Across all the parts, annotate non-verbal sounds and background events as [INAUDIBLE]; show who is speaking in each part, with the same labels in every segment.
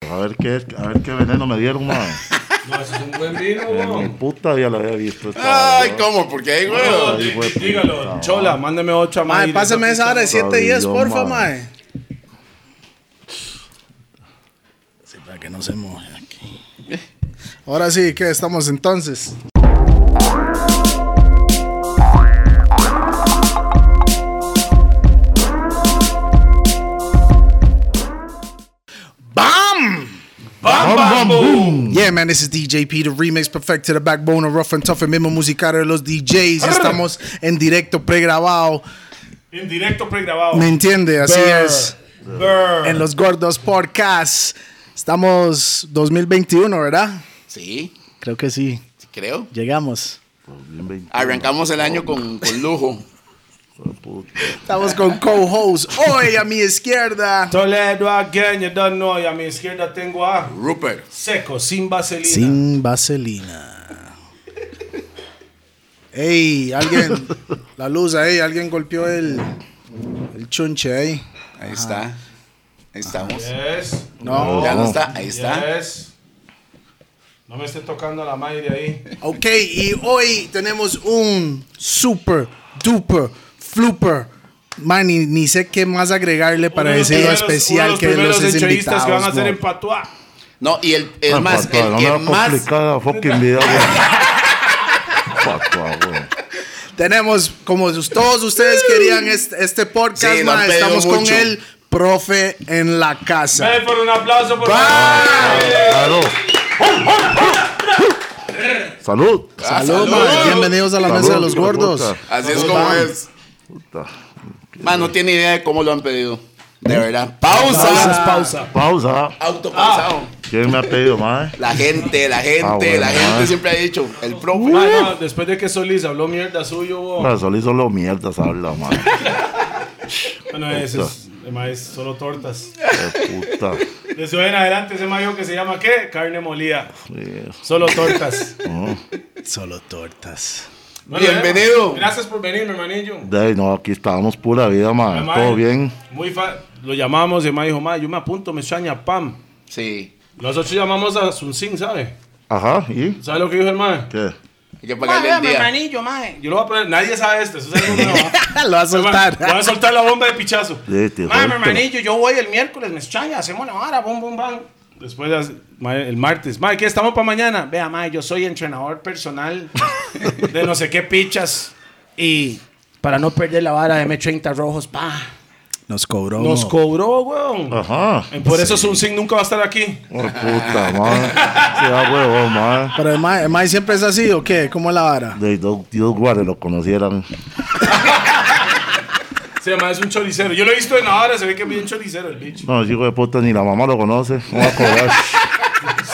Speaker 1: Pues a ver qué, a ver qué veneno me dieron, madre.
Speaker 2: No, eso es un buen vino,
Speaker 1: En mi
Speaker 2: weón.
Speaker 1: puta vida lo había visto. esta
Speaker 3: Ay,
Speaker 1: hora.
Speaker 3: ¿cómo? ¿Por qué,
Speaker 2: No,
Speaker 3: güey?
Speaker 2: di-
Speaker 1: hijo de puta,
Speaker 2: Dígalo,
Speaker 1: madre.
Speaker 2: Chola, mándeme ocho a
Speaker 4: Mae,
Speaker 2: Madrid.
Speaker 4: pásame esa hora de 7 y 10,
Speaker 1: Yo,
Speaker 4: porfa,
Speaker 1: mae.
Speaker 4: mae. Sí, para que no se moje aquí. Ahora sí, ¿qué estamos entonces? ¡Bam!
Speaker 2: ¡Bam, bam, boom!
Speaker 4: Yeah, man, this is DJ P, the remix perfect to the backbone of Rough and Tough, el mismo musicario de los DJs. Estamos en directo, pregrabado.
Speaker 2: En directo pregrabado.
Speaker 4: ¿Me entiende? Así
Speaker 2: Brr.
Speaker 4: es.
Speaker 2: Brr.
Speaker 4: En los Gordos Podcast. Estamos 2021, ¿verdad?
Speaker 3: Sí,
Speaker 4: Creo que sí.
Speaker 3: creo.
Speaker 4: Llegamos.
Speaker 1: Pues bien veintiuno,
Speaker 3: Arrancamos el año con, con lujo.
Speaker 1: hijo de puta.
Speaker 4: Estamos con co-host. Hoy a mi izquierda.
Speaker 2: Toledo again, you don't know. Y a mi izquierda tengo a
Speaker 3: Rupert.
Speaker 2: Seco, sin vaselina.
Speaker 4: Sin vaselina. Ey, alguien. La luz ahí, alguien golpeó el, el chunche ahí.
Speaker 3: Ahí está. Ahí estamos.
Speaker 2: Yes.
Speaker 4: No.
Speaker 3: Ya no está, ahí está.
Speaker 2: Yes. No me esté tocando la madre ahí.
Speaker 4: Ok, y hoy tenemos un super, duper, fluper. Man, ni, ni sé qué más agregarle para
Speaker 2: Uno de los
Speaker 4: decir lo
Speaker 2: primeros-
Speaker 4: especial
Speaker 2: uno de
Speaker 4: que
Speaker 2: los
Speaker 4: los
Speaker 2: primeros
Speaker 4: es
Speaker 2: entrevistas
Speaker 4: invitados.
Speaker 2: que van a hacer
Speaker 4: mo.
Speaker 2: en Patuá.
Speaker 3: No, y el, el
Speaker 1: Ay,
Speaker 3: más,
Speaker 1: papá,
Speaker 3: el
Speaker 1: Ah, pues, no
Speaker 3: que
Speaker 1: me va a
Speaker 3: más.
Speaker 1: complicar la fucking vida, güey. Papá, güey.
Speaker 4: Tenemos, como sus- todos ustedes querían este, este podcast,
Speaker 3: Sí, lo
Speaker 4: ma,
Speaker 3: han pedido
Speaker 4: estamos con
Speaker 3: mucho.
Speaker 4: el profe en la casa.
Speaker 2: Ven por un aplauso, por
Speaker 1: Claro. Salud.
Speaker 4: Salud, ma, bienvenidos a la
Speaker 1: Salud,
Speaker 4: mesa de los
Speaker 1: hijo de
Speaker 4: gordos.
Speaker 1: puta.
Speaker 3: Ah, Así es
Speaker 4: ¿Cómo
Speaker 3: como
Speaker 4: van?
Speaker 3: es. Más, no tiene idea de cómo lo han pedido. De verdad. Pausa.
Speaker 4: Pausas,
Speaker 2: pausa.
Speaker 1: Pausa.
Speaker 3: Autopausado.
Speaker 1: ¿Quién me ha pedido, madre?
Speaker 3: La gente, la gente,
Speaker 1: Ah, bueno,
Speaker 3: la
Speaker 1: ah.
Speaker 3: gente siempre ha dicho. El profe.
Speaker 2: Mae, no, después de que Solís habló mierda suyo, bo.
Speaker 1: Para Solís solo mierda habla, madre.
Speaker 2: Bueno, eso es, el mae es solo tortas.
Speaker 1: Qué puta.
Speaker 2: Desde hoy en adelante, ese mayo que se llama ¿qué? Carne molida.
Speaker 1: Sí.
Speaker 2: Solo tortas.
Speaker 4: Solo tortas.
Speaker 2: Bueno,
Speaker 3: Bienvenido.
Speaker 2: eh, Gracias por venir, mi hermanillo.
Speaker 1: De ahí, no, aquí estábamos pura vida, madre.
Speaker 2: Mae,
Speaker 1: Ah,
Speaker 4: eh.
Speaker 1: Todo bien.
Speaker 2: Muy fa Lo llamamos y el mae dijo, mae, yo me apunto, me extraña, pam.
Speaker 3: Sí.
Speaker 2: Nosotros llamamos a Sunsin, ¿sabe?
Speaker 1: Ajá, ¿y?
Speaker 2: ¿Sabe lo que dijo el mae?
Speaker 1: ¿Qué?
Speaker 3: Hay que pagarle el día.
Speaker 2: Yo lo voy a poner, nadie sabe esto, eso es algo nuevo.
Speaker 4: [LAUGHS]
Speaker 2: ¿ah?
Speaker 4: Lo va
Speaker 2: Voy
Speaker 4: a
Speaker 2: a
Speaker 4: soltar.
Speaker 2: soltar la bomba de pichazo.
Speaker 1: Sí, te
Speaker 2: Mae, mi
Speaker 1: suelto.
Speaker 2: hermanillo, yo voy el miércoles, me extraña, hacemos la vara, bum, bum, bam. Después las- mae, el martes, mae, ¿qué estamos para mañana? Vea, mae, yo soy entrenador
Speaker 1: [LAUGHS]
Speaker 2: personal de no sé qué pichas. Y para no perder la vara, deme 30 rojos, pa.
Speaker 4: Nos cobró.
Speaker 2: Nos
Speaker 4: mo.
Speaker 2: cobró, weón.
Speaker 1: Ajá.
Speaker 2: Eh, Por eso Sunsin nunca va a estar aquí.
Speaker 1: Oh, puta, madre. Se da huevo, madre.
Speaker 4: Pero el mae, el mae siempre es así, ¿o qué? ¿Cómo es la vara?
Speaker 1: De Dios, Dios guarde lo conocieran.
Speaker 2: Se llama, es un choricero. Yo lo he visto en ahora, se ve que es bien choricero el bicho.
Speaker 1: No, ese hijo de puta ni la mamá lo conoce. No va a [LAUGHS] cobrar.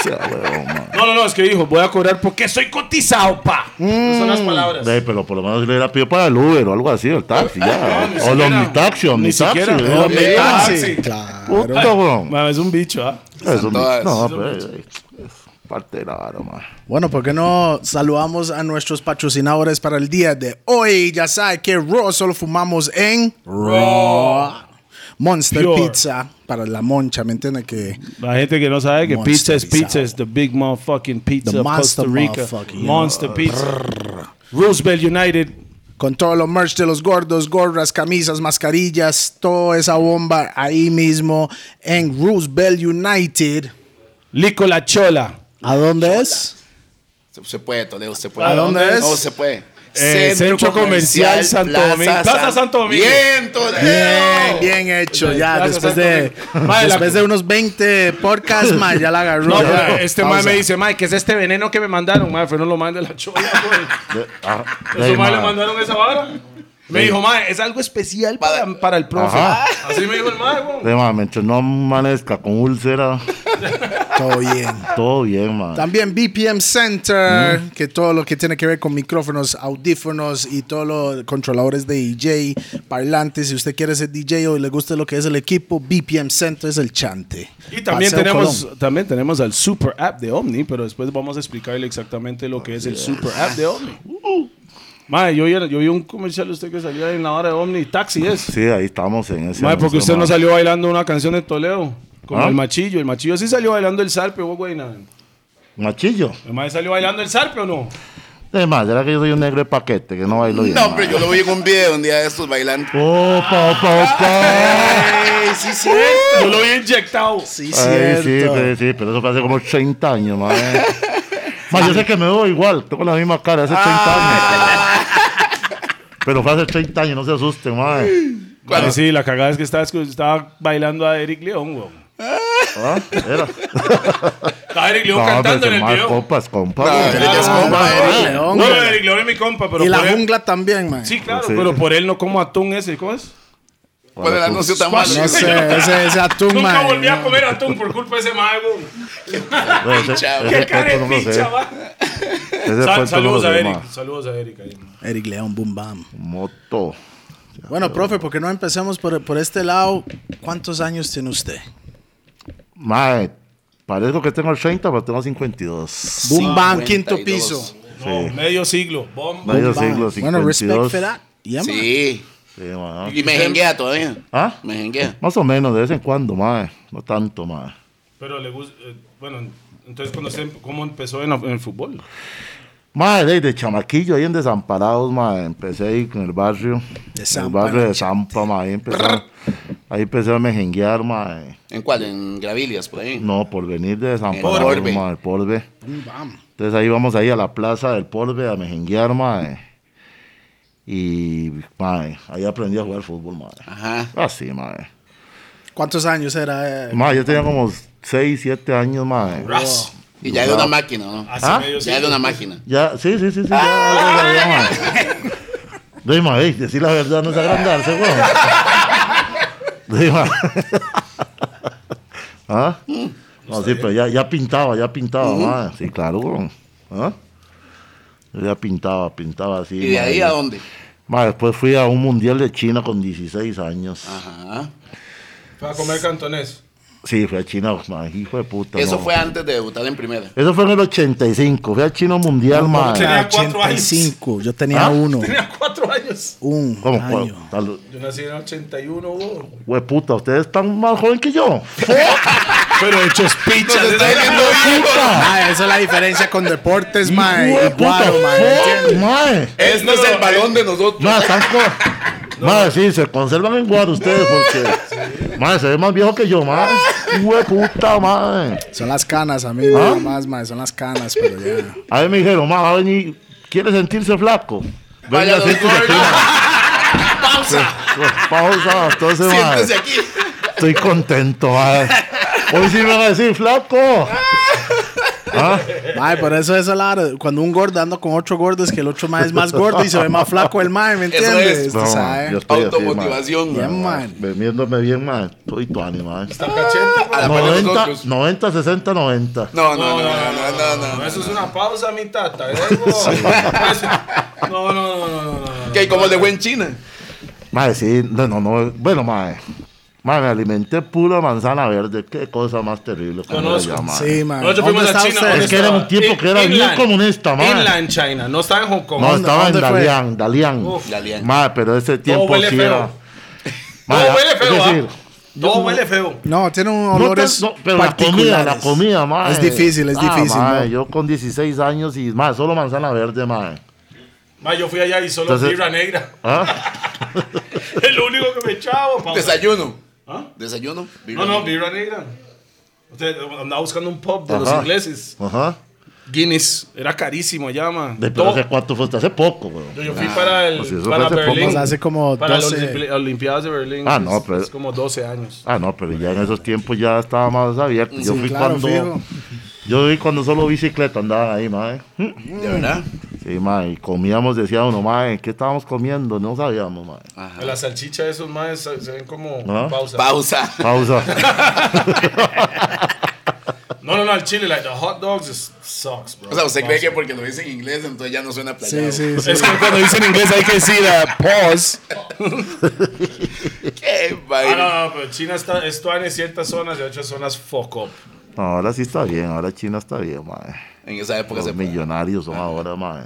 Speaker 1: Se da huevo, madre.
Speaker 2: No, no, no, es que dijo, voy a cobrar porque soy cotizado, pa.
Speaker 1: Mm.
Speaker 2: Esas son las palabras.
Speaker 1: De, pero por lo menos le hubiera pedido para el Uber o algo así, o el taxi, ya.
Speaker 2: ni
Speaker 1: o el
Speaker 2: siquiera.
Speaker 1: Omnitaxi, Omnitaxi.
Speaker 2: siquiera.
Speaker 1: ¿no?
Speaker 2: El Omnitaxi.
Speaker 1: Ah,
Speaker 2: Ah,
Speaker 4: Sí,
Speaker 2: sí.
Speaker 4: Claro.
Speaker 1: Puta, weón.
Speaker 2: Ma, es un bicho, ¿ah?
Speaker 1: Es un-
Speaker 3: todas.
Speaker 1: No, pues, es parte de la vara, madre.
Speaker 4: Bueno, ¿por qué no saludamos a nuestros patrocinadores para el día de hoy? Ya sabe que Raw solo fumamos en Raw. Monster
Speaker 2: Pure.
Speaker 4: Pizza para la moncha, ¿me entiende? Que
Speaker 2: La gente que no sabe que pizza es
Speaker 4: Monsterizado.
Speaker 2: pizza, es the big motherfucking pizza
Speaker 4: The
Speaker 2: of
Speaker 4: monster
Speaker 2: Costa Rica.
Speaker 4: motherfucking,
Speaker 2: Monster pizza. Roosevelt United.
Speaker 4: con todo lo merch de los gordos, gorras, camisas, mascarillas, toda esa bomba ahí mismo en Roosevelt United.
Speaker 2: Lico La Chola.
Speaker 4: ¿A dónde es?
Speaker 3: Se, se puede, Toledo, se puede.
Speaker 4: ¿A dónde es?
Speaker 3: No, se puede.
Speaker 2: Eh, Centro Comercial Santo Domingo. Plaza
Speaker 3: San-
Speaker 2: Santo Domingo.
Speaker 3: Bien, Toledo.
Speaker 4: Bien, bien hecho. Ya,
Speaker 2: Gracias,
Speaker 4: después de,
Speaker 2: Anthony. Mae, la-
Speaker 4: después de unos 20
Speaker 2: [LAUGHS]
Speaker 4: podcasts más, ya la agarró.
Speaker 2: No,
Speaker 4: Ya.
Speaker 2: pero este mae
Speaker 4: Pausa.
Speaker 2: me dice, mae, ¿qué es este veneno que me mandaron? Mae, fue no lo manda la chola, güey.
Speaker 1: De- ah, de ahí,
Speaker 2: Eso mae le
Speaker 1: madre.
Speaker 2: mandaron esa vara. Me dijo, mae, es algo especial para, para el profe.
Speaker 1: Ajá.
Speaker 2: Así me dijo el mae, güey.
Speaker 1: De, madre, mientras no amanezca con úlcera,
Speaker 4: Todo bien.
Speaker 1: todo bien, madre.
Speaker 4: También BPM Center,
Speaker 2: Mm.
Speaker 4: que todo lo que tiene que ver con micrófonos, audífonos y todos los controladores de DJ, parlantes. Si usted quiere ser DJ o le gusta lo que es el equipo, BPM Center es el chante.
Speaker 2: Y también
Speaker 4: Paseo
Speaker 2: tenemos,
Speaker 4: Colón.
Speaker 2: también tenemos al Super App de Omni, pero después vamos a explicarle exactamente lo que es el Super App de Omni. Mae, yo, vi- yo vi un comercial de usted que salió ahí en la hora de Omni, Taxi es.
Speaker 1: Sí, ahí estamos en ese.
Speaker 2: Mae, porque
Speaker 1: anuncio,
Speaker 2: usted no
Speaker 1: madre.
Speaker 2: salió bailando una canción de Toledo. Como
Speaker 1: ¿Ah?
Speaker 2: el machillo. El machillo sí salió bailando el zarpe, vos, güey. na.
Speaker 1: Machillo.
Speaker 2: El mae salió bailando el zarpe o no.
Speaker 1: Además, ¿será que yo soy un negro de paquete que no bailo bien? Ah,
Speaker 3: No, pero yo lo vi en un video un día de estos bailando.
Speaker 1: Opa, opa,
Speaker 3: Ah,
Speaker 1: opa.
Speaker 4: sí, cierto.
Speaker 2: Yo lo vi inyectado.
Speaker 4: Sí,
Speaker 1: Ay, sí,
Speaker 4: cierto.
Speaker 1: sí, sí, pero eso fue hace como 30 años,
Speaker 3: [LAUGHS]
Speaker 1: madre. Más, yo sé que me veo igual, tengo la misma cara hace 30
Speaker 3: Ah.
Speaker 1: años. Pero fue hace 30 años, no se asusten, madre.
Speaker 3: Cuando-
Speaker 2: Mae, sí, la cagada es que estaba, escu- estaba bailando a Eric León, güey.
Speaker 1: ¿Ah? Era.
Speaker 2: Estaba Eric León
Speaker 1: No,
Speaker 2: cantando
Speaker 1: pero
Speaker 2: en el
Speaker 1: más
Speaker 2: video.
Speaker 1: compas, compas.
Speaker 3: No,
Speaker 1: güey.
Speaker 3: pero ya es
Speaker 1: Ah,
Speaker 3: compa,
Speaker 1: ah,
Speaker 3: Eric
Speaker 1: ah.
Speaker 4: León.
Speaker 2: No, no, Eric León es mi compa, pero
Speaker 4: Y la
Speaker 2: por él-
Speaker 4: jungla también, man.
Speaker 2: Sí, claro,
Speaker 1: Sí.
Speaker 2: pero por él no como atún ese, ¿cómo es?
Speaker 3: ¿Cuál
Speaker 1: pues,
Speaker 3: era el anuncio tan malo?
Speaker 4: No sé, ese, ese atún,
Speaker 2: Nunca
Speaker 4: man.
Speaker 2: volví a
Speaker 4: no.
Speaker 2: comer atún por culpa de ese mago.
Speaker 1: No, pues, ese-
Speaker 3: Pincha,
Speaker 1: ese
Speaker 2: ¡Qué
Speaker 1: cuento
Speaker 2: cara
Speaker 1: no
Speaker 2: de
Speaker 1: lo sé.
Speaker 2: pincha, va!
Speaker 1: Ese
Speaker 2: Sal-
Speaker 1: cuento no lo
Speaker 2: Saludos a
Speaker 1: sé,
Speaker 2: Eric,
Speaker 1: ma.
Speaker 2: saludos a Eric. ahí.
Speaker 4: Eric León, boom, bam.
Speaker 1: Moto.
Speaker 4: Ah, Bueno, profe, ¿por qué no empecemos por, por este lado? ¿Cuántos años tiene usted?
Speaker 1: Mae, parezco que tengo el 30, pero tengo 52.
Speaker 4: Boom, bam,
Speaker 3: 52.
Speaker 4: quinto piso.
Speaker 2: No, medio siglo, bomba.
Speaker 1: Medio
Speaker 4: Bam.
Speaker 1: siglo,
Speaker 4: Bueno,
Speaker 1: 52.
Speaker 4: respect for that. Yeah, man.
Speaker 3: Sí.
Speaker 1: Sí, ma.
Speaker 3: Y me jenguea todavía.
Speaker 1: ¿Ah?
Speaker 3: Me jenguea.
Speaker 1: Más o menos, de vez en cuando, mae. No tanto, mae.
Speaker 2: Pero le gusta. eh, bueno, entonces, cuando usted, em, ¿cómo empezó en, en el fútbol?
Speaker 1: Mae, de, de chamaquillo ahí en Desamparados, mae. Empecé ahí con el barrio. el
Speaker 4: Desamparados.
Speaker 1: barrio de Zampa, mae. Ahí empecé, ahí empecé a mejenguear, mae.
Speaker 3: ¿En cuál? ¿En Gravilias? Por ahí.
Speaker 1: No, por venir de Desamparados,
Speaker 3: Porbe.
Speaker 1: mae. Porbe.
Speaker 4: Boom, bam.
Speaker 1: Entonces ahí vamos ahí a la plaza del Porbe a mejenguear, mae. Y, mae, ahí aprendí a jugar fútbol, mae.
Speaker 3: Ajá.
Speaker 1: Así, mae.
Speaker 4: ¿Cuántos años era? eh?
Speaker 1: Mae, yo tenía como 6, 7 años, mae.
Speaker 2: Ras.
Speaker 3: Y ya era una máquina, ¿no?
Speaker 2: Hace
Speaker 1: ¿Ah?
Speaker 2: medio
Speaker 3: Ya era
Speaker 2: siglo.
Speaker 3: una máquina.
Speaker 1: Ya, sí, sí, sí, sí. Ya, ya, ya, ya, mae. Dey, mae, ey, decir la verdad no es agrandarse, weón. Dey, mae. [LAUGHS] ¿Ah? No, sí, pero ya, ya pintaba, ya pintaba, mae. Sí, claro, weón. ¿Ah? Yo Ya pintaba, pintaba así.
Speaker 3: ¿Y de
Speaker 1: mae.
Speaker 3: ahí a dónde?
Speaker 1: Ma, después fui a un mundial de China con 16 años.
Speaker 3: Ah. Ajá.
Speaker 2: Fue a comer cantonés.
Speaker 1: Sí, fui a China, ma, hijo de puta.
Speaker 3: Eso
Speaker 1: no.
Speaker 3: fue antes de debutar en primera.
Speaker 1: Eso fue en el 85. Fui a China mundial, ma.
Speaker 2: tenía
Speaker 4: Ah,
Speaker 2: cuatro años.
Speaker 4: 85. Yo tenía
Speaker 1: ¿Ah?
Speaker 4: uno.
Speaker 2: Tenía cuatro años.
Speaker 4: Un
Speaker 1: ¿Cómo?
Speaker 4: año.
Speaker 1: cua- tal-
Speaker 2: Yo nací en el 81, vos.
Speaker 1: Hue puta, ustedes están más joven que yo.
Speaker 2: Pero hechos pichas.
Speaker 3: Nos está
Speaker 2: esa-
Speaker 3: viendo viejo.
Speaker 4: Ah, esa es la diferencia con deportes, man.
Speaker 1: Hue
Speaker 4: Y
Speaker 1: puta,
Speaker 4: guaro, man,
Speaker 1: fuck,
Speaker 4: ¿entiendes?
Speaker 1: mae.
Speaker 3: Este es el balón de nosotros.
Speaker 1: Ma, están co- Ma, sí, se conservan en guaro ustedes porque. Ma, se ve más viejo que yo, ma. Hue puta, ma.
Speaker 4: Son las canas, a mí, nada más, man. Son las canas, pero ya.
Speaker 1: A mí me dijeron, ma, va a venir. ¿Quiere sentirse flaco?
Speaker 3: Vaya
Speaker 1: Venga,
Speaker 3: don
Speaker 1: siéntese aquí,
Speaker 3: Gordo. [LAUGHS]
Speaker 1: ma. Pausa, entonces, ma.
Speaker 3: Siéntese aquí.
Speaker 1: Estoy contento, mae. Hoy sí me van a decir flaco.
Speaker 3: [LAUGHS]
Speaker 1: ¿Ah?
Speaker 4: Mae, por eso es la hora. Cuando un gordo anda con otro gordo, es que el otro mae es más gordo y se ve más flaco el mae, ¿me
Speaker 3: Eso
Speaker 4: entiendes?
Speaker 3: es.
Speaker 4: Tú
Speaker 1: No,
Speaker 4: sabes.
Speaker 1: yo estoy así,
Speaker 3: Automotivación.
Speaker 4: Yeah,
Speaker 1: mae.
Speaker 4: man.
Speaker 1: Bebiéndome bien, mae. Estoy eh. tuani, mae.
Speaker 2: Está cachete,
Speaker 3: A la par de
Speaker 1: 90,
Speaker 3: nosotros.
Speaker 1: 90, 60, 90.
Speaker 3: No, Ah. no, no, no, no, no, no, no.
Speaker 2: Eso es una pausa, mi tata. ¿eh, [LAUGHS] vos? Eso- No, no, no, no, no, no, no.
Speaker 3: Que como el de buen China.
Speaker 1: Mae, sí, no, no, no. Bueno, mae. Mae, me alimenté pura manzana verde. Qué cosa más terrible. como era
Speaker 2: Conozco.
Speaker 1: ya, mae.
Speaker 4: Sí, man.
Speaker 2: Nosotros fuimos a China. ¿dónde
Speaker 1: Es que era un
Speaker 2: estaba?
Speaker 1: tiempo que era bien
Speaker 2: Inland.
Speaker 1: comunista, mae.
Speaker 2: Inland China, no estaba en Hong Kong.
Speaker 1: No,
Speaker 4: ¿Dónde-
Speaker 1: estaba en
Speaker 4: dónde fue?
Speaker 1: Dalian, Dalian.
Speaker 2: Uf.
Speaker 3: Dalian.
Speaker 1: Mae, pero ese tiempo
Speaker 2: huele
Speaker 1: sí
Speaker 2: feo.
Speaker 1: era. Mae,
Speaker 2: Todo huele
Speaker 1: es
Speaker 2: feo,
Speaker 1: decir,
Speaker 2: ¿ah? Todo huele feo.
Speaker 4: No, tiene un
Speaker 1: No
Speaker 4: olor
Speaker 1: tan- no, pero la comida, la comida, mae.
Speaker 4: Es difícil, es
Speaker 1: Ah,
Speaker 4: difícil.
Speaker 1: mae,
Speaker 4: ¿no?
Speaker 1: Yo con 16 años y más, solo manzana verde, mae.
Speaker 2: Ma, yo fui allá y solo
Speaker 1: Entonces-
Speaker 2: fibra negra. [LAUGHS]
Speaker 1: ¿Ah? [LAUGHS]
Speaker 2: Es lo único que me echaba, papá.
Speaker 3: Desayuno.
Speaker 2: ¿Ah?
Speaker 3: Desayuno.
Speaker 2: No, no, fibra negra. Usted andaba buscando un pub de los
Speaker 1: Ajá.
Speaker 2: ingleses.
Speaker 1: Ajá.
Speaker 2: Guinness. Era carísimo allá, man.
Speaker 1: De, pero hace cuánto fue, hace poco, bro.
Speaker 2: Yo, yo fui para, el,
Speaker 1: pues eso fue
Speaker 2: para
Speaker 1: hace poco.
Speaker 2: Berlín.
Speaker 4: O sea, hace como
Speaker 2: para las
Speaker 4: 12.
Speaker 2: Olimpi- Olimpiadas de Berlín.
Speaker 1: Ah, no,
Speaker 2: Es-
Speaker 1: pero-
Speaker 2: Es como 12 años.
Speaker 1: Ah, no, pero ya en esos tiempos ya estaba más abierto. Yo
Speaker 4: Sí,
Speaker 1: fui
Speaker 4: claro,
Speaker 1: cuando.
Speaker 4: fijo.
Speaker 1: Yo fui cuando solo bicicleta andaban ahí, mae.
Speaker 3: De verdad.
Speaker 1: Sí, mae. Y comíamos, decía uno, mae, ¿qué estábamos comiendo? No sabíamos, mae.
Speaker 3: Ajá.
Speaker 2: Las salchichas de esos maes se se ven como
Speaker 1: Ah.
Speaker 2: pausa.
Speaker 3: Pausa.
Speaker 1: Pausa. [LAUGHS]
Speaker 2: No, no, no, al chile, like the hot dogs is- sucks, bro.
Speaker 3: O sea, usted cree
Speaker 2: Pausa.
Speaker 3: que porque lo dice en inglés, entonces ya no suena
Speaker 4: Sí,
Speaker 3: playado.
Speaker 4: sí, sí.
Speaker 2: Es que cuando dicen inglés hay que decir ah, pause. Ah,
Speaker 3: Qué vaina.
Speaker 2: no, no, pero China está, está en ciertas zonas y otras zonas fuck up.
Speaker 1: No, ahora sí está bien, ahora China está bien, mae.
Speaker 3: En esa época
Speaker 1: Los
Speaker 3: se
Speaker 1: millonarios son ahora, mae.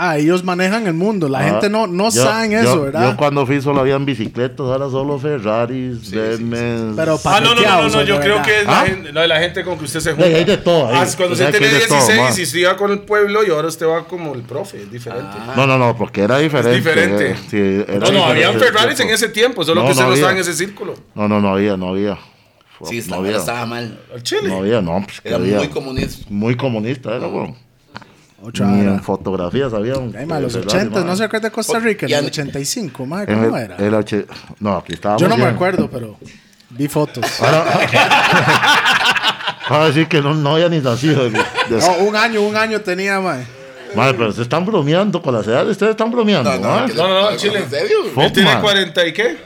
Speaker 4: Ah, ellos manejan el mundo. La gente no, no
Speaker 1: Ah, Yo-
Speaker 4: sabe
Speaker 1: yo-
Speaker 4: eso, ¿verdad?
Speaker 1: Yo cuando fui solo habían bicicletas, ahora solo Ferraris, Bemens.
Speaker 4: Pero
Speaker 2: Ah, no, no, no, no,
Speaker 4: pateteados,
Speaker 2: no, yo
Speaker 4: de
Speaker 2: creo
Speaker 4: verdad.
Speaker 2: que es la,
Speaker 1: ¿Ah?
Speaker 2: gente, no, la gente con que usted se
Speaker 1: Hay-
Speaker 2: junta.
Speaker 1: hay de todo, hay-
Speaker 2: Ah, cuando
Speaker 1: hay
Speaker 2: usted
Speaker 1: que
Speaker 2: tenía
Speaker 1: de todo,
Speaker 2: 16
Speaker 1: ma.
Speaker 2: y usted iba con el pueblo y ahora usted va como el profe, es diferente.
Speaker 1: No, no, no, porque era diferente.
Speaker 2: diferente.
Speaker 1: eh, Ah, sí, era
Speaker 2: no, no,
Speaker 1: diferente
Speaker 2: habían
Speaker 1: el
Speaker 2: Ferraris en
Speaker 1: tiempo.
Speaker 2: ese tiempo, solo
Speaker 1: No,
Speaker 2: que usted
Speaker 1: no
Speaker 2: no, estaba en
Speaker 1: había.
Speaker 2: ese círculo.
Speaker 1: No, no, no había, no había. Fuck,
Speaker 3: Sí,
Speaker 1: no
Speaker 3: estaba,
Speaker 1: había.
Speaker 3: estaba mal.
Speaker 2: Al Chile.
Speaker 1: No había, no, pues, que
Speaker 3: Era
Speaker 1: había.
Speaker 3: muy Ah. comunista.
Speaker 1: Muy comunista, era, weón.
Speaker 4: Otra
Speaker 1: Ni
Speaker 4: vara.
Speaker 1: en fotografías había un.
Speaker 4: ah, Ay, ma, los
Speaker 1: Ferrari,
Speaker 4: 80, no se acuerda de
Speaker 2: Pues,
Speaker 4: Costa Rica, en
Speaker 3: Ya-
Speaker 4: el 85, ma,
Speaker 1: En
Speaker 4: ¿cómo
Speaker 1: el-
Speaker 4: era?
Speaker 1: el oche- No, aquí estábamos.
Speaker 4: Yo no me
Speaker 1: bien. Ah,
Speaker 4: acuerdo, pero vi fotos.
Speaker 1: [LAUGHS] Para decir que no, no había ni nacido. de- de-
Speaker 4: No, un año, un año tenía, ma.
Speaker 1: Madre, pero se están bromeando con las edades, ustedes están bromeando.
Speaker 3: No, no,
Speaker 1: ¿eh?
Speaker 3: que-
Speaker 2: No, no, no, al Chile.
Speaker 3: ¿En serio?
Speaker 1: Fuck,
Speaker 2: Él tiene
Speaker 1: man.
Speaker 2: 40 y qué?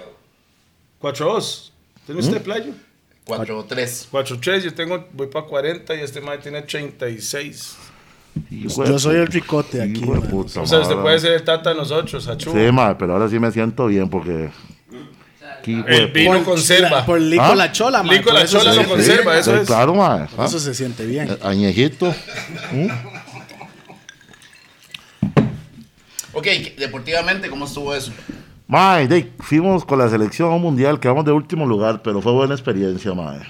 Speaker 2: 42. ¿Tiene
Speaker 1: ¿Mm?
Speaker 2: usted playo?
Speaker 3: 4 o 3.
Speaker 2: 43, yo tengo, voy para 40 y este man tiene 36.
Speaker 1: Hijo de
Speaker 4: Yo soy el ricote aquí,
Speaker 1: Pues, Hijo de
Speaker 4: ma.
Speaker 1: puta,
Speaker 2: O sea, usted
Speaker 1: madre.
Speaker 2: puede uh, ser el tata de nosotros, achú.
Speaker 1: Sí, madre, pero ahora sí me siento bien porque. Qué hijo de
Speaker 2: El vino conserva.
Speaker 4: La- por Lico
Speaker 1: ¿Ah?
Speaker 4: La Chola, ma.
Speaker 2: Lico
Speaker 4: por
Speaker 2: La
Speaker 4: eso
Speaker 2: Chola
Speaker 4: se
Speaker 2: lo
Speaker 4: siente
Speaker 2: conserva,
Speaker 4: bien.
Speaker 2: eso
Speaker 1: Sí, ¿Ah?
Speaker 2: es.
Speaker 1: Claro, madre.
Speaker 4: Por Eso se siente bien.
Speaker 1: Ah, Añejito. ¿Mm?
Speaker 3: Ok, deportivamente, ¿cómo estuvo eso?
Speaker 1: Mae, de- fuimos con la selección a un mundial, quedamos de último lugar, pero fue buena experiencia, mae.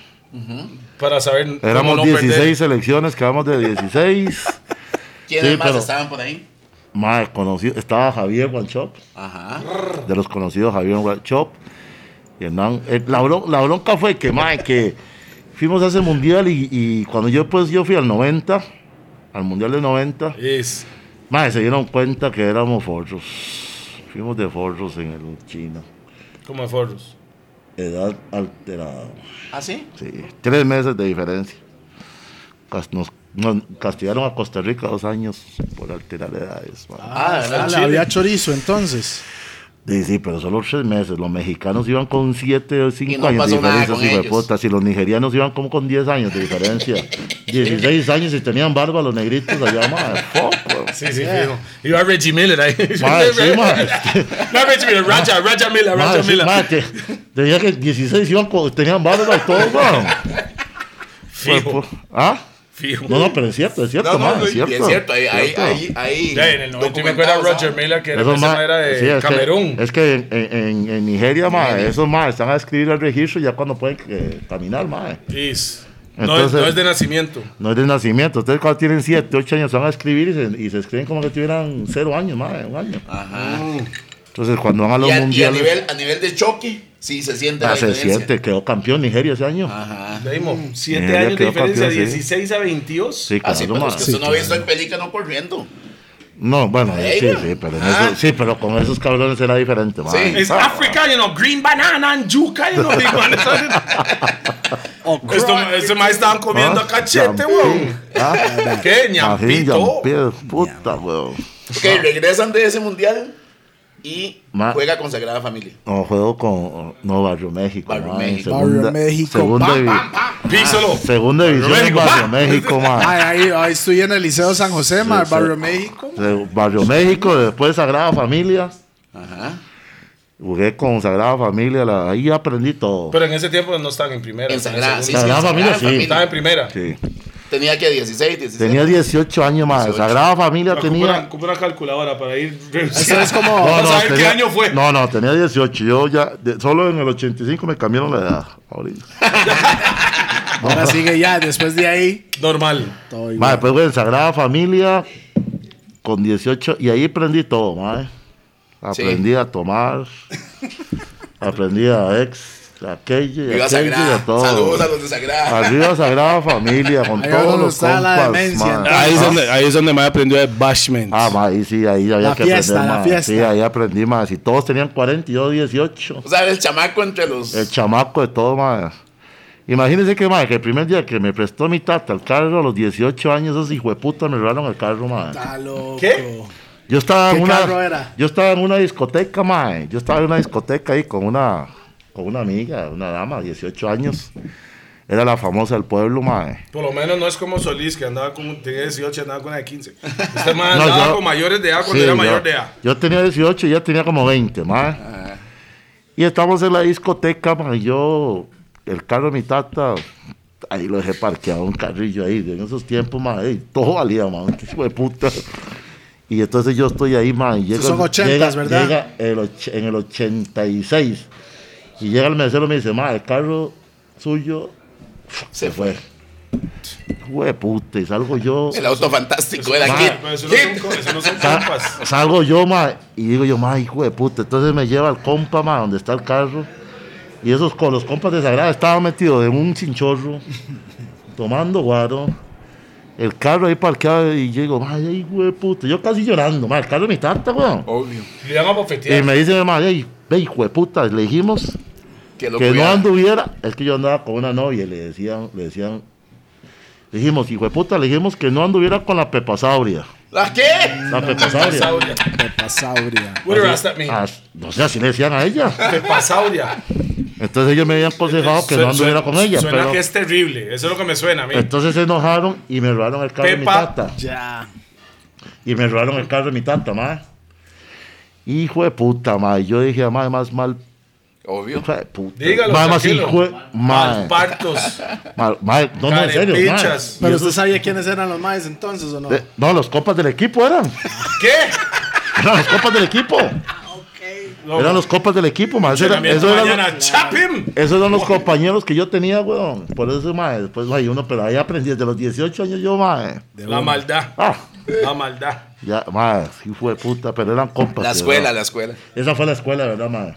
Speaker 2: Para saber cómo
Speaker 1: Éramos
Speaker 2: no
Speaker 1: 16
Speaker 2: perder.
Speaker 1: selecciones, quedamos de 16.
Speaker 3: ¿Quiénes
Speaker 1: Sí,
Speaker 3: más
Speaker 1: pero-
Speaker 3: estaban por ahí?
Speaker 1: mae, conocí, estaba Javier Guanchop,
Speaker 3: Ajá.
Speaker 1: de los conocidos Javier Guanchop. Y Hernán, eh, la, bron- la bronca fue que, mae, que fuimos a ese mundial y, y cuando yo pues yo fui al 90, al mundial del 90,
Speaker 2: Es-
Speaker 1: mae, se dieron cuenta que éramos forros. Fuimos de forros en el China.
Speaker 2: Como forros.
Speaker 1: Edad alterada.
Speaker 3: ¿Ah, sí?
Speaker 1: Sí, tres meses de diferencia. Cas- Nos, nos castigaron a Costa Rica dos años por alterar edades. man.
Speaker 3: Ah, de
Speaker 4: Ah,
Speaker 3: ¿verdad?
Speaker 4: la- había chorizo entonces.
Speaker 1: Sí, sí, pero solo tres meses. Los mexicanos iban con siete o
Speaker 3: Y
Speaker 1: cinco
Speaker 3: no
Speaker 1: años de
Speaker 3: pasó nada
Speaker 1: diferencia.
Speaker 3: con
Speaker 1: hijo de
Speaker 3: ellos.
Speaker 1: puta. Si los nigerianos iban como con diez años de
Speaker 3: [LAUGHS]
Speaker 1: diferencia. Dieciséis años y tenían barba los negritos allá, madre. Fuck, weón.
Speaker 4: Ah,
Speaker 2: Sí,
Speaker 4: Eh.
Speaker 2: sí, fijo. Iba a Reggie Miller ahí. [LAUGHS]
Speaker 1: Madre, sí, madre.
Speaker 2: No, Reggie Miller, Raja, Raja Miller, Raja
Speaker 1: Madre, sí,
Speaker 2: Miller.
Speaker 1: madre, que- tenía que 16 iban con- tenían barba y todo, weón. Pues,
Speaker 2: Fijo,
Speaker 1: pues, ¿Ah?
Speaker 2: fijo.
Speaker 1: No, no, pero es cierto, es cierto, madre, es cierto.
Speaker 3: es cierto, ahí, ahí,
Speaker 1: Cierto.
Speaker 3: ahí, ahí.
Speaker 2: Ya, en el 90 me acuerdo
Speaker 3: documentado,
Speaker 2: a Roger
Speaker 3: ¿sabes?
Speaker 2: Miller, que era
Speaker 1: Esos
Speaker 2: esa
Speaker 1: ma-
Speaker 2: manera de
Speaker 1: sí, es que-
Speaker 2: Camerún.
Speaker 1: es que en, en- en- en Nigeria, ma, esos más están a escribir el registro ya cuando pueden eh, caminar, ma.
Speaker 2: Is. No,
Speaker 1: Entonces-
Speaker 2: es, no es de nacimiento.
Speaker 1: No es de nacimiento. Ustedes cuando tienen 7, 8 años se van a escribir y se, y se escriben como que tuvieran 0 años, ma, un año. Ah.
Speaker 3: Ajá.
Speaker 2: Mm.
Speaker 1: Entonces cuando van a los
Speaker 3: Ah. Y, a, y a
Speaker 1: mundiales,
Speaker 3: nivel, a nivel de choque, sí se siente
Speaker 1: ah,
Speaker 3: la
Speaker 1: se
Speaker 3: diferencia. Ah.
Speaker 1: siente, quedó campeón Nigeria ese año.
Speaker 3: Ajá.
Speaker 2: Deimo, 7
Speaker 1: Nigeria
Speaker 2: Mm. años de
Speaker 1: quedó
Speaker 2: diferencia,
Speaker 1: campeón, sí.
Speaker 2: 16 a 22.
Speaker 1: Sí, claro,
Speaker 3: Ah, sí, pero
Speaker 1: ma.
Speaker 3: es que usted no ha visto el pelícano corriendo.
Speaker 1: No, bueno,
Speaker 3: Ahí,
Speaker 1: sí,
Speaker 3: ma.
Speaker 1: sí, pero, en
Speaker 3: Ah.
Speaker 1: eso- sí, pero con esos cabrones era diferente, ma. Ah,
Speaker 3: Sí.
Speaker 2: Es África, you know, green banana and yuca, you know, [LAUGHS] big man.
Speaker 1: [LAUGHS]
Speaker 2: Esto, este maíz estaban comiendo
Speaker 1: Ah,
Speaker 2: cachete,
Speaker 1: champín.
Speaker 2: weón.
Speaker 3: [LAUGHS]
Speaker 1: Ah,
Speaker 2: ¿Qué?
Speaker 1: así,
Speaker 2: ñampito.
Speaker 1: Jean-Pierre, puta, weón.
Speaker 3: Ok, regresan de ese mundial y
Speaker 1: Ma-
Speaker 3: juega con Sagrada Familia.
Speaker 1: No, juego con. No, Barrio México.
Speaker 3: Barrio
Speaker 1: ma, en
Speaker 3: México.
Speaker 1: Segunda,
Speaker 4: Barrio México,
Speaker 1: Segunda,
Speaker 4: pa,
Speaker 1: divi-
Speaker 2: Píxelo.
Speaker 1: segunda
Speaker 2: Barrio
Speaker 1: división
Speaker 2: México,
Speaker 1: Barrio
Speaker 2: pa.
Speaker 1: México,
Speaker 2: [LAUGHS]
Speaker 1: ma.
Speaker 4: Ay, ahí, ahí estoy en el Liceo San José, ma,
Speaker 1: sí.
Speaker 4: Barrio México.
Speaker 1: Se- Barrio México, después Sagrada Familia.
Speaker 3: Ajá.
Speaker 1: Jugué con Sagrada Familia, la- ahí aprendí todo.
Speaker 2: Pero en ese tiempo no estaban en primera.
Speaker 3: En
Speaker 2: estaban
Speaker 3: Sagrada, sí, sí,
Speaker 2: segunda.
Speaker 1: Sagrada
Speaker 3: en
Speaker 1: Familia, sí.
Speaker 2: Estaban en primera.
Speaker 1: Sí.
Speaker 3: Tenía que 16, 17.
Speaker 1: Tenía 18 años, ma.
Speaker 3: 18.
Speaker 1: Sagrada Familia
Speaker 2: Ocupa una-
Speaker 1: tenía.
Speaker 2: ocupa una calculadora para ir. [LAUGHS]
Speaker 4: Eso es como.
Speaker 2: Vamos a ver qué año fue.
Speaker 1: no, no, tenía 18. Yo ya, de- solo en el 85 me cambiaron la edad. Ahorita.
Speaker 4: Ahora sigue ya, después de ahí.
Speaker 2: Normal.
Speaker 4: Todo
Speaker 1: Ma,
Speaker 4: igual.
Speaker 1: después jugué en Sagrada Familia con 18 y ahí aprendí todo, ma.
Speaker 3: Sí.
Speaker 1: Aprendí a
Speaker 3: [LAUGHS]
Speaker 1: tomar, aprendí a ex, a aquello y a
Speaker 3: Viva
Speaker 1: aquello y a
Speaker 3: Sagrada.
Speaker 1: todo.
Speaker 3: Saludos a los de Sagrada.
Speaker 1: Arriba Sagrada Familia, con
Speaker 4: Ahí
Speaker 1: todos
Speaker 4: donde
Speaker 1: los
Speaker 4: está la
Speaker 1: compas,
Speaker 4: demencia,
Speaker 1: ma.
Speaker 4: ¿no?
Speaker 2: Ahí es donde, ahí es donde me aprendió el bashment.
Speaker 1: Ah, ma, ahí sí, ahí había
Speaker 4: La
Speaker 1: que
Speaker 4: fiesta,
Speaker 1: aprender
Speaker 4: la
Speaker 1: más.
Speaker 4: fiesta.
Speaker 1: Sí, ahí aprendí más. Y todos tenían 42, 18.
Speaker 3: O sea, el chamaco entre los.
Speaker 1: El chamaco de todo, ma. Imagínense que, ma, que el primer día que me prestó mi tata el carro a los 18 años, esos hijueputas me regalaron el carro, ma.
Speaker 4: Está loco.
Speaker 2: ¿Qué?
Speaker 1: Yo estaba en
Speaker 4: ¿Qué
Speaker 1: una
Speaker 4: carro era?
Speaker 1: Yo estaba en una discoteca, mae. Yo estaba en una discoteca ahí con una con una amiga, una dama, 18 años. Era la famosa del pueblo, mae.
Speaker 2: Por lo menos no es como Solís, que andaba con tenía 18, andaba con una de 15. Este man
Speaker 1: No,
Speaker 2: andaba
Speaker 1: yo-
Speaker 2: con mayores de edad Ah, cuando
Speaker 1: Sí,
Speaker 2: era
Speaker 1: yo-
Speaker 2: mayor de edad. Ah.
Speaker 1: Yo tenía 18 y ella tenía como 20, mae. Y estamos en la discoteca, mae. Yo el carro de mi tata ahí lo dejé parqueado un carrillo ahí en esos tiempos, mae. y Todo valía, mae. Qué hijo de puta. Y entonces yo estoy ahí, mae. y Llega,
Speaker 4: Son ochentas, ¿verdad?
Speaker 1: Llega el och- en el 86. Y llega el mesero y me dice, mae, el carro suyo se fue. Güey, puta, y salgo yo.
Speaker 3: El auto fantástico era
Speaker 1: Ma,
Speaker 3: aquí.
Speaker 2: Ah, Pero eso no son co- eso no son
Speaker 1: Sa-
Speaker 2: compas.
Speaker 1: Ah, salgo yo, ma, y digo yo, ma, hijo de puta. Entonces me lleva al compa, ma, donde está el carro. Y esos con los compas de Sagrada estaban metidos en un chinchorro, tomando guaro. El carro ahí parqueado y yo digo, ay, hijo de puta. Yo casi llorando, ma, el carro de mi tata, weón.
Speaker 3: Obvio.
Speaker 2: Le llama a
Speaker 1: Y
Speaker 2: bofetear.
Speaker 1: me dice, ma, "Ey, ve, hijo de puta, le dijimos
Speaker 3: Que lo
Speaker 1: que no
Speaker 3: cuidara.
Speaker 1: anduviera. Es que yo andaba con una novia y le decían, le decían, le dijimos, hijo de puta, le dijimos que no anduviera con la pepasauria.
Speaker 3: ¿La qué?
Speaker 1: La pepasauria.
Speaker 2: Sauria.
Speaker 4: Pepasauria.
Speaker 2: What does that mean?
Speaker 1: Ah, no sé, así le decían a ella.
Speaker 2: Pepasauria.
Speaker 1: Entonces ellos me habían aconsejado que
Speaker 2: Suena-
Speaker 1: no anduviera con ella.
Speaker 2: Suena
Speaker 1: Pero Este,
Speaker 2: que es terrible. Eso es lo que me suena a mí.
Speaker 1: entonces se enojaron y me robaron el carro de mi
Speaker 2: Pepa.
Speaker 1: tata.
Speaker 4: Ya.
Speaker 1: Y me robaron el carro de mi tata, ma. Hijo de puta, ma. Yo dije, ma, más mal.
Speaker 3: Obvio.
Speaker 1: Hijo de puta.
Speaker 2: Dígalo,
Speaker 1: Ma, más
Speaker 2: tranquilo.
Speaker 1: hijo de. Ma,
Speaker 2: Malpartos.
Speaker 1: ma, ma, no, no, en serio. ma.
Speaker 2: Carepichas.
Speaker 4: Pero usted sabía quiénes eran los maes entonces o no?
Speaker 1: Eh, No, los copas del equipo eran.
Speaker 2: ¿Qué?
Speaker 1: Eran los copas del equipo.
Speaker 2: No,
Speaker 1: Eran los copas del equipo, ma. Eso era-
Speaker 2: entrenamiento
Speaker 1: eso eran-
Speaker 2: mañana. Chap him.
Speaker 1: Esos son los compañeros que yo tenía, weón. Por eso, ma, después hay uno, pero ahí aprendí desde los 18 años yo, ma.
Speaker 2: La maldad.
Speaker 1: Ah.
Speaker 2: La maldad.
Speaker 1: Ya, madre, sí fue puta, pero eran compas.
Speaker 3: La
Speaker 1: ¿verdad?
Speaker 3: escuela, la escuela.
Speaker 1: Esa fue la escuela, ¿verdad, madre?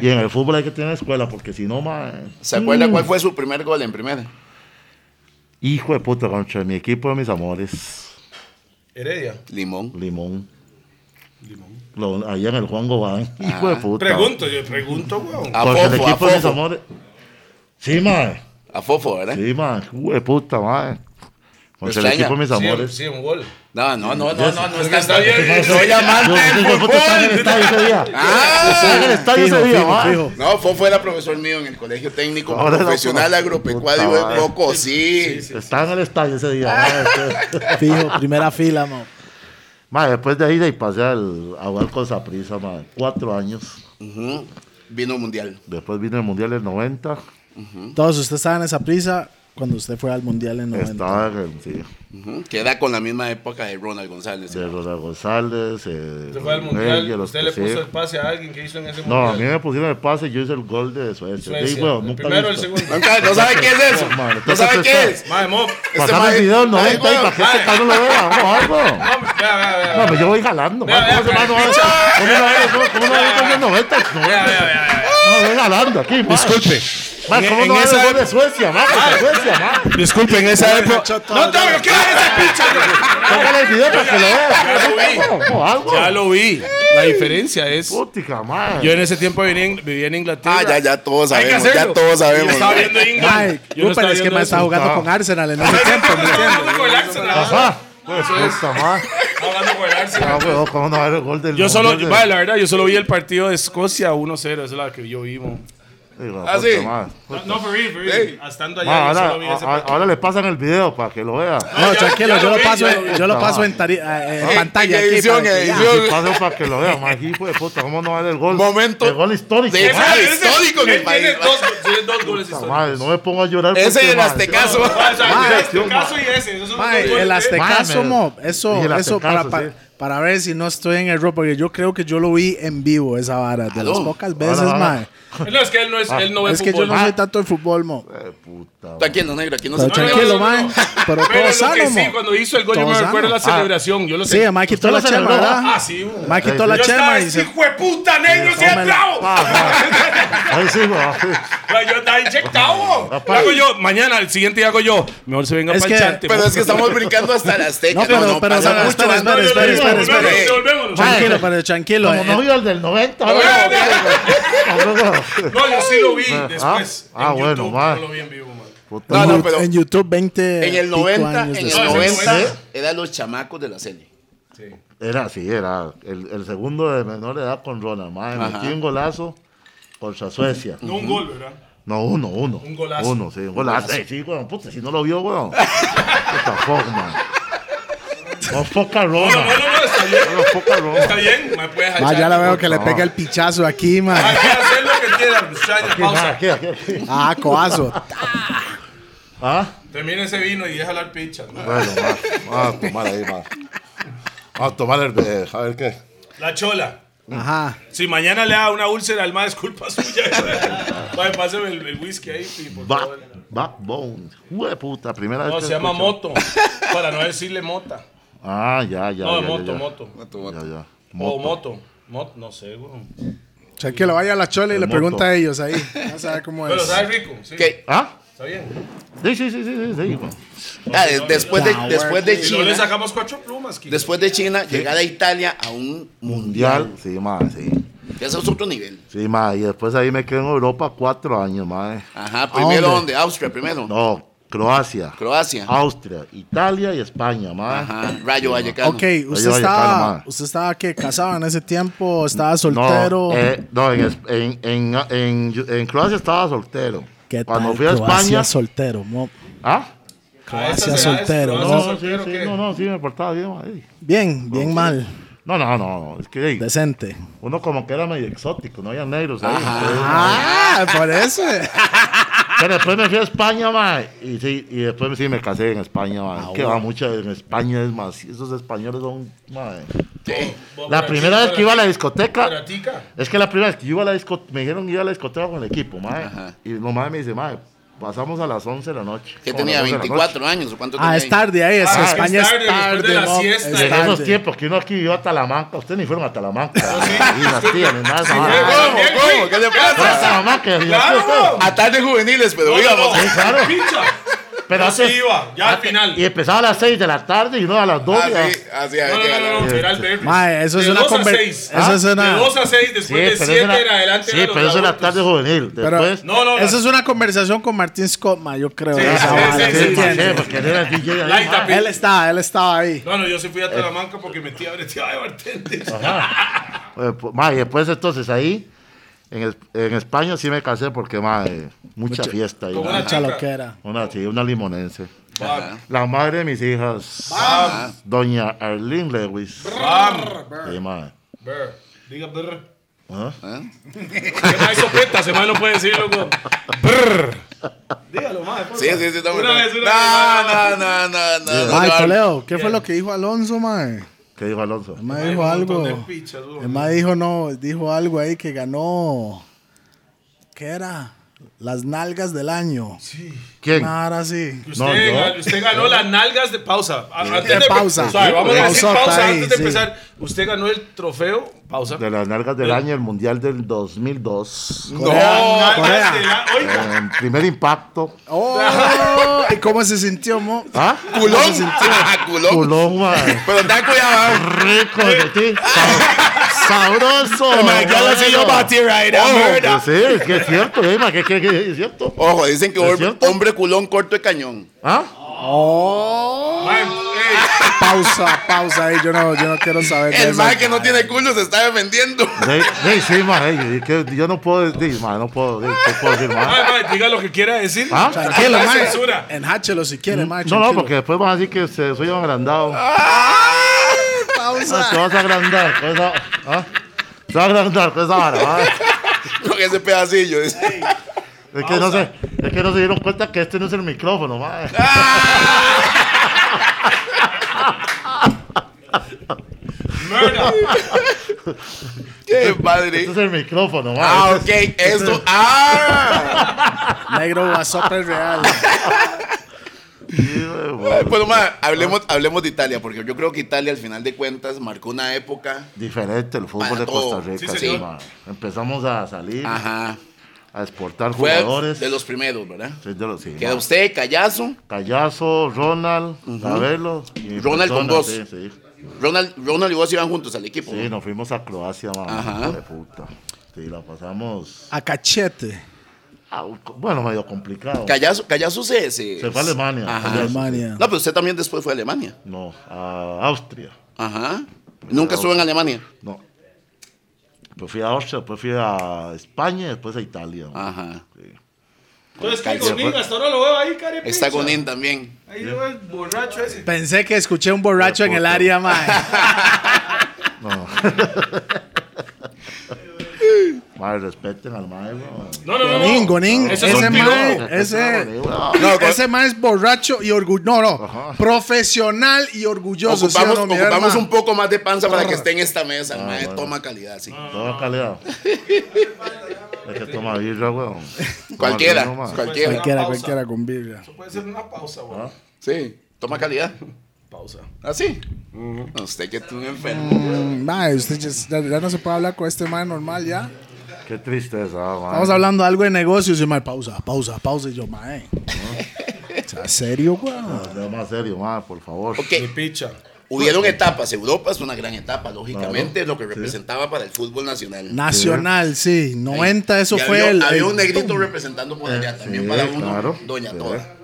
Speaker 1: Y en el fútbol hay que tener escuela, porque si no, Mm. madre.
Speaker 3: ¿Se acuerda cuál fue su primer gol en primera?
Speaker 1: Hijo de puta, contra mi equipo de mis amores,
Speaker 2: Heredia.
Speaker 3: Limón.
Speaker 1: Limón. Lo- allá en el Juan Gobán. Hijo de puta.
Speaker 2: Pregunto, yo pregunto, weón.
Speaker 3: Ah. A
Speaker 1: Contra el
Speaker 3: Fofo, a
Speaker 1: equipo de mis
Speaker 3: Fofo.
Speaker 1: amores. Sí, madre.
Speaker 3: A Fofo, ¿verdad?
Speaker 1: Sí, madre. Hijo de puta, madre. Contra el
Speaker 3: extraña.
Speaker 1: equipo de mis amores.
Speaker 2: Sí, sí, un gol.
Speaker 3: No, no, no, no, no, no está,
Speaker 2: Está bien.
Speaker 3: bien. Soy
Speaker 1: Yo,
Speaker 3: amante del
Speaker 1: hijo de puta, estaba en el
Speaker 3: fútbol.
Speaker 1: estadio ese día. Estaba en el estadio ese día, madre.
Speaker 3: No, Fofo era profesor mío en el colegio técnico
Speaker 1: Ahora era
Speaker 3: profesional
Speaker 1: pro-
Speaker 3: agropecuario
Speaker 1: Puta,
Speaker 3: de Poco, sí.
Speaker 1: Estaba en el estadio ese día, este. madre.
Speaker 3: [LAUGHS]
Speaker 1: [LAUGHS]
Speaker 4: Fijo, primera fila, mo.
Speaker 1: Mae, después de ahí de ahí pasé al, a jugar con Saprisa, mae. Cuatro años.
Speaker 3: Ujú. Vino mundial.
Speaker 1: Después vino el Mundial del 90.
Speaker 4: Todos ustedes estaban en esa prisa cuando usted fue al mundial en 90.
Speaker 1: Estaba en el, sí,
Speaker 3: Ujú. Que era con la misma época de Ronald González.
Speaker 1: de Ronald González. eh,
Speaker 2: Se fue al
Speaker 1: Reyes,
Speaker 2: mundial.
Speaker 1: los
Speaker 2: Usted
Speaker 1: que
Speaker 2: le
Speaker 1: sí.
Speaker 2: puso el pase a alguien que hizo en ese
Speaker 1: No, a mí
Speaker 2: mundial.
Speaker 1: me pusieron el pase y yo hice el gol de Suecia. Sí,
Speaker 2: Suecia.
Speaker 1: weón,
Speaker 2: El
Speaker 1: nunca
Speaker 2: primero o el
Speaker 1: visto.
Speaker 2: segundo.
Speaker 3: Nunca- no sabe qué es eso.
Speaker 1: Madre,
Speaker 3: No sabe
Speaker 1: entonces,
Speaker 3: qué es.
Speaker 2: Madre, mo.
Speaker 1: Pasame
Speaker 3: mae-
Speaker 1: el video del
Speaker 3: Ay,
Speaker 1: 90 y
Speaker 3: weón.
Speaker 1: para que este
Speaker 2: Ay.
Speaker 1: cabrón lo vea. Vamos, algo.
Speaker 2: Hombre, Vea, vea, vea.
Speaker 1: No, pero yo voy jalando. mae.
Speaker 2: Vea,
Speaker 1: ¿Cómo se
Speaker 2: vea,
Speaker 1: va a no ver? ¿Cómo no ver? ¿Cómo- ¿Cómo no ver con el 90? No,
Speaker 2: Vea, vea, vea, vea.
Speaker 1: No, voy jalando aquí, mae. Mae, ¿Cómo
Speaker 2: En-
Speaker 1: no
Speaker 2: en
Speaker 1: ver el
Speaker 2: esa
Speaker 1: gol de Suecia, mae?
Speaker 2: Ah.
Speaker 1: Contra Suecia, mae.
Speaker 2: Disculpen, esa época. No te bloquees esa [LAUGHS] picha.
Speaker 1: Tócale el video para que lo
Speaker 2: Ya
Speaker 1: vea.
Speaker 2: lo
Speaker 1: O algo.
Speaker 2: Ya lo vi. La diferencia es.
Speaker 1: Putica, madre.
Speaker 2: Yo en ese tiempo vivía en, vivía en Inglaterra.
Speaker 3: Ah, ya, ya todos
Speaker 2: Hay que
Speaker 3: sabemos, ya
Speaker 2: hacerlo.
Speaker 3: todos
Speaker 2: Yo
Speaker 3: sabemos.
Speaker 2: estaba viendo Inglaterra.
Speaker 4: Ay, Rupert, es que me estaba jugando con Arsenal en ese tiempo, ¿me entiendes?
Speaker 1: Ajá. Pues puta, madre. Ah, weón, ¿Cómo no va a ver el gol del
Speaker 2: Yo solo,
Speaker 1: gol del-
Speaker 2: vale, la verdad, yo solo vi el partido de Escocia 1-0, esa es la que yo vimos.
Speaker 1: Digo,
Speaker 3: Ah,
Speaker 1: puta,
Speaker 3: sí.
Speaker 1: madre.
Speaker 2: No, for real, for
Speaker 3: Ey.
Speaker 2: Estando
Speaker 1: Ma, ahora, a- ahora le pasan el video para que lo vea.
Speaker 4: No, tranquilo, yo lo
Speaker 2: vi,
Speaker 4: paso,
Speaker 2: ya lo vi.
Speaker 4: yo lo paso en, tari- eh, en
Speaker 3: En-
Speaker 4: pantalla.
Speaker 3: en
Speaker 4: aquí
Speaker 3: edición,
Speaker 4: para que-
Speaker 3: en
Speaker 4: ya.
Speaker 3: edición.
Speaker 1: Le pasan para que lo vea, madre. Aquí, hijo de puta, ¿cómo no va a ver el gol?
Speaker 3: Momento
Speaker 1: El gol Ah, histórico,
Speaker 3: de-
Speaker 1: madre.
Speaker 3: Ese- histórico en el
Speaker 2: él tiene
Speaker 3: país.
Speaker 2: Dos, tiene dos goles
Speaker 1: Puta,
Speaker 2: históricos.
Speaker 1: madre, no me pongo a llorar.
Speaker 3: Ese
Speaker 1: porque,
Speaker 3: del
Speaker 1: madre,
Speaker 3: Aztecaso.
Speaker 2: O sea,
Speaker 1: Madre,
Speaker 2: este
Speaker 1: tío,
Speaker 2: caso
Speaker 1: madre.
Speaker 2: y ese, esos son los
Speaker 4: Mae,
Speaker 2: dos goles
Speaker 4: el
Speaker 2: de-
Speaker 4: Aztecaso,
Speaker 1: Mae,
Speaker 4: mo, eso,
Speaker 1: sí, el
Speaker 4: eso para,
Speaker 1: Aztecaso,
Speaker 4: para,
Speaker 1: sí.
Speaker 4: para ver si no estoy en el error, porque yo creo que yo lo vi en vivo esa vara, de las
Speaker 3: Aló.
Speaker 4: pocas veces,
Speaker 1: Ahora, ahora.
Speaker 4: mae.
Speaker 2: No, es que él no,
Speaker 1: Ah,
Speaker 2: es, él no ve
Speaker 4: Es que yo
Speaker 2: fútbol.
Speaker 4: no soy tanto de fútbol, mo.
Speaker 1: Eh, puta, madre.
Speaker 3: Tranquilo, negro, aquí no
Speaker 4: Pero
Speaker 2: No,
Speaker 3: se
Speaker 2: no, no,
Speaker 4: tranquilo,
Speaker 2: no, no.
Speaker 4: mae. Pero
Speaker 2: Pero
Speaker 4: todo
Speaker 2: lo que
Speaker 4: sano,
Speaker 2: sí,
Speaker 4: mo.
Speaker 2: cuando hizo el gol, yo
Speaker 4: Todo
Speaker 2: me recuerdo
Speaker 4: sano.
Speaker 2: la celebración, yo lo
Speaker 4: Sí,
Speaker 2: sé.
Speaker 4: mae quitó
Speaker 1: ¿Usted lo
Speaker 4: la chema,
Speaker 1: celebró?
Speaker 4: ¿verdad?
Speaker 2: Ah, sí, güey.
Speaker 4: Mae quitó la
Speaker 2: Yo estaba
Speaker 4: chema y
Speaker 2: así,
Speaker 4: se...
Speaker 2: hijo de puta, negro, si es
Speaker 4: tómela.
Speaker 2: bravo.
Speaker 1: Ah, madre. Ahí sí, madre.
Speaker 2: Güey, Yo estaba inyectado.
Speaker 1: Papá.
Speaker 2: Hago yo, mañana, el siguiente día hago yo. Mejor se venga
Speaker 4: Es
Speaker 2: para
Speaker 4: que-
Speaker 2: el chante. pues.
Speaker 3: Pero es que estamos brincando hasta las tecas.
Speaker 4: No, pero- pero-
Speaker 3: pasa
Speaker 4: pero-
Speaker 3: mucho,
Speaker 4: espera, espera,
Speaker 3: ¿no?
Speaker 2: No, no,
Speaker 4: espera,
Speaker 2: no,
Speaker 4: espera,
Speaker 2: no,
Speaker 4: espera.
Speaker 2: volvemos, volvemos.
Speaker 4: Tranquilo, pero tranquilo.
Speaker 1: Como
Speaker 4: eh,
Speaker 1: no vio el del 90, ahora
Speaker 2: Bueno,
Speaker 1: lo veo.
Speaker 2: No, yo sí lo vi
Speaker 1: Ah,
Speaker 2: después.
Speaker 1: ah,
Speaker 2: en
Speaker 1: bueno,
Speaker 2: YouTube,
Speaker 1: va.
Speaker 2: No lo vi en vivo, man.
Speaker 1: Puta,
Speaker 3: No,
Speaker 4: en
Speaker 3: no,
Speaker 4: Yu-
Speaker 3: pero
Speaker 4: En YouTube 20
Speaker 3: en el
Speaker 4: pico
Speaker 3: 90,
Speaker 4: años
Speaker 3: en el
Speaker 4: después.
Speaker 2: No,
Speaker 1: Ah,
Speaker 2: ese
Speaker 3: 90
Speaker 2: 90.
Speaker 3: eran los chamacos de la serie.
Speaker 1: Era así, era el, el segundo de menor edad con Ronald. Madre,
Speaker 3: Ajá.
Speaker 1: metió un golazo contra Suecia.
Speaker 2: No un gol, ¿verdad?
Speaker 1: No, uno, uno.
Speaker 2: Un golazo.
Speaker 1: Uno, sí, un golazo. Ey, sí, weón, puta, si no lo vio, weón. Puta forma. No poca
Speaker 2: No, no,
Speaker 1: Roma.
Speaker 2: no, no, está bien.
Speaker 1: No poca
Speaker 2: Está
Speaker 1: Roma.
Speaker 2: bien, me puedes
Speaker 4: Ma,
Speaker 2: hallar.
Speaker 4: ya la veo que le
Speaker 1: favor.
Speaker 4: pega el pichazo aquí, mae.
Speaker 2: Hay que hacer lo que quieras, muchachos.
Speaker 1: Aquí, ma,
Speaker 2: [LAUGHS] Pausa.
Speaker 1: aquí, aquí, aquí.
Speaker 4: Ah, coazo.
Speaker 1: Ah,
Speaker 2: Termina ese vino y déjala al picha. ¿no?
Speaker 1: bueno, ma. Vamos a tomar ahí, ma. Vamos a tomar el de. A ver qué.
Speaker 2: La chola.
Speaker 4: Ajá.
Speaker 2: Si mañana le da una úlcera al más, es culpa suya. [LAUGHS] Vale, pásame el, el whisky ahí, pi, por favor.
Speaker 1: Back, backbone. Jue puta, primera vez.
Speaker 2: No,
Speaker 1: que
Speaker 2: se llama
Speaker 1: escucho.
Speaker 2: moto. Para no decirle mota.
Speaker 1: Ah, ya, ya.
Speaker 2: No,
Speaker 1: ya,
Speaker 2: moto,
Speaker 1: ya, ya.
Speaker 2: moto.
Speaker 3: Moto, moto.
Speaker 1: Ya, ya.
Speaker 2: O moto. Moto, no sé, güey.
Speaker 4: Pues, O sea, que lo vaya a la chola y
Speaker 1: El
Speaker 4: le pregunta
Speaker 1: moto.
Speaker 4: a ellos ahí. Ya sabe cómo es.
Speaker 2: Pero sabe rico, sí.
Speaker 3: Ok.
Speaker 1: ¿Ah?
Speaker 2: Está bien.
Speaker 1: Sí, sí, sí, sí, sí, sí, güey.
Speaker 3: Ah, de- después, de, después de
Speaker 2: Y luego le
Speaker 3: China,
Speaker 2: sacamos cuatro plumas, Kiko.
Speaker 3: después de China, llegar a Italia a un mundial.
Speaker 1: Mundial, sí, madre, sí.
Speaker 3: Eso es otro nivel.
Speaker 1: Sí, madre. Y después ahí me quedé en Europa cuatro años, madre.
Speaker 3: Ajá, primero
Speaker 4: dónde?
Speaker 3: dónde? Austria, primero.
Speaker 1: No, Ah. Croacia,
Speaker 3: Croacia.
Speaker 1: Austria, Italia y España, madre.
Speaker 3: Ajá, Rayo
Speaker 1: Ah.
Speaker 3: Vallecano.
Speaker 4: Ok,
Speaker 1: Yo
Speaker 4: usted
Speaker 1: iba a llegar nomás.
Speaker 4: estaba, usted estaba que casado en ese tiempo, estaba soltero.
Speaker 1: No, eh, no en, es- en, en, en, en Croacia estaba soltero.
Speaker 4: ¿Qué
Speaker 1: Cuando
Speaker 4: tal
Speaker 1: fui a
Speaker 4: Croacia
Speaker 1: España.
Speaker 4: soltero, mo?
Speaker 1: ¿Ah?
Speaker 4: Croacia soltero,
Speaker 2: ¿no?
Speaker 4: ¿no?
Speaker 1: No, sí, sí, no, no, sí, me portaba bien, madre.
Speaker 4: Bien, bien mal,
Speaker 1: No, no, no, no, es que ey,
Speaker 4: decente.
Speaker 1: uno como que era medio exótico, no había negros ahí. entonces,
Speaker 4: Ah, por eso.
Speaker 1: Pero después me fui a España, mae. Y, sí, y después sí me casé en España, mae.
Speaker 2: Ah,
Speaker 1: que va mucho en España, es más. Esos españoles son, mae. La primera vez que iba a la discoteca.
Speaker 2: Boratica.
Speaker 1: Es que la primera vez que yo iba a la discoteca, me dijeron que iba a la discoteca con el equipo, mae.
Speaker 3: Ajá.
Speaker 1: Y los mae me dice, mae, pasamos a las 11 de la noche.
Speaker 3: Que
Speaker 1: Como a
Speaker 3: tenía
Speaker 1: las 11 de la noche.
Speaker 3: 24 años o cuánto tenía.
Speaker 4: Ah, es
Speaker 3: ahí?
Speaker 4: tarde ahí, es
Speaker 2: Ah, es
Speaker 4: España es
Speaker 2: tarde,
Speaker 4: tarde,
Speaker 2: después de la
Speaker 4: mo,
Speaker 2: siesta.
Speaker 4: es
Speaker 1: Y en esos
Speaker 4: tarde.
Speaker 1: tiempos que uno aquí vivió a Talamanca, ustedes ni fueron a Talamanca. Ni las tías, ni
Speaker 4: Ah,
Speaker 1: nada. esa vara.
Speaker 2: Llegó,
Speaker 3: ¿Cómo?
Speaker 2: Bien,
Speaker 3: ¿Cómo?
Speaker 2: güey.
Speaker 3: ¿Qué le
Speaker 1: Fueron a
Speaker 3: pasa?
Speaker 1: Talamanca, y aquí
Speaker 2: Claro.
Speaker 1: ustedes.
Speaker 3: A tarde juveniles, pero íbamos.
Speaker 1: Sí, claro. Pero
Speaker 2: Pero así
Speaker 1: antes-
Speaker 2: iba, ya al final. Ah,
Speaker 1: Y empezaba a las 6 de la tarde y no a las 2.
Speaker 3: Así, así,
Speaker 2: No, no, no, no,
Speaker 3: así.
Speaker 2: no, era al verde.
Speaker 4: Mae, eso es
Speaker 2: de
Speaker 4: una
Speaker 2: dos a
Speaker 4: conver-
Speaker 2: seis. Ah,
Speaker 4: eso es una-
Speaker 2: De 2 a 6,
Speaker 1: Sí,
Speaker 2: después
Speaker 1: pero
Speaker 2: de 7
Speaker 1: eso
Speaker 2: en adelante.
Speaker 1: sí,
Speaker 2: eran los
Speaker 1: pero eso era
Speaker 2: adultos.
Speaker 1: tarde juvenil.
Speaker 4: Pero-
Speaker 1: Después.
Speaker 2: No, no,
Speaker 4: Eso es una conversación con Martín Scott, ma, yo creo.
Speaker 2: Sí,
Speaker 4: esa
Speaker 2: sí,
Speaker 4: vara,
Speaker 2: sí,
Speaker 4: ¿se
Speaker 2: sí,
Speaker 4: entiende?
Speaker 1: sí, porque él era DJ. ahí,
Speaker 2: Light
Speaker 1: ma.
Speaker 2: up.
Speaker 4: Él estaba, él estaba ahí.
Speaker 2: No, no, yo sí fui a Talamanca porque metí [LAUGHS] a breteaba de bartender.
Speaker 1: Eh, pues, ma, y después entonces ahí, en, es- en España sí me casé porque, ma, eh, mucha fiesta. ahí,
Speaker 2: Con
Speaker 1: ma.
Speaker 2: una
Speaker 4: Mucha
Speaker 2: chica.
Speaker 4: loquera.
Speaker 1: Una, sí, una limonense.
Speaker 2: Bam,
Speaker 1: La madre de mis hijas,
Speaker 2: bam,
Speaker 1: doña Arlene Lewis.
Speaker 2: bam.
Speaker 1: Sí, ma.
Speaker 2: Brr. Diga brr.
Speaker 1: ¿Ah?
Speaker 2: [LAUGHS] Se me sopeta, se me no puede decir, loco. Brr. Dígalo, madre.
Speaker 3: Sí, sí, sí, estamos.
Speaker 2: Una vez, una
Speaker 3: No,
Speaker 2: vez.
Speaker 3: no, no, no, no, no.
Speaker 4: Ay,
Speaker 3: no.
Speaker 4: Toledo, ¿qué fue lo que dijo Alonso, mae?
Speaker 1: ¿Qué dijo Alonso?
Speaker 4: El mae dijo algo. Em, El
Speaker 2: Yo
Speaker 4: mae dijo no, dijo algo ahí que ganó. ¿Qué era? Las nalgas del año.
Speaker 1: ¿Quién?
Speaker 4: Ahora sí.
Speaker 2: Usted,
Speaker 1: No, yo-
Speaker 2: gan- usted ganó las nalgas de pausa. A- Antes
Speaker 4: De pausa.
Speaker 2: o sea, vamos a decir
Speaker 4: Pausota
Speaker 2: pausa
Speaker 4: ahí,
Speaker 2: antes de
Speaker 4: sí.
Speaker 2: empezar. Usted ganó el trofeo. Pausa.
Speaker 1: De las nalgas del año, el mundial del 2002.
Speaker 2: No,
Speaker 4: Corea,
Speaker 2: nalgas
Speaker 4: Corea.
Speaker 2: de la- oiga,
Speaker 1: En primer impacto.
Speaker 4: ¡Oh! ¿Y cómo se sintió, mo?
Speaker 1: ¿Ah?
Speaker 3: Culón. Ah, [LAUGHS] Culón.
Speaker 1: Culón, ma.
Speaker 3: Pero ten cuidado.
Speaker 1: rico de ti. Sab- Sabroso. Bueno.
Speaker 3: right
Speaker 1: Ojo, pues sí, es que es cierto, eh, ma, que, que- que es cierto.
Speaker 3: Ojo, dicen que
Speaker 1: ¿Es
Speaker 3: hombre,
Speaker 1: cierto?
Speaker 3: hombre culón corto de cañón.
Speaker 1: ¿Ah?
Speaker 2: mae, ey,
Speaker 4: Pausa, pausa ahí. Yo no, yo no quiero saber de
Speaker 3: El
Speaker 4: eso.
Speaker 3: man que no tiene culo se está defendiendo.
Speaker 1: Pues [LAUGHS] Sí, sí, sí, ma, eh, que yo no puedo decir, ma, no puedo, decir, ¿qué puedo decir, ma?
Speaker 2: mae, mae, diga lo que quiera decir.
Speaker 1: ¿Ah?
Speaker 4: Tranquilo,
Speaker 2: Ah,
Speaker 4: mae.
Speaker 2: censura.
Speaker 4: Enháchelo si quiere, mae.
Speaker 1: No, no,
Speaker 4: tranquilo.
Speaker 1: porque después van a decir que se- soy un agrandado.
Speaker 4: Pausa.
Speaker 1: Te vas a agrandar con esa. ¿Ah? Te vas a agrandar con esa vara, ma.
Speaker 3: [LAUGHS] Con ese pedacillo.
Speaker 1: Es que, no se, es que no se dieron cuenta que este no es el micrófono, ma.
Speaker 2: Murder.
Speaker 3: Qué padre.
Speaker 1: Este es el micrófono, ma.
Speaker 3: Ah, ok.
Speaker 1: Este es-
Speaker 3: Esto. Ah.
Speaker 4: Negro WhatsApp es real.
Speaker 1: Sí, ma,
Speaker 3: Ay, Bueno, pues, ma, hablemos,
Speaker 1: Ah.
Speaker 3: hablemos de Italia, porque yo creo que Italia, al final de cuentas, marcó una época.
Speaker 1: Diferente el fútbol
Speaker 3: Para
Speaker 1: de
Speaker 3: todo.
Speaker 1: Costa Rica,
Speaker 2: Sí,
Speaker 1: sí,
Speaker 2: señor.
Speaker 1: ma. Empezamos a salir,
Speaker 3: Ajá.
Speaker 1: a exportar
Speaker 3: Fue
Speaker 1: jugadores.
Speaker 3: de los primeros, ¿verdad?
Speaker 1: Sí, de los- sí,
Speaker 3: Queda
Speaker 1: ma.
Speaker 3: usted, callazo.
Speaker 1: Callazo, Ronald, Gabelo. y
Speaker 3: Ronald con dos.
Speaker 1: Sí, sí.
Speaker 3: Ronald, Ronald y vos iban juntos al equipo.
Speaker 1: Sí, nos fuimos a Croacia, mamá.
Speaker 3: Ajá.
Speaker 1: hijo de puta. Sí, la pasamos.
Speaker 4: A cachete.
Speaker 1: ah, Bueno, medio complicado.
Speaker 3: Callazo, callazo se, se-
Speaker 1: Se fue a Alemania.
Speaker 3: Ajá.
Speaker 1: Callazo.
Speaker 4: Alemania.
Speaker 3: Ah, No, pero usted también después fue a Alemania.
Speaker 1: No, a Austria.
Speaker 3: Ajá. Nunca estuvo en Alemania.
Speaker 1: No. Pues fui a Austria, después fui a España y después a Italia. ma.
Speaker 3: Ajá.
Speaker 2: Entonces, ¿qué
Speaker 3: Calcio,
Speaker 2: con
Speaker 3: pues.
Speaker 2: Inga? Hasta ahora lo veo ahí, carepicha.
Speaker 3: Está con Nin también.
Speaker 2: Ahí veo el borracho ese.
Speaker 4: Pensé que escuché un borracho en el
Speaker 1: Puta.
Speaker 4: área, mae.
Speaker 1: No. Mae, respeten al mae, weón.
Speaker 2: No, no, no. no.
Speaker 4: Gonín, Gonín,
Speaker 2: Eso es
Speaker 4: ese
Speaker 2: un
Speaker 4: mae,
Speaker 2: piropo.
Speaker 1: Respeten
Speaker 4: ese,
Speaker 1: al mae, weón.
Speaker 3: No, con-
Speaker 4: ese mae es borracho y orgulloso, no, no, profesional y orgulloso. ¿sí o
Speaker 3: ocupamos
Speaker 4: no, mi
Speaker 3: ocupamos
Speaker 4: hermano?
Speaker 3: un poco más de panza para que esté en esta mesa. mae, toma calidad, sí.
Speaker 1: Toda calidad. Es que toma birra, weón. Toma
Speaker 3: Cualquiera,
Speaker 1: vino, mae.
Speaker 3: cualquiera.
Speaker 4: Cualquiera, cualquiera con Biblia.
Speaker 2: Puede ser una pausa,
Speaker 1: Ah.
Speaker 2: güey.
Speaker 3: Sí, toma calidad.
Speaker 2: Pausa.
Speaker 3: Así. No, usted que tú un enfermo.
Speaker 4: Mae, Mm, usted ya- ya, ya no se puede hablar con este mae normal ya.
Speaker 1: Qué tristeza, mae.
Speaker 4: Estamos hablando de algo de negocios y el mae, pausa, pausa, pausa. Y yo, mae. O sea, serio, weón?
Speaker 1: Sea más serio, mae, por favor.
Speaker 2: Mi
Speaker 3: Ok,
Speaker 2: picha.
Speaker 3: hubieron etapas. Europa es una gran etapa, lógicamente, lo que representaba para el fútbol nacional.
Speaker 4: Nacional, sí. 90, eso
Speaker 3: Y
Speaker 4: fue
Speaker 3: había,
Speaker 4: el.
Speaker 3: había
Speaker 4: el-
Speaker 3: un negrito representando por allá
Speaker 1: Eh,
Speaker 3: también
Speaker 1: Sí,
Speaker 3: para uno,
Speaker 1: claro.
Speaker 3: Doña
Speaker 1: Sí.
Speaker 3: Toda.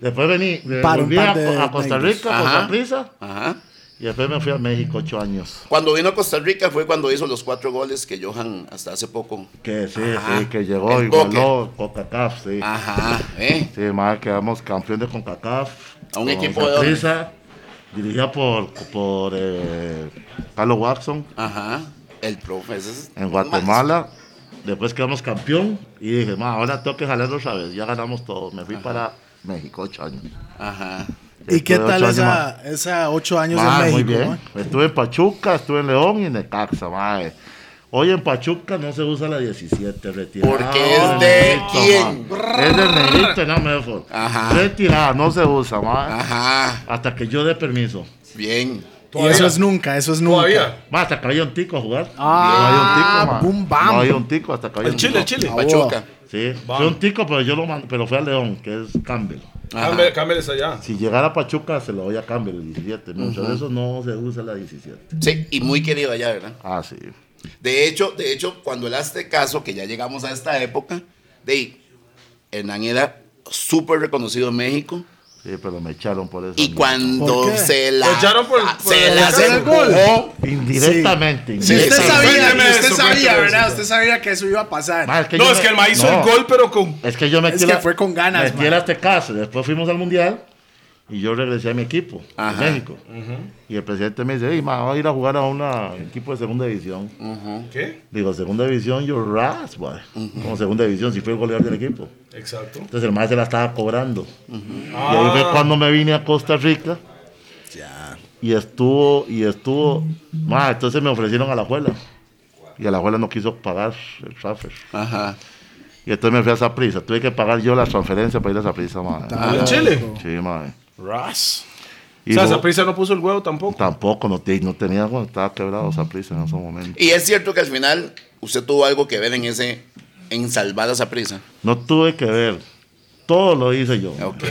Speaker 1: Después vení, me
Speaker 4: Para un
Speaker 1: volví
Speaker 4: par
Speaker 1: a,
Speaker 4: de
Speaker 1: a Costa
Speaker 4: negros.
Speaker 1: Rica,
Speaker 3: Ajá.
Speaker 1: Costa Prisa,
Speaker 3: Ajá.
Speaker 1: y después me fui a México ocho años.
Speaker 3: Cuando vino a Costa Rica fue cuando hizo los cuatro goles que Johan hasta hace poco.
Speaker 1: Que sí,
Speaker 3: Ajá.
Speaker 1: sí, que llegó,
Speaker 3: El Ah.
Speaker 1: igualó CONCACAF, sí.
Speaker 3: Ajá, ¿eh?
Speaker 1: Sí, mae, quedamos campeón de CONCACAF.
Speaker 3: A un
Speaker 1: con
Speaker 3: equipo de dónde?
Speaker 1: Saprissa, dirigida por, por eh, Carlos Watson.
Speaker 3: Ajá. El profe. ese es-
Speaker 1: en Guatemala. Después quedamos campeón y dije, "Ma, ahora tengo que jalarlo otra vez. Ya ganamos todo. Me fui para México ocho años.
Speaker 3: Ajá.
Speaker 4: ¿Y qué
Speaker 1: Estuve
Speaker 4: tal
Speaker 1: ocho años
Speaker 4: esa,
Speaker 1: más.
Speaker 4: esa ocho años
Speaker 1: Ma,
Speaker 4: en
Speaker 1: muy
Speaker 4: México? eh?
Speaker 1: bien.
Speaker 4: mae?
Speaker 1: Estuve en Pachuca, estuve en León y en Necaxa, mae. Hoy en Pachuca no se usa la 17, retirada.
Speaker 3: Porque es de
Speaker 1: Negrito,
Speaker 3: quién.
Speaker 1: ma. Es del negrito, no me dejo.
Speaker 3: Ajá. Ah.
Speaker 1: Retirada, no se usa, mae.
Speaker 3: Ajá.
Speaker 1: Hasta que yo dé permiso.
Speaker 3: Bien.
Speaker 4: Y eso es nunca, eso es nunca.
Speaker 2: Todavía.
Speaker 1: Ma, hasta que había un tico a jugar.
Speaker 4: Ah,
Speaker 1: no había un tico, ma.
Speaker 4: boom, bam.
Speaker 1: No había un tico hasta que había
Speaker 2: El
Speaker 1: un
Speaker 2: chile, el
Speaker 1: tico.
Speaker 2: chile.
Speaker 3: Pachuca.
Speaker 1: Sí, fue un tico, pero yo lo mand- pero fue a León, que es Campbell.
Speaker 2: Cámbiale, cámbiale esa allá.
Speaker 1: Si llegara a Pachuca, se lo voy a Campbell el 17. Muchos de esos no se usa la 17.
Speaker 3: Sí, y muy querido allá, ¿verdad?
Speaker 1: Ah, sí.
Speaker 3: De hecho, de hecho, cuando él hace caso, que ya llegamos a esta época, de ahí, Hernán era súper reconocido en México.
Speaker 1: Sí, pero me echaron por eso.
Speaker 3: Y
Speaker 1: ¿no?
Speaker 3: cuando
Speaker 4: ¿Por qué?
Speaker 3: se
Speaker 2: Lo
Speaker 3: la
Speaker 2: echaron por- por
Speaker 3: se la
Speaker 2: hacer
Speaker 4: el gol.
Speaker 3: empujó,
Speaker 1: Indirectamente.
Speaker 4: Si usted
Speaker 3: Exacto.
Speaker 4: sabía,
Speaker 2: Cuénteme
Speaker 4: usted
Speaker 2: eso,
Speaker 4: sabía,
Speaker 2: cuénteme
Speaker 4: ¿verdad?
Speaker 2: eso.
Speaker 4: Usted sabía que eso iba a
Speaker 1: Ma,
Speaker 4: pasar.
Speaker 1: que
Speaker 2: no,
Speaker 1: yo
Speaker 2: es
Speaker 1: me-
Speaker 2: que el maíz hizo
Speaker 1: no,
Speaker 2: el gol, pero con.
Speaker 1: Es que yo metí
Speaker 4: Es que fue con ganas,
Speaker 1: Metí
Speaker 4: ma.
Speaker 1: el Aztecaso. Después fuimos al Mundial y yo regresé a mi equipo, a
Speaker 3: Ajá.
Speaker 1: México. Y el presidente me dice, hey, ma, voy a ir a jugar a un equipo de segunda división.
Speaker 2: ¿Qué?
Speaker 1: Digo, segunda división, yo ras, boy. Como segunda división, si fue el goleador del equipo.
Speaker 2: Exacto.
Speaker 1: Entonces el maestro la estaba cobrando. Y ahí
Speaker 2: Ah,
Speaker 1: fue cuando me vine a Costa Rica. Y estuvo, y estuvo. Ma, entonces me ofrecieron a la abuela. Y a la abuela no quiso pagar el transfer.
Speaker 3: Ajá.
Speaker 1: Y entonces me fui a esa prisa. Tuve que pagar yo la transferencia para ir a esa prisa,
Speaker 2: ¿Al chile?
Speaker 1: Sí, ma.
Speaker 2: Ras.
Speaker 1: Y
Speaker 2: o sea,
Speaker 1: yo-
Speaker 2: esa prisa no puso el huevo tampoco.
Speaker 1: Tampoco, no, te- no tenía, bueno, estaba quebrado esa prisa en ese momento.
Speaker 3: Y es cierto que al final usted tuvo algo que ver en ese en salvar a esa prisa.
Speaker 1: No tuve que ver. Todo lo hice yo.
Speaker 3: Ok.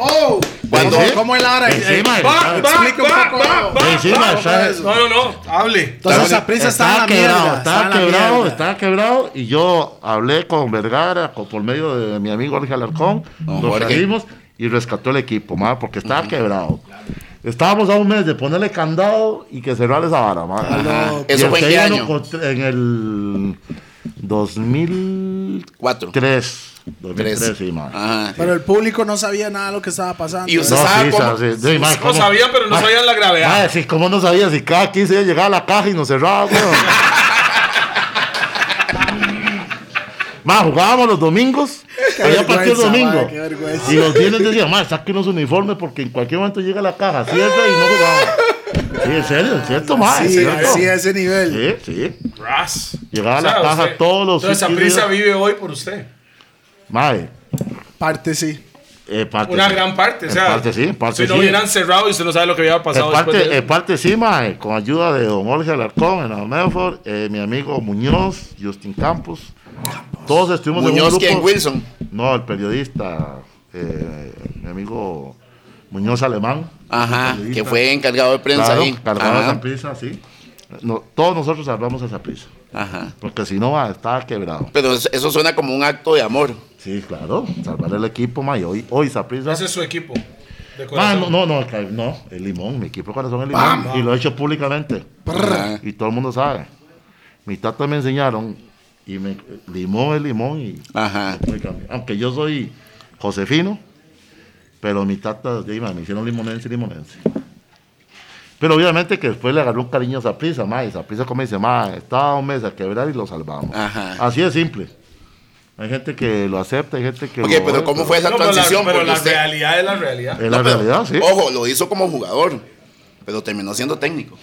Speaker 4: ¡Oh!
Speaker 3: Cuando-
Speaker 4: ¿Cómo- ¿Cómo es la hora?
Speaker 1: Encima,
Speaker 4: Eh,
Speaker 1: va,
Speaker 4: va, Explica un
Speaker 2: va,
Speaker 4: poco.
Speaker 2: va, va,
Speaker 1: Encima,
Speaker 2: va.
Speaker 1: ¿sabes?
Speaker 2: No, no, no. Hable.
Speaker 4: Entonces
Speaker 1: Estaba-
Speaker 4: esa prisa estaba, en la
Speaker 1: quebrado,
Speaker 4: mierda.
Speaker 1: Estaba,
Speaker 4: en la
Speaker 1: quebrado,
Speaker 4: mierda.
Speaker 1: estaba quebrado. Y yo hablé con Vergara con- por medio de mi amigo Jorge Alarcón.
Speaker 3: Don
Speaker 1: nos
Speaker 3: Jorge.
Speaker 1: salimos y rescató el equipo, ma, porque estaba quebrado. Estábamos a un mes de ponerle candado y que cerrar esa vara, ma.
Speaker 3: Ajá.
Speaker 1: Y
Speaker 3: ¿Eso fue en
Speaker 1: este
Speaker 3: qué
Speaker 1: año
Speaker 3: año?
Speaker 1: cont- En el 2003.
Speaker 3: Cuatro.
Speaker 1: 2003, sí, ma.
Speaker 3: Ajá.
Speaker 4: Pero el público no sabía nada de lo que estaba pasando.
Speaker 3: Y
Speaker 1: No,
Speaker 3: usted pues sabe
Speaker 1: sí,
Speaker 3: cómo-
Speaker 1: sí, sí, ma,
Speaker 2: No
Speaker 1: Ah, cómo- Ah.
Speaker 2: sabían, pero no
Speaker 1: ma,
Speaker 2: sabían la gravedad.
Speaker 1: Madre, sí, ¿cómo no sabía si cada 15 días llegaba a la caja y nos cerraba,
Speaker 2: [LAUGHS]
Speaker 1: weón? Más jugábamos los domingos, había partido el
Speaker 4: vergüenza,
Speaker 1: domingo.
Speaker 4: madre, qué vergüenza.
Speaker 1: y los viernes decían, más saquen los uniformes porque en cualquier momento llega la caja, cierra y no jugamos. Sí, en serio, es cierto, más.
Speaker 4: Sí, así a ese nivel.
Speaker 1: Sí, sí.
Speaker 2: Ras.
Speaker 1: Llegaba a la caja todos los
Speaker 2: Entonces, esa
Speaker 1: sitios.
Speaker 2: prisa vive hoy por usted.
Speaker 1: Madre,
Speaker 4: Parte sí.
Speaker 1: eh, parte
Speaker 2: Una
Speaker 1: sí.
Speaker 2: gran parte. O
Speaker 1: En
Speaker 2: sea,
Speaker 1: parte sí, en parte
Speaker 2: si no
Speaker 1: sí.
Speaker 2: hubieran cerrado y usted no sabe lo que había pasado
Speaker 1: En parte,
Speaker 2: después.
Speaker 1: en parte sí, mae, con ayuda de don Jorge Alarcón, en Almenford, eh, mi amigo Muñoz, Justin Campos. Todos estuvimos
Speaker 3: Muñoz,
Speaker 1: en un grupo.
Speaker 3: ¿quién? Wilson.
Speaker 1: No, el periodista, eh, mi amigo Muñoz Alemán.
Speaker 3: Ajá. Que fue encargado de prensa
Speaker 1: Claro,
Speaker 3: ahí.
Speaker 1: cargado esa
Speaker 3: Ajá.
Speaker 1: prisa, sí. No, todos nosotros salvamos esa prisa,
Speaker 3: Ajá.
Speaker 1: porque si no, mae, estaba quebrado.
Speaker 3: Pero eso eso suena como un acto de amor.
Speaker 1: Sí, claro, salvar el equipo, mae, hoy, hoy esa prisa.
Speaker 2: Ese es su equipo. De
Speaker 1: Mae,
Speaker 2: corazón.
Speaker 1: no, no, no, el- no, el limón, mi equipo de corazón el limón. Y lo he hecho públicamente.
Speaker 3: Ajá.
Speaker 1: Y todo el mundo sabe. Mi tata me enseñaron y me limón es limón y
Speaker 3: Ajá.
Speaker 1: aunque yo soy josefino, pero mi tata de ahí, ma, me hicieron limonense y limonense. Pero obviamente que después le agarró un cariño a Saprisa, ma. Y Saprisa como dice, ma, estaba un mes a quebrar y lo salvamos.
Speaker 3: Ajá.
Speaker 1: Así de simple. Hay gente que lo acepta, hay gente que.
Speaker 3: Ok,
Speaker 1: lo-
Speaker 3: pero ¿cómo fue esa
Speaker 2: No, pero la,
Speaker 3: transición?
Speaker 2: pero
Speaker 3: Porque
Speaker 2: la
Speaker 3: usted-
Speaker 2: realidad es la realidad.
Speaker 1: Es la
Speaker 3: No, pero,
Speaker 1: realidad, sí.
Speaker 3: Ojo, lo hizo como jugador, pero terminó siendo técnico.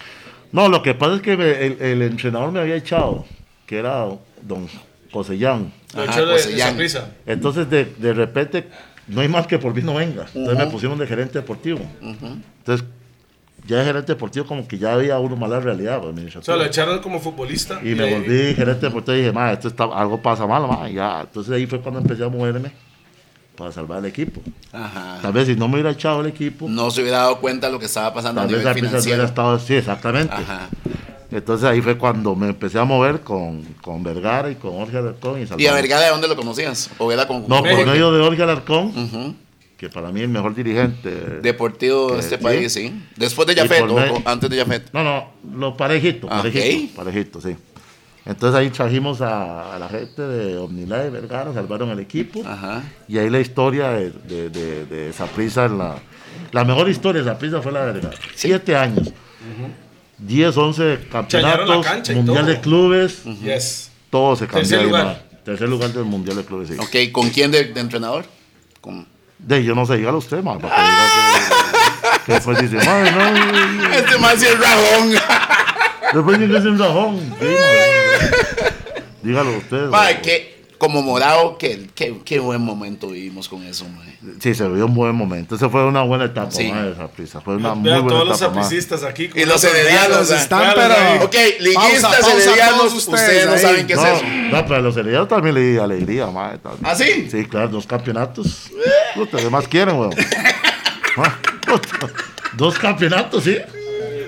Speaker 1: No, lo que pasa es que me- el, el entrenador me había echado, que era don Josellán.
Speaker 2: Lo
Speaker 3: Ajá,
Speaker 2: echó de,
Speaker 3: pues,
Speaker 2: de
Speaker 3: ya.
Speaker 2: Saprissa.
Speaker 1: Entonces, de, de repente, no hay más que por mí no venga. Entonces me pusieron de gerente deportivo. Entonces, ya de gerente deportivo, como que ya había uno más la realidad. pues,
Speaker 2: O
Speaker 1: administrativo.
Speaker 2: sea, lo echaron como futbolista.
Speaker 1: y me
Speaker 2: ahí-
Speaker 1: volví gerente deportivo y dije, ma, esto está, algo pasa mal, ma, ya. Entonces ahí fue cuando empecé a moverme para salvar el equipo.
Speaker 3: Ajá.
Speaker 1: Tal vez si no me hubiera echado el equipo,
Speaker 3: No se hubiera dado cuenta de lo que estaba pasando
Speaker 1: tal vez
Speaker 3: a nivel
Speaker 1: la empresa hubiera
Speaker 3: financiero.
Speaker 1: estado así, exactamente.
Speaker 3: Ajá.
Speaker 1: Entonces ahí fue cuando me empecé a mover con, con Vergara y con Jorge Alarcón. Y,
Speaker 3: ¿Y a
Speaker 1: Salvador.
Speaker 3: Vergara de dónde lo conocías? ¿O era con
Speaker 1: No, por
Speaker 2: México.
Speaker 1: medio de Jorge Alarcón,
Speaker 3: Ujú.
Speaker 1: que para mí es el mejor dirigente.
Speaker 3: Deportivo de
Speaker 1: Eh,
Speaker 3: este
Speaker 1: sí.
Speaker 3: país, sí. Después de Jafet,
Speaker 1: por
Speaker 3: o,
Speaker 1: medio-
Speaker 3: o antes de Jafet.
Speaker 1: No, no, lo parejito,
Speaker 3: Ah,
Speaker 1: parejito,
Speaker 3: ok.
Speaker 1: parejito, sí. Entonces ahí trajimos a, a la gente de Omnilá y Vergara, salvaron el equipo.
Speaker 2: Ah.
Speaker 3: Ajá.
Speaker 1: Y ahí la historia de, de, de, de Saprissa en la, la mejor historia de Saprissa fue la de Vergara. Siete años. 10, 11
Speaker 2: Chañaron
Speaker 1: campeonatos,
Speaker 2: la cancha y
Speaker 1: Mundial
Speaker 2: todo.
Speaker 1: de Clubes,
Speaker 2: Yes.
Speaker 1: todo se cambió.
Speaker 2: Tercer
Speaker 1: ahí,
Speaker 2: lugar.
Speaker 1: ma. Tercer lugar del Mundial de Clubes, sí.
Speaker 3: Ok, ¿con quién de, de entrenador? Con...
Speaker 1: De, yo no sé, dígalo usted, ma, para que diga que- que después dice, madre, no, no, no".
Speaker 3: Este más es rajón. [LAUGHS]
Speaker 1: Después dice que es un
Speaker 4: [LAUGHS]
Speaker 1: rajón. Sí, ma. Dígalo usted.
Speaker 3: Mae,
Speaker 1: ma.
Speaker 3: que como morado, qué, qué, qué buen momento vivimos con eso, mae.
Speaker 1: Sí, se vio un buen momento. Esa fue una buena etapa,
Speaker 3: Sí.
Speaker 1: ma, de Saprissa. Fue una muy
Speaker 2: Vea
Speaker 1: buena
Speaker 2: todos los
Speaker 1: etapa, ma.
Speaker 2: sapricistas aquí.
Speaker 3: Y los heredianos,
Speaker 4: Los
Speaker 3: o sea,
Speaker 4: están,
Speaker 2: claro, ahí.
Speaker 4: pero.
Speaker 3: Ok, liguistas,
Speaker 4: Pausa, pausa,
Speaker 3: heredianos,
Speaker 4: todos
Speaker 3: ustedes, no
Speaker 4: ahí.
Speaker 3: saben qué es
Speaker 1: no,
Speaker 3: eso.
Speaker 1: no, pero a los heredianos también le di alegría, ma. también.
Speaker 3: ¿Ah, sí?
Speaker 1: Sí, claro, dos campeonatos. Ustedes más quieren,
Speaker 4: [LAUGHS]
Speaker 1: weón. Ma, puta, dos campeonatos, sí.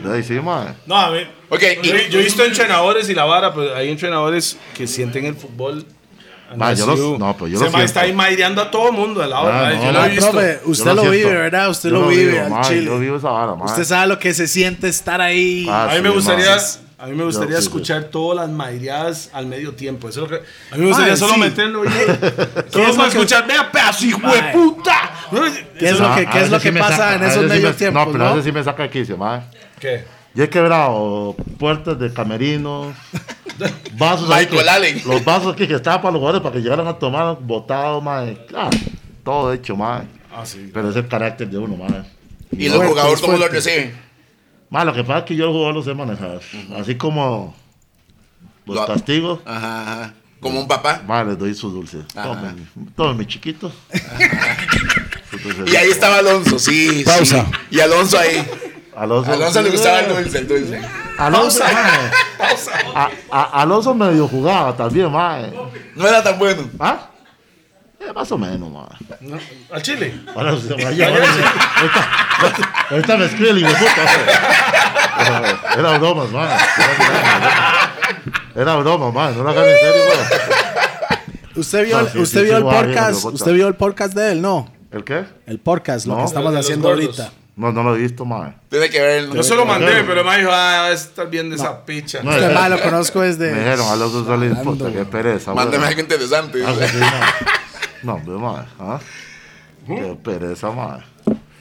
Speaker 1: De ahí sí, ma.
Speaker 2: No, a mí.
Speaker 3: Ok,
Speaker 2: yo,
Speaker 3: y-
Speaker 2: yo he visto entrenadores y la vara, pero hay entrenadores que sienten el fútbol.
Speaker 1: Ma, yo los-
Speaker 2: agresivo.
Speaker 1: no, pero yo
Speaker 2: Ese
Speaker 1: lo
Speaker 2: ma
Speaker 1: siento.
Speaker 2: está ahí maireando a todo mundo de la hora.
Speaker 1: Ah,
Speaker 2: yo
Speaker 1: no,
Speaker 2: lo he
Speaker 1: ma,
Speaker 2: visto.
Speaker 4: profe,
Speaker 1: Yo
Speaker 4: Eh, usted lo,
Speaker 1: siento.
Speaker 4: vive, ¿verdad? Usted
Speaker 1: Yo
Speaker 4: lo vive
Speaker 1: vivo,
Speaker 4: al
Speaker 1: ma,
Speaker 4: chile.
Speaker 1: Yo vivo esa vara, ma.
Speaker 4: Usted sabe lo que se siente estar ahí.
Speaker 1: Ah,
Speaker 2: A mí
Speaker 1: sí,
Speaker 2: me
Speaker 1: ma.
Speaker 2: gustaría, a mí me gustaría
Speaker 1: Yo, sí, sí.
Speaker 2: escuchar todas las mairiadas al medio tiempo. Eso es lo que, a mí me gustaría solo
Speaker 4: sí.
Speaker 1: [LAUGHS]
Speaker 2: meterlo y
Speaker 4: es
Speaker 2: solo
Speaker 4: lo
Speaker 2: para
Speaker 4: que-
Speaker 2: escuchar, vea pedazo, hijo de
Speaker 4: Mae.
Speaker 2: puta.
Speaker 4: ¿Qué es lo
Speaker 1: Ah,
Speaker 4: que,
Speaker 1: a
Speaker 4: qué es lo
Speaker 1: veces
Speaker 4: que
Speaker 1: sí me
Speaker 4: pasa
Speaker 1: saca,
Speaker 4: en
Speaker 1: a
Speaker 4: esos
Speaker 1: veces sí
Speaker 4: medio
Speaker 1: me-
Speaker 4: tiempos?
Speaker 1: No, pero a veces sí me saca aquí, sí, ma.
Speaker 2: ¿Qué?
Speaker 1: Yo he quebrado puertas de
Speaker 3: [LAUGHS]
Speaker 1: camerinos, vasos ahí
Speaker 3: Michael
Speaker 1: que-
Speaker 3: Allen.
Speaker 1: Los vasos aquí que estaban para los jugadores para que llegaran a tomar botado, mae. Ah, todo hecho, mae.
Speaker 2: Ah, sí.
Speaker 1: Pero es el carácter de uno, mae.
Speaker 3: ¿Y los
Speaker 4: Fuerte,
Speaker 3: jugadores cómo lo
Speaker 4: fuerte.
Speaker 3: reciben?
Speaker 1: Mae, lo que pasa es que yo el jugador lo sé manejar. Así como los
Speaker 3: Lo-
Speaker 1: castigos,
Speaker 3: Ajá, ajá. Como un papá.
Speaker 1: mae, les doy sus dulces.
Speaker 3: Ajá.
Speaker 1: Tomen, tomen, mis
Speaker 3: [LAUGHS]
Speaker 1: chiquitos. Sus dulces.
Speaker 3: Y ahí estaba Alonso, sí.
Speaker 4: Pausa.
Speaker 3: sí. Y Alonso ahí.
Speaker 1: Alonso, Eh,
Speaker 3: Alonso le gustaba el dulce, el dulce.
Speaker 1: Alonso, mae. A- a- Alonso medio jugaba también, mae.
Speaker 3: No era tan bueno.
Speaker 1: ¿Ah? Eh, más o menos, mae.
Speaker 2: No, ¿Al Chile?
Speaker 1: Ahora se va a llamar. Ahorita, ahorita me escribe el hijo de puta. Era broma, man. Era broma, man. No lo hagan en serio, man.
Speaker 4: Usted vio,
Speaker 1: No,
Speaker 4: el-
Speaker 1: sí,
Speaker 4: usted
Speaker 1: sí,
Speaker 4: vio
Speaker 1: sí,
Speaker 4: el
Speaker 1: voy a abrir,
Speaker 4: podcast,
Speaker 1: hijo de puta.
Speaker 4: usted vio el podcast de él, no.
Speaker 1: ¿El qué?
Speaker 4: El podcast, lo
Speaker 1: No.
Speaker 4: que estamos
Speaker 2: El de los
Speaker 4: haciendo
Speaker 2: gordos.
Speaker 4: ahorita.
Speaker 1: No, no lo he visto, man.
Speaker 3: Tiene que verlo.
Speaker 2: Yo se lo mandé,
Speaker 1: claro.
Speaker 2: pero me dijo, ah, estás bien de esa picha.
Speaker 1: No,
Speaker 4: Este
Speaker 1: eh,
Speaker 4: ma lo conozco desde.
Speaker 1: Me dijeron a los dos salen puta, qué pereza, Ah, man.
Speaker 3: Mándame algo interesante.
Speaker 1: No, hombre, man. ¿Ah? Qué pereza, man.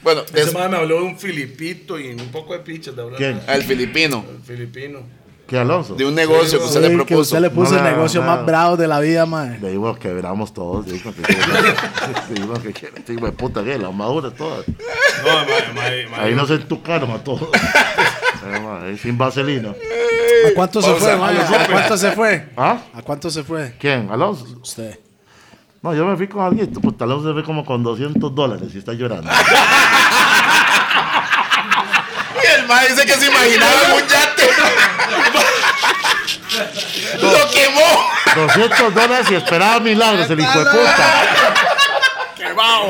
Speaker 3: Bueno,
Speaker 2: Ese
Speaker 3: es
Speaker 2: madre me habló de un filipito y un poco de pichas de hablar.
Speaker 1: ¿Quién?
Speaker 3: al filipino.
Speaker 2: Filipino.
Speaker 1: ¿Qué Alonso?
Speaker 3: De un negocio que usted
Speaker 4: Sí,
Speaker 3: le
Speaker 4: que
Speaker 3: propuso.
Speaker 4: usted le puso
Speaker 1: No,
Speaker 4: el
Speaker 1: no,
Speaker 4: negocio
Speaker 1: no.
Speaker 4: más bravo de la vida, mae.
Speaker 1: Le digo, quebramos todos. Digo [LAUGHS] que Digo que quiere. Digo, de puta, que la madura toda.
Speaker 2: No, madre, madre, madre.
Speaker 1: Ahí nos entucaron a todos. Eh, man, ahí sin vaselina.
Speaker 4: ¿A cuánto se
Speaker 3: pausa,
Speaker 4: fue, mae? ¿A cuánto se fue?
Speaker 1: ¿Ah?
Speaker 4: ¿A cuánto se fue?
Speaker 1: ¿Quién? ¿Alonso?
Speaker 4: Usted.
Speaker 1: No, yo me fui con alguien. Puta, Alonso se fue como con 200 dólares y está llorando.
Speaker 3: Y el mae dice que se
Speaker 2: [LAUGHS]
Speaker 3: imaginaba en un yate. lo quemó.
Speaker 1: 200 dólares y esperaba milagros el hijo de puta.
Speaker 3: Quemado.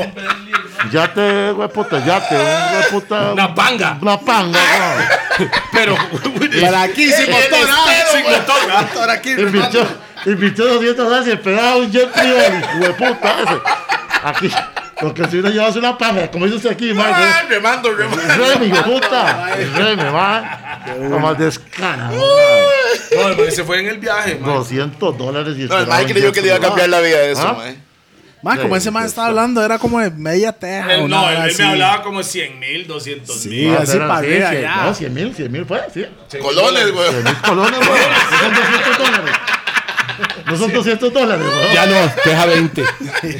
Speaker 1: Ya te, güey, puta, ya te, güey, puta.
Speaker 2: Una panga.
Speaker 1: Una panga, güey. [LAUGHS]
Speaker 2: Pero, [LAUGHS]
Speaker 4: Para aquí, sin motor, ah,
Speaker 2: sin motor, ah.
Speaker 4: motor aquí.
Speaker 1: Invirtió, invirtió 200 dólares y esperaba un jet privado, el hijo de puta. Ese. Aquí, lo que si uno llevas una panga, como dice usted aquí, madre.
Speaker 3: Ah,
Speaker 1: [LAUGHS]
Speaker 3: remando, remando.
Speaker 1: Reme, hijo de puta. Reme, va. Lo más descarado.
Speaker 2: No, el mae se fue en el viaje, madre.
Speaker 1: 200 dólares y
Speaker 3: No, el
Speaker 1: esperaba
Speaker 3: mae
Speaker 1: un
Speaker 3: creyó
Speaker 1: jet
Speaker 3: que le iba a
Speaker 1: privado.
Speaker 3: cambiar la vida de eso, eh.
Speaker 1: ¿Ah?
Speaker 3: mae.
Speaker 4: Ma,
Speaker 1: Sí,
Speaker 4: como ese man
Speaker 1: sí,
Speaker 4: estaba
Speaker 1: sí.
Speaker 4: hablando, era como de media teja.
Speaker 2: Él-
Speaker 4: o
Speaker 2: no,
Speaker 4: nada
Speaker 2: él, él
Speaker 4: Ah, así.
Speaker 2: me hablaba como 100 mil, 200 mil.
Speaker 4: Sí, así para arriba, ya.
Speaker 1: No, 100 mil, 100 mil fue, sí.
Speaker 3: Colones, güey. [LAUGHS]
Speaker 1: 100 mil colones, güey. No son 200 dólares. No son 200 dólares, güey.
Speaker 5: Ya no, deja 20.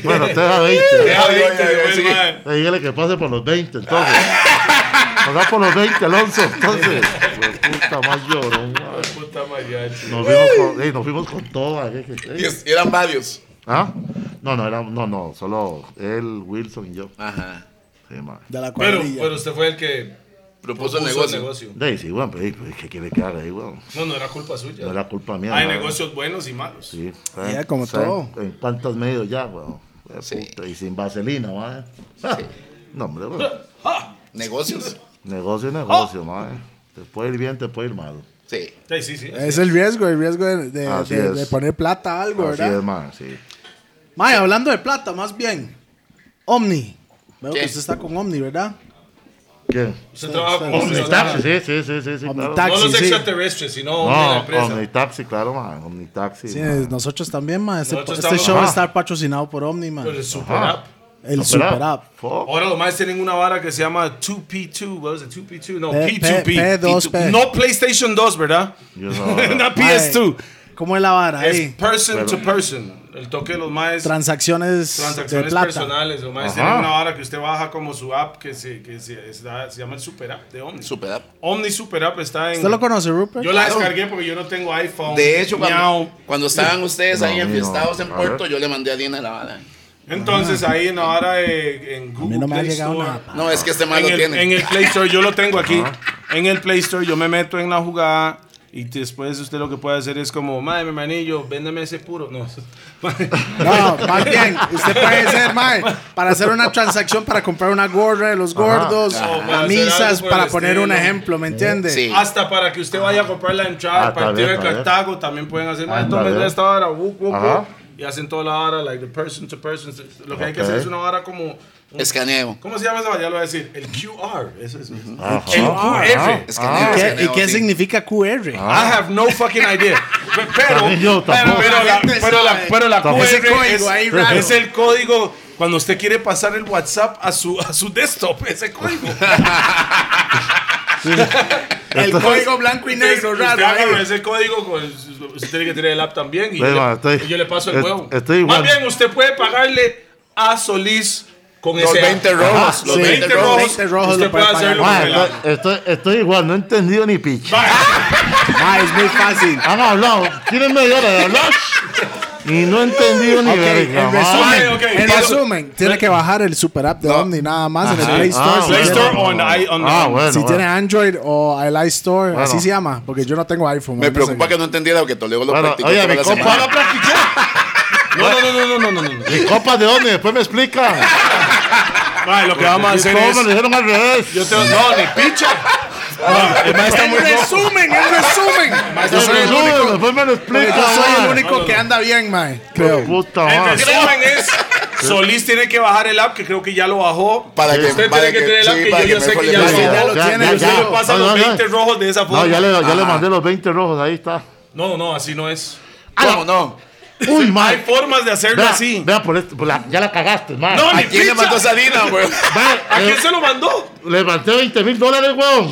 Speaker 1: Bueno, te da 20.
Speaker 2: Ya,
Speaker 3: Ay,
Speaker 2: veinte,
Speaker 3: ay, ay,
Speaker 2: güey,
Speaker 3: sí.
Speaker 2: mae.
Speaker 1: Eh, Dígale que pase por los 20, entonces. Pasá por los 20, Alonso. Entonces, Hijo de puta más llorón, güey.
Speaker 2: Puta madre, ya.
Speaker 1: Nos fuimos con, eh, nos fuimos con todo. eh, que- que-
Speaker 3: Y es- y eran varios.
Speaker 1: ¿Ah? No, no, era, no, no, solo él, Wilson y yo.
Speaker 3: Ajá.
Speaker 1: Sí, ma.
Speaker 4: De la
Speaker 2: Pero,
Speaker 4: cuadrilla.
Speaker 2: pero usted fue el que
Speaker 3: Propuso el
Speaker 2: puso el
Speaker 3: negocio.
Speaker 2: negocio.
Speaker 1: De ahí, sí, bueno, pero eh, pues, ¿qué quiere que haga ahí, weón?
Speaker 2: No, no era culpa
Speaker 1: No
Speaker 2: suya.
Speaker 1: era culpa mía.
Speaker 2: Hay
Speaker 1: ma.
Speaker 2: negocios buenos y malos.
Speaker 1: Sí,
Speaker 4: Ya,
Speaker 1: ¿saben-
Speaker 4: como
Speaker 1: saben
Speaker 4: todo.
Speaker 1: En cuántos medios ya, weón. Eh,
Speaker 3: Sí.
Speaker 1: puta, Y sin vaselina, ma. Ja. [LAUGHS] No, hombre, weón.
Speaker 3: ¿Negocios?
Speaker 1: Negocio es negocio, ma. eh. Te puede ir bien, te puede ir mal.
Speaker 3: Sí.
Speaker 2: Sí, sí, sí.
Speaker 4: es el riesgo, el riesgo de, de-
Speaker 1: Así
Speaker 4: de-
Speaker 1: es.
Speaker 4: de poner plata a algo,
Speaker 1: Así
Speaker 4: ¿verdad?
Speaker 1: es, ma, sí.
Speaker 4: Mae, hablando de plata, más bien. Omni. Veo
Speaker 3: ¿Qué?
Speaker 4: que usted está con Omni, ¿verdad?
Speaker 1: ¿Quién?
Speaker 2: Usted trabaja con
Speaker 1: Omnitaxi, sí, sí, sí, sí, sí,
Speaker 4: Omnitaxi.
Speaker 1: claro.
Speaker 2: No los
Speaker 4: Sí, sí.
Speaker 2: extraterrestres, sino la
Speaker 1: No,
Speaker 2: empresa.
Speaker 1: Omnitaxi, claro, ma. Omnitaxi.
Speaker 4: Sí,
Speaker 1: ma.
Speaker 4: nosotros también, mae. Este,
Speaker 2: Nosotros
Speaker 4: este
Speaker 2: estamos-
Speaker 4: show
Speaker 1: Ajá.
Speaker 4: está patrocinado por Omni, mae.
Speaker 2: Pero es super
Speaker 1: Ajá.
Speaker 2: app.
Speaker 4: El
Speaker 1: Opera.
Speaker 4: Super App.
Speaker 2: [LAUGHS]
Speaker 1: Fuck.
Speaker 2: Ahora los más tienen una vara que se llama 2P2. ¿What was it? 2P2. No,
Speaker 4: P-
Speaker 2: P2P.
Speaker 4: P- P2P.
Speaker 2: P2P. No PlayStation 2, ¿verdad?
Speaker 1: Yo
Speaker 2: [LAUGHS]
Speaker 1: no-
Speaker 2: Not
Speaker 4: Mae,
Speaker 2: PS2.
Speaker 4: ¿Cómo es la vara
Speaker 2: Es
Speaker 4: ahí?
Speaker 2: person
Speaker 1: Pero-
Speaker 2: to person. El toque de los más
Speaker 4: Transacciones, de
Speaker 2: transacciones
Speaker 4: plata.
Speaker 2: personales. Los más
Speaker 1: Ajá.
Speaker 2: tienen una vara que usted baja como su app que se, que se, es la- se llama el Super App de Omni.
Speaker 3: Super app.
Speaker 2: Omni Super App está en.
Speaker 4: ¿Usted lo conoce, Rupert?
Speaker 2: Yo la
Speaker 3: Claro.
Speaker 2: descargué porque yo no tengo iPhone.
Speaker 3: De hecho, cuando,
Speaker 2: Miau.
Speaker 3: cuando estaban ustedes ahí
Speaker 1: No, no,
Speaker 3: enfiestados en
Speaker 1: a
Speaker 3: Puerto,
Speaker 1: ver.
Speaker 3: yo le mandé a Dina la bala.
Speaker 2: Entonces ahí en la vara de- en
Speaker 4: Ah. A mí
Speaker 2: Google
Speaker 4: no me ha
Speaker 2: Play
Speaker 4: llegado
Speaker 2: Store.
Speaker 4: nada.
Speaker 3: No, es que este mal
Speaker 2: en
Speaker 3: lo
Speaker 2: el,
Speaker 3: tiene.
Speaker 2: en el Play Store, yo lo tengo aquí. En el Play Store, yo me meto en la jugada y después usted lo que puede hacer es como, madre, mi hermanillo, véndeme ese puro. No, [LAUGHS]
Speaker 4: No, más bien, usted puede ser, mae, para hacer una transacción, para comprar una gorra de los gordos,
Speaker 2: O para hacer
Speaker 4: camisas,
Speaker 2: algo por
Speaker 4: para
Speaker 2: el
Speaker 4: poner un
Speaker 2: estilo.
Speaker 4: entiende? ¿me entiende?
Speaker 3: Sí.
Speaker 2: hasta para que usted vaya a comprar la entrada
Speaker 1: Ah,
Speaker 2: al partido
Speaker 1: tal
Speaker 2: de
Speaker 1: vez, tal vez.
Speaker 2: Cartago, también pueden hacer,
Speaker 1: Ah,
Speaker 2: madre,
Speaker 1: tal
Speaker 2: tomen
Speaker 1: vez.
Speaker 2: esta hora, wuk, wuk,
Speaker 1: Ajá.
Speaker 2: wuk", y hacen toda la hora, like the person to person. Lo que hay que
Speaker 1: Ok.
Speaker 2: hacer es una hora como. un-
Speaker 4: Ah,
Speaker 3: Escaneo.
Speaker 2: ¿Cómo se llama esa? vara? Ya lo voy a decir. El QR. Eso es.
Speaker 1: Ajá.
Speaker 2: El
Speaker 1: Ah,
Speaker 2: QF.
Speaker 4: ¿Y qué-
Speaker 3: Escaneo.
Speaker 4: ¿Y
Speaker 3: escaneo,
Speaker 4: qué
Speaker 3: sí.
Speaker 4: significa QR?
Speaker 2: I have no
Speaker 1: [LAUGHS]
Speaker 2: fucking idea. Pe- Pero,
Speaker 1: También yo
Speaker 2: pero,
Speaker 1: tampoco.
Speaker 2: pero la, pero la, pero la
Speaker 1: Tampoco.
Speaker 2: QR
Speaker 1: Ese
Speaker 2: es,
Speaker 4: código ahí raro.
Speaker 2: es el código cuando usted quiere pasar el WhatsApp a su, a su desktop, ese código.
Speaker 4: El
Speaker 1: Entonces-
Speaker 4: código blanco y negro
Speaker 2: Usted
Speaker 4: raro. ¿eh?
Speaker 3: ¿eh?
Speaker 2: agarra
Speaker 4: ahí.
Speaker 2: ese código, con- usted tiene que tener el app también y,
Speaker 1: Ve,
Speaker 2: yo, le,
Speaker 1: ma, estoy-
Speaker 2: y yo le paso el
Speaker 1: est-
Speaker 2: huevo.
Speaker 1: estoy igual.
Speaker 2: Más bien, usted puede pagarle a Solís con
Speaker 3: Los
Speaker 2: ese app.
Speaker 3: 20 rojos. Los
Speaker 4: sí.
Speaker 3: 20
Speaker 2: 20
Speaker 3: rojos.
Speaker 2: rojos,
Speaker 4: 20 rojos
Speaker 2: usted
Speaker 4: lo puede
Speaker 2: puede
Speaker 4: pagar.
Speaker 1: [LAUGHS]
Speaker 2: hacerlo
Speaker 1: Ma,
Speaker 2: con el app.
Speaker 1: estoy, estoy- estoy igual, no he entendido ni picha.
Speaker 4: Ah, es muy fácil.
Speaker 1: Han hablado, tienen media hora de hablar y no he entendido ni
Speaker 4: Ok,
Speaker 1: verga,
Speaker 4: en
Speaker 1: ma.
Speaker 4: resumen,
Speaker 2: ok.
Speaker 4: en
Speaker 2: Pero-
Speaker 4: resumen, tiene que bajar el super app de Omni nada más en el
Speaker 1: Sí.
Speaker 4: Play Store.
Speaker 1: Ah,
Speaker 4: si
Speaker 2: Play
Speaker 4: tiene-
Speaker 2: Store on i- on-
Speaker 1: Ah,
Speaker 2: on-
Speaker 1: bueno,
Speaker 4: Si
Speaker 1: bueno.
Speaker 4: tiene Android o el iStore,
Speaker 1: Bueno.
Speaker 4: así se llama, porque yo no tengo iPhone.
Speaker 3: Me
Speaker 4: no sé
Speaker 3: preocupa
Speaker 4: qué.
Speaker 3: que no entendiera que Toledo lo
Speaker 1: Bueno,
Speaker 3: practicó
Speaker 1: oye,
Speaker 3: toda
Speaker 1: mi
Speaker 3: la
Speaker 1: copa
Speaker 3: semana.
Speaker 1: no practiqué.
Speaker 2: No, no, no, no, no, no, no, no.
Speaker 1: Mi copa de dónde, después me explican.
Speaker 2: Ma, lo que vamos a
Speaker 1: Mi
Speaker 2: hacer
Speaker 1: copa me lo
Speaker 2: es...
Speaker 1: dijeron al revés.
Speaker 2: Yo te,
Speaker 3: [LAUGHS]
Speaker 2: no, ni picha. Ma, el ma está muy
Speaker 4: En
Speaker 2: loco.
Speaker 4: resumen, en resumen. Yo
Speaker 1: Me
Speaker 4: soy el
Speaker 1: resumen,
Speaker 4: único,
Speaker 1: Después me lo explican.
Speaker 4: yo soy
Speaker 2: Ah,
Speaker 4: el
Speaker 1: ma.
Speaker 4: único que anda bien, mae. Creo.
Speaker 1: Puta
Speaker 2: En
Speaker 1: madre.
Speaker 2: resumen es, Solís tiene que bajar el app, que creo que ya lo bajó.
Speaker 3: Para que-
Speaker 2: Usted
Speaker 3: para
Speaker 2: tiene que
Speaker 3: que-
Speaker 2: tener el app,
Speaker 3: sí,
Speaker 2: que
Speaker 3: para
Speaker 2: yo
Speaker 3: que
Speaker 2: ya sé
Speaker 3: mejor
Speaker 2: que
Speaker 3: le
Speaker 2: ya lo
Speaker 3: pague.
Speaker 4: Ya lo
Speaker 2: bajó.
Speaker 4: tiene,
Speaker 2: Usted
Speaker 4: ya.
Speaker 2: lo pasa
Speaker 1: No,
Speaker 2: los
Speaker 1: no, no.
Speaker 2: 20 rojos de esa forma.
Speaker 1: No, ya le, ya le
Speaker 3: Ajá.
Speaker 1: mandé los 20 rojos, ahí está.
Speaker 2: no, no, así no es.
Speaker 3: ¿Cómo Ah, no?
Speaker 1: Uy, ma.
Speaker 2: Hay formas de hacerlo
Speaker 1: Vea,
Speaker 2: así.
Speaker 1: vea por esto, por la- ya la cagaste, ma.
Speaker 2: No,
Speaker 1: Ay,
Speaker 2: ni
Speaker 3: ¿A quién le mandó
Speaker 2: picha.
Speaker 3: esa Dina, güey?
Speaker 1: ma,
Speaker 2: ¿A
Speaker 1: eh,
Speaker 2: quién se lo mandó?
Speaker 1: Levanté 20 mil dólares, weón.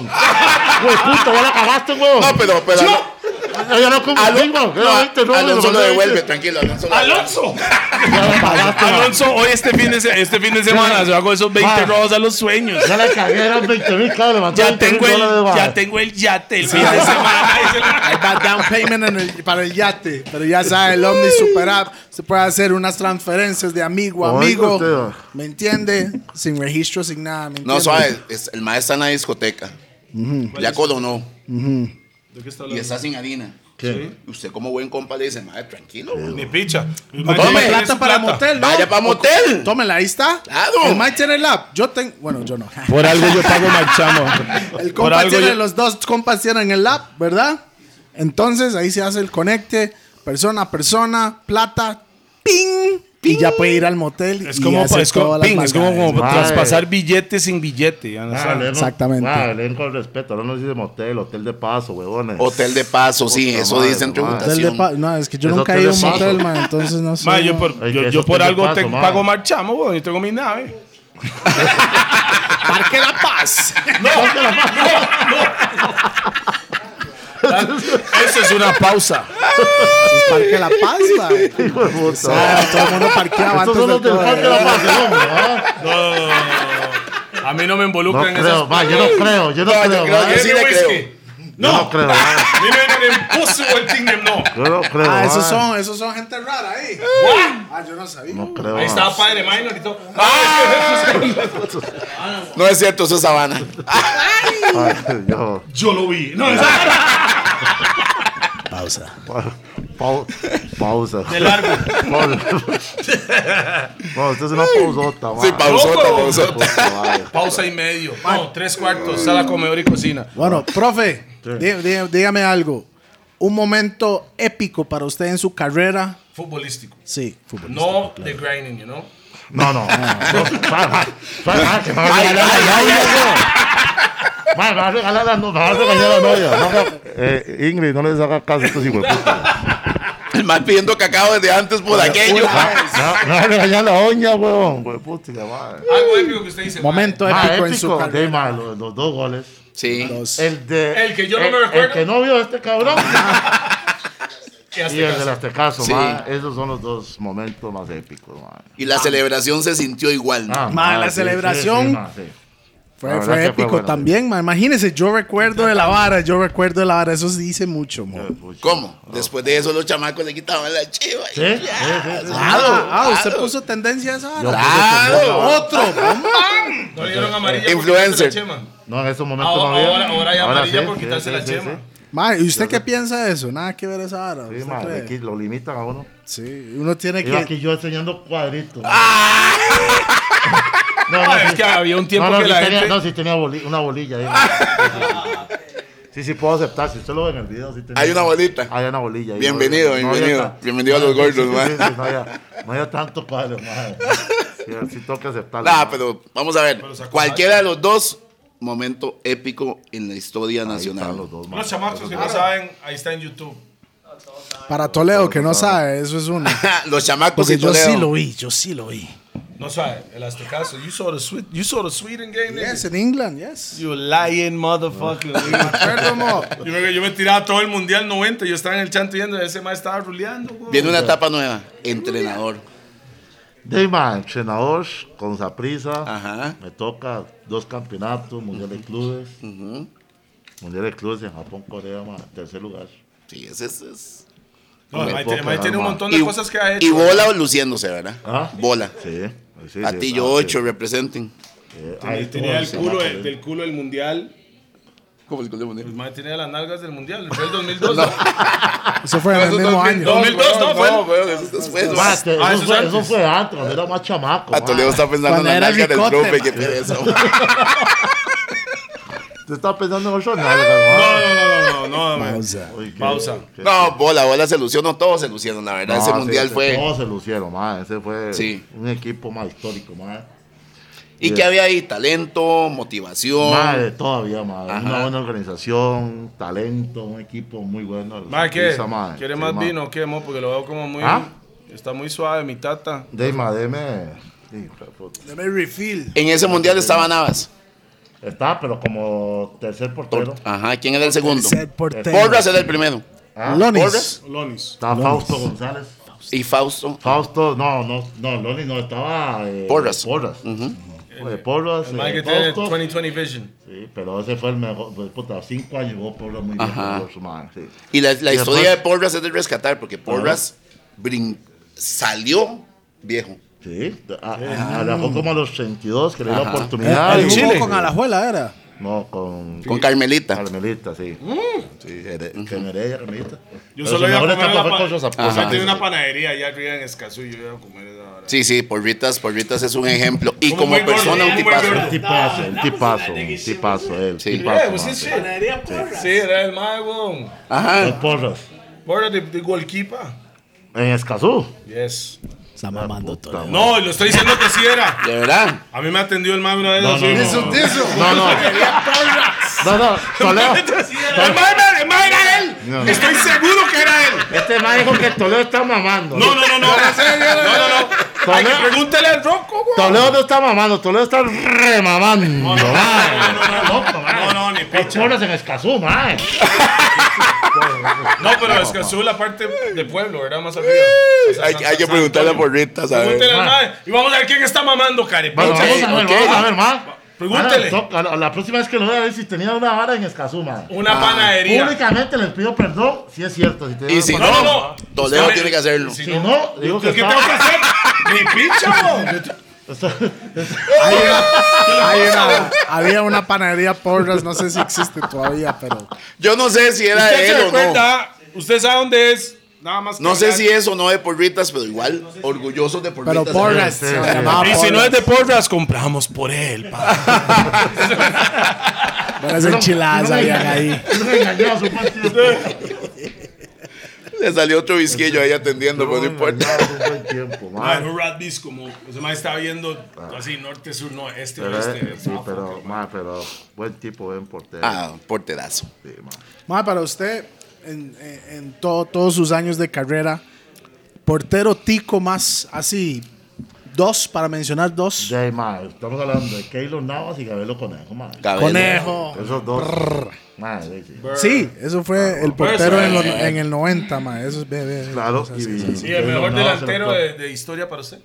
Speaker 1: Güey, puta, ya la cagaste, weón.
Speaker 3: [LAUGHS] No, pero, pero.
Speaker 2: Yo,
Speaker 1: pero. Ya no este, como
Speaker 3: Alon-
Speaker 1: tengo,
Speaker 3: no,
Speaker 1: era 20 dólares.
Speaker 3: Alonso
Speaker 1: levanté
Speaker 3: lo
Speaker 1: 20.
Speaker 3: devuelve, tranquilo. Alonso lo devuelve.
Speaker 2: Alonso.
Speaker 1: Ya la cagaste, ma.
Speaker 2: Alonso, hoy este fin de, se- este fin de semana yo hago esos 20
Speaker 1: Ma.
Speaker 2: rojos a los sueños.
Speaker 1: Ya la cagué, eran 20 mil, claro, levanté
Speaker 2: Ya
Speaker 1: 20 mil
Speaker 2: tengo el,
Speaker 1: dólares, ma.
Speaker 2: ya tengo el yate el fin de semana.
Speaker 4: Ahí va down payment en el- para el yate. Pero ya sabe, el Omni Super App se puede hacer unas transferencias de amigo a
Speaker 1: Oiga
Speaker 4: amigo.
Speaker 1: usted, va.
Speaker 4: ¿Me entiende? Sin registro, sin nada. ¿me
Speaker 3: No,
Speaker 4: entiende?
Speaker 3: suave. es- el maestro está en la discoteca. Ya coronó. Y está sin harina.
Speaker 1: ¿Qué?
Speaker 3: Y Usted, como buen compa, le dice, madre, tranquilo. güey.
Speaker 2: Ni picha.
Speaker 4: O tome
Speaker 2: Tiene
Speaker 4: plata
Speaker 2: su
Speaker 4: para motel, ¿no?
Speaker 3: Vaya para motel.
Speaker 4: Tómela, ahí está.
Speaker 3: Claro.
Speaker 4: El Mike tiene el app. Yo tengo. Bueno, yo no.
Speaker 5: Por algo yo pago marchamo.
Speaker 4: [LAUGHS] El compa
Speaker 2: algo
Speaker 4: tiene,
Speaker 2: yo-
Speaker 4: los dos compas tienen el app, ¿verdad? Entonces ahí se hace el conecte, persona a persona, plata, ping. y ya puede ir al motel.
Speaker 2: Es
Speaker 4: y
Speaker 2: como,
Speaker 4: hacer
Speaker 2: es como,
Speaker 4: todas las
Speaker 2: ping, es como,
Speaker 4: maldades,
Speaker 2: como
Speaker 1: Mae.
Speaker 2: traspasar billete sin billete. ya no
Speaker 1: Ah,
Speaker 2: sabe.
Speaker 1: leen-
Speaker 4: exactamente.
Speaker 1: Ah, leen con respeto. Ahora nos dice motel, hotel de paso, huevones.
Speaker 3: Hotel de paso, sí,
Speaker 1: Puta
Speaker 3: eso
Speaker 1: madre,
Speaker 3: dicen
Speaker 1: madre.
Speaker 4: Hotel de
Speaker 3: tributación.
Speaker 4: pa- no, es que yo
Speaker 1: Es
Speaker 4: nunca he
Speaker 1: hotel
Speaker 4: ido a
Speaker 1: de
Speaker 4: un
Speaker 1: paso.
Speaker 4: motel, man, entonces no sé.
Speaker 2: Mae, yo
Speaker 4: man.
Speaker 2: por,
Speaker 1: Ay,
Speaker 2: yo,
Speaker 1: que
Speaker 2: yo
Speaker 1: eso
Speaker 2: por
Speaker 1: te
Speaker 2: algo
Speaker 1: paso,
Speaker 2: te
Speaker 1: mae.
Speaker 2: pago marchamo, weón. Yo tengo mi nave.
Speaker 3: Parque La Paz.
Speaker 2: Eso es una pausa.
Speaker 4: Es Parque La Paz,
Speaker 1: [LAUGHS]
Speaker 4: man.
Speaker 1: Hijo de puta.
Speaker 4: Ah, todo el mundo parqueaba
Speaker 1: Estos son
Speaker 4: antes
Speaker 1: los del parque de la paz, hombre, ¿ah?
Speaker 2: A mí no me
Speaker 1: No
Speaker 2: involucran en
Speaker 1: creo,
Speaker 2: esas-
Speaker 1: ma, yo no creo, yo no creo,
Speaker 3: creo
Speaker 1: ma.
Speaker 3: que sí. le
Speaker 2: Whisky.
Speaker 3: creo.
Speaker 1: Yo no
Speaker 2: [LAUGHS]
Speaker 1: creo, ma.
Speaker 2: A mí me impossible thing, no.
Speaker 1: Yo no creo,
Speaker 4: Ah,
Speaker 1: ma.
Speaker 4: esos son, esos son gente rara ahí. Ah, yo no sabía.
Speaker 1: No creo,
Speaker 2: Ahí
Speaker 1: ma.
Speaker 2: estaba Padre Minor y todo. Ah,
Speaker 3: No es cierto, eso es Sabana.
Speaker 1: Ay, yo-
Speaker 2: Yo lo vi. No, es
Speaker 1: pa- pau- Pausa.
Speaker 2: de largo.
Speaker 1: No, esto es una pausota, ma.
Speaker 3: Sí, pausota,
Speaker 2: Loco.
Speaker 3: pausota.
Speaker 1: Puta, ma.
Speaker 2: Pausa y medio. No, tres cuartos, sala, comedor y cocina.
Speaker 4: Bueno, profe, dí- dí- dígame algo. Un momento épico para usted en su carrera.
Speaker 2: Futbolístico.
Speaker 4: Sí, futbolista.
Speaker 2: No de grinding, you know.
Speaker 1: No, no. no, ma, ma, ma, ma, que me va a regalar la novia, yo. Ma, me va a regalar la no- me va a regalar la novia. No haga- eh, Ingrid, no les haga caso a estos hijos de puta.
Speaker 3: El mal pidiendo cacao desde antes por aquello.
Speaker 1: Ma, Me va a regalar la oña, huevón. Hueputa, madre.
Speaker 2: Algo épico que usted dice.
Speaker 4: Momento épico,
Speaker 1: Ma,
Speaker 4: en su
Speaker 1: épico.
Speaker 4: carrera.
Speaker 1: eh. De, ma, los, los dos goles.
Speaker 3: Sí.
Speaker 4: Los-
Speaker 1: El de. Eh,
Speaker 2: El que yo no me recuerdo. Ah,
Speaker 1: El que no vio a este cabrón.
Speaker 2: Que hasta
Speaker 1: y el
Speaker 2: casa.
Speaker 1: del Aztecaso,
Speaker 3: Sí.
Speaker 1: ma. Esos son los dos momentos más épicos, ma.
Speaker 3: Y la celebración se sintió igual. ¿no?
Speaker 1: Ah,
Speaker 4: Ma, la
Speaker 1: sí, sí,
Speaker 4: celebración.
Speaker 1: sí, ma, sí. La
Speaker 4: Fue,
Speaker 1: verdad
Speaker 4: fue
Speaker 1: que fue
Speaker 4: épico
Speaker 1: bueno,
Speaker 4: también, man. Imagínese, yo recuerdo de la vara, yo recuerdo de la vara. Eso se dice mucho, man.
Speaker 3: Eh,
Speaker 1: Pucha.
Speaker 3: ¿Cómo? Después de eso los chamacos le quitaban la chiva.
Speaker 1: Sí, sí, sí, sí.
Speaker 4: Ah, ah, usted puso tendencia a esa vara.
Speaker 1: Yo-
Speaker 3: Claro.
Speaker 4: Otro,
Speaker 1: [LAUGHS]
Speaker 2: No le dieron amarilla.
Speaker 3: Influencer.
Speaker 2: Por quitarse la chema.
Speaker 1: No, en esos momentos
Speaker 2: Ahora-
Speaker 1: no había.
Speaker 2: ahora- ahora hay amarilla por quitarse la
Speaker 1: sí,
Speaker 2: chema.
Speaker 4: man. ¿Y usted qué piensa de eso? Nada que ver esa vara.
Speaker 1: Sí,
Speaker 4: ¿usted
Speaker 1: ma,
Speaker 4: cree?
Speaker 1: aquí lo limitan a uno.
Speaker 4: Sí, uno tiene
Speaker 1: Yo
Speaker 4: que.
Speaker 1: aquí yo enseñando cuadritos. ma.
Speaker 3: ¡Ah!
Speaker 1: No,
Speaker 2: Ah,
Speaker 1: no,
Speaker 2: es
Speaker 1: sí.
Speaker 2: que había un tiempo
Speaker 1: No, no,
Speaker 2: que
Speaker 1: sí
Speaker 2: la
Speaker 1: tenía,
Speaker 2: gente. Ah.
Speaker 1: no, sí tenía boli- una bolilla ahí. ma. Sí, sí puedo aceptar. Si usted lo ve en el video, sí tenía.
Speaker 3: Hay una bolita.
Speaker 1: Hay una bolilla ahí.
Speaker 3: Bienvenido,
Speaker 1: había
Speaker 3: bienvenido.
Speaker 1: tan-
Speaker 3: Bienvenido a los
Speaker 1: sí, sí,
Speaker 3: gordos,
Speaker 1: sí,
Speaker 3: ma.
Speaker 1: sí, No había, no había tanto cuadro, madre. Sí, sí tengo que aceptarlo.
Speaker 3: Nah,
Speaker 1: ma.
Speaker 3: pero vamos a ver. Cualquiera de los dos, momento épico en la historia
Speaker 1: Ahí están
Speaker 3: nacional.
Speaker 1: los dos, ma.
Speaker 2: Los chamacos que no saben, ahí está en YouTube.
Speaker 4: Para Toledo, que no sabe, eso
Speaker 1: [LAUGHS]
Speaker 4: es uno.
Speaker 3: [LAUGHS] los chamacos
Speaker 4: Porque
Speaker 3: y
Speaker 4: yo
Speaker 3: Toledo.
Speaker 4: sí lo vi, yo sí lo vi.
Speaker 2: No sabe, el Aztecaso. You saw the, Swe- you saw the Sweden game, nigga?
Speaker 4: Yes, en England, yes.
Speaker 2: You lying [LAUGHS] motherfucker. nigga. yo, me, yo me tiraba todo el mundial 90. Yo estaba en el chanto yendo. Ese más estaba ruleando, güey.
Speaker 3: Viene una etapa nueva. Entrenador.
Speaker 1: De ma, entrenador con Zaprisa.
Speaker 3: Ajá.
Speaker 1: Me toca dos campeonatos, Mundial de Clubes. Mundial de Clubes en Japón, Corea, ma, tercer lugar.
Speaker 3: Sí, ese es. es-
Speaker 2: No, el Mae
Speaker 1: poco,
Speaker 2: tiene- Mae tiene un
Speaker 1: calma.
Speaker 2: montón de cosas que ha hecho.
Speaker 3: y bola luciéndose, ¿verdad?
Speaker 1: ¿Ah?
Speaker 3: Bola.
Speaker 1: Sí. sí, sí,
Speaker 3: Atillo
Speaker 1: ah,
Speaker 3: 8
Speaker 1: sí.
Speaker 3: representen.
Speaker 1: Eh, ahí
Speaker 2: Ahí tenía el
Speaker 1: todo,
Speaker 2: culo
Speaker 1: sí,
Speaker 2: del, del culo del mundial.
Speaker 3: Como el gol de
Speaker 2: El
Speaker 3: Mundial.
Speaker 2: Mae tenía las nalgas del mundial. Fue el 2002.
Speaker 4: Eso fue en el
Speaker 3: Eso es
Speaker 4: mismo año.
Speaker 3: 2002,
Speaker 2: año.
Speaker 3: no,
Speaker 2: 2002, no,
Speaker 3: no, weón, eso es después.
Speaker 1: Ma, que eso,
Speaker 2: Ah, eso es
Speaker 1: fue,
Speaker 2: antes.
Speaker 1: eso fue antes, cuando era más chamaco.
Speaker 3: A Ah, Toledo
Speaker 1: ma.
Speaker 3: está pensando en
Speaker 4: Cuando
Speaker 3: la
Speaker 4: era
Speaker 3: nalga del
Speaker 4: bigote,
Speaker 3: profe,
Speaker 4: ma.
Speaker 3: qué pereza. [LAUGHS]
Speaker 1: Tú estabas pensando en ocho nalgas,
Speaker 2: No, no, no, no, no, no.
Speaker 4: Pausa.
Speaker 1: ma. Uy, qué-
Speaker 2: Pausa.
Speaker 1: qué-
Speaker 3: No, bola, bola se lucieron, todos se lucieron, la verdad.
Speaker 1: No,
Speaker 3: Ese
Speaker 1: sí,
Speaker 3: mundial
Speaker 1: ese-
Speaker 3: fue.
Speaker 1: Todos se lucieron, ma. Ese fue
Speaker 3: Sí.
Speaker 1: un equipo más histórico, ma.
Speaker 3: ¿Y qué había ahí? Talento, motivación.
Speaker 1: Madre, todavía, madre.
Speaker 3: Ajá.
Speaker 1: Una buena organización, talento, un equipo muy bueno.
Speaker 2: Mae, ¿qué?
Speaker 1: Esa, madre.
Speaker 2: ¿Quiere
Speaker 1: Sí,
Speaker 2: más
Speaker 1: madre.
Speaker 2: vino o qué, Mo? Porque lo veo como muy.
Speaker 1: ¿Ah?
Speaker 2: Está muy suave, mi tata.
Speaker 1: De mademe. sí, fue puta.
Speaker 4: Dame refill.
Speaker 3: En ese mundial estaba Navas.
Speaker 1: Está, pero como tercer portero.
Speaker 3: Ajá, ¿quién era el segundo?
Speaker 4: Ser portero.
Speaker 3: Borras era el primero.
Speaker 1: Ah,
Speaker 4: Lonis.
Speaker 3: Borras.
Speaker 2: Lonis.
Speaker 1: Está Fausto González.
Speaker 3: Y Fausto.
Speaker 1: Fausto, no, no, no, Loni no, estaba. eh,
Speaker 3: Porras. Mm.
Speaker 1: Porras. Eh, Porras.
Speaker 2: El Mae
Speaker 1: eh,
Speaker 2: que tiene
Speaker 1: Fausto.
Speaker 2: 2020 Vision.
Speaker 1: Sí, pero ese fue el mejor. Pues, puta, cinco años jugó Porras muy bien.
Speaker 3: Ajá.
Speaker 1: Porras, madre, sí.
Speaker 3: Y la, la
Speaker 1: Y
Speaker 3: historia de
Speaker 1: después-
Speaker 3: Porras es de rescatar, porque Porras brin- salió viejo.
Speaker 1: Sí, a, a- arrancó como a los 32 que le dio la oportunidad.
Speaker 4: El
Speaker 1: y-
Speaker 4: jugó con Alajuela era.
Speaker 1: No, con.
Speaker 3: Con Carmelita.
Speaker 1: Carmelita, sí.
Speaker 3: Sí, era-
Speaker 1: Que me dé Carmelita.
Speaker 2: Yo
Speaker 1: Pero
Speaker 2: solo
Speaker 1: su
Speaker 2: iba a
Speaker 1: mejor
Speaker 2: comer a
Speaker 1: etapa
Speaker 2: la
Speaker 1: fue
Speaker 2: pa-
Speaker 1: con los
Speaker 2: Yo
Speaker 1: Zaprisa.
Speaker 2: tenía una panadería allá arriba en Escazú y yo iba a comer esa hora.
Speaker 3: Sí, sí, Porritas, Porritas es un ejemplo. Y
Speaker 2: Como
Speaker 3: como
Speaker 2: muy gordo,
Speaker 3: persona, un
Speaker 2: muy
Speaker 3: tipazo.
Speaker 2: gordo.
Speaker 1: Un tipazo, un tipazo, un tipazo, él.
Speaker 3: Sí.
Speaker 2: Eh,
Speaker 1: Tipazo,
Speaker 2: pues sí,
Speaker 1: madre.
Speaker 2: sí. Sí, era el Mae, weón.
Speaker 1: Los
Speaker 3: Ajá.
Speaker 1: porros.
Speaker 2: Borra de, de goalkeeper.
Speaker 1: En Escazú.
Speaker 2: Yes.
Speaker 4: Está mamando todo.
Speaker 2: No, lo estoy diciendo que sí era.
Speaker 3: De verdad.
Speaker 2: A mí me atendió el mami una vez.
Speaker 1: No, no,
Speaker 2: así,
Speaker 1: no. No,
Speaker 2: como-
Speaker 1: no. No, no, Toledo.
Speaker 2: [LAUGHS] El mae era- el mae era él.
Speaker 1: No.
Speaker 2: Estoy seguro que era él.
Speaker 1: Este man dijo que Toledo está mamando.
Speaker 2: No, no, no, no. No, no, no. Hay que
Speaker 1: Toledo-
Speaker 2: pregúntale al Rocco, güey.
Speaker 1: Toledo no está mamando, Toledo está remamando.
Speaker 2: No, no, no, no. No, no, ni picha.
Speaker 1: Cholos en Escazú, mae.
Speaker 2: No, pero es que azul la parte de pueblo, ¿verdad? Más arriba. O sea,
Speaker 3: Hay,
Speaker 2: San-
Speaker 3: hay que
Speaker 2: San-
Speaker 3: preguntarle a Porrita, ¿sabes?
Speaker 2: Pregúntele al mae. Y vamos a ver quién está mamando,
Speaker 1: Bueno,
Speaker 2: carepicha.
Speaker 1: Ah. vamos a ver,
Speaker 3: ok.
Speaker 1: vamos a ver, mae.
Speaker 2: Pregúntele.
Speaker 1: Ahora, to- a la- a La próxima vez que lo vea, a ver si tenía una vara en Escazú, mae.
Speaker 2: Una panadería.
Speaker 1: Públicamente les pido perdón, si es cierto. Si
Speaker 3: Y si
Speaker 2: No, no, no.
Speaker 3: Toledo tiene que hacerlo.
Speaker 2: Sí.
Speaker 1: Si no, digo que
Speaker 2: ¿Qué
Speaker 1: está...
Speaker 2: tengo que hacer? Ni picha, güey.
Speaker 4: Hay una- hay una- había una panadería Porras, no sé si existe todavía, pero.
Speaker 3: Yo no sé si era de
Speaker 2: Usted se
Speaker 3: él o no.
Speaker 2: recuerda, usted sabe dónde es. Nada más.
Speaker 3: No
Speaker 2: que
Speaker 3: sé
Speaker 2: hablar.
Speaker 3: si es o no de Porritas, pero igual orgullosos de Porritas.
Speaker 4: Pero Porras.
Speaker 1: sí, sí.
Speaker 4: se llamaba
Speaker 2: Y si no es
Speaker 4: Porras.
Speaker 2: de Porras, compramos por él, pa. [LAUGHS]
Speaker 4: Buenas enchiladas
Speaker 1: No me
Speaker 4: habían
Speaker 1: engañe.
Speaker 4: ahí.
Speaker 1: No me engañó a su partido.
Speaker 3: Le salió otro visquillo ahí atendiendo, pero no importa.
Speaker 1: tiempo,
Speaker 2: Ah,
Speaker 1: mae.
Speaker 2: un Radbis como ese mae está viendo así norte sur no este
Speaker 1: Pero,
Speaker 2: oeste.
Speaker 1: eh, sí,
Speaker 2: south.
Speaker 1: pero, mae, pero buen tipo, buen portero.
Speaker 3: Ah, porterazo.
Speaker 1: Sí, mae.
Speaker 4: Ma, para usted, en, en- en todo- todos sus años de carrera, portero tico más así, dos, para mencionar dos.
Speaker 1: De ahí, mae, estamos hablando de Keylor Navas y Gabriel Conejo, mae.
Speaker 3: Cabello.
Speaker 4: Conejo.
Speaker 1: Esos dos. Mae, de- de-
Speaker 4: Sí, eso fue el portero en, lo-
Speaker 3: eh.
Speaker 4: en el 90, ma. Eso es bebé.
Speaker 1: Claro. Y,
Speaker 2: Sí, el
Speaker 1: Keylor
Speaker 2: mejor
Speaker 1: Navas,
Speaker 2: delantero
Speaker 1: el
Speaker 2: de, de historia para usted.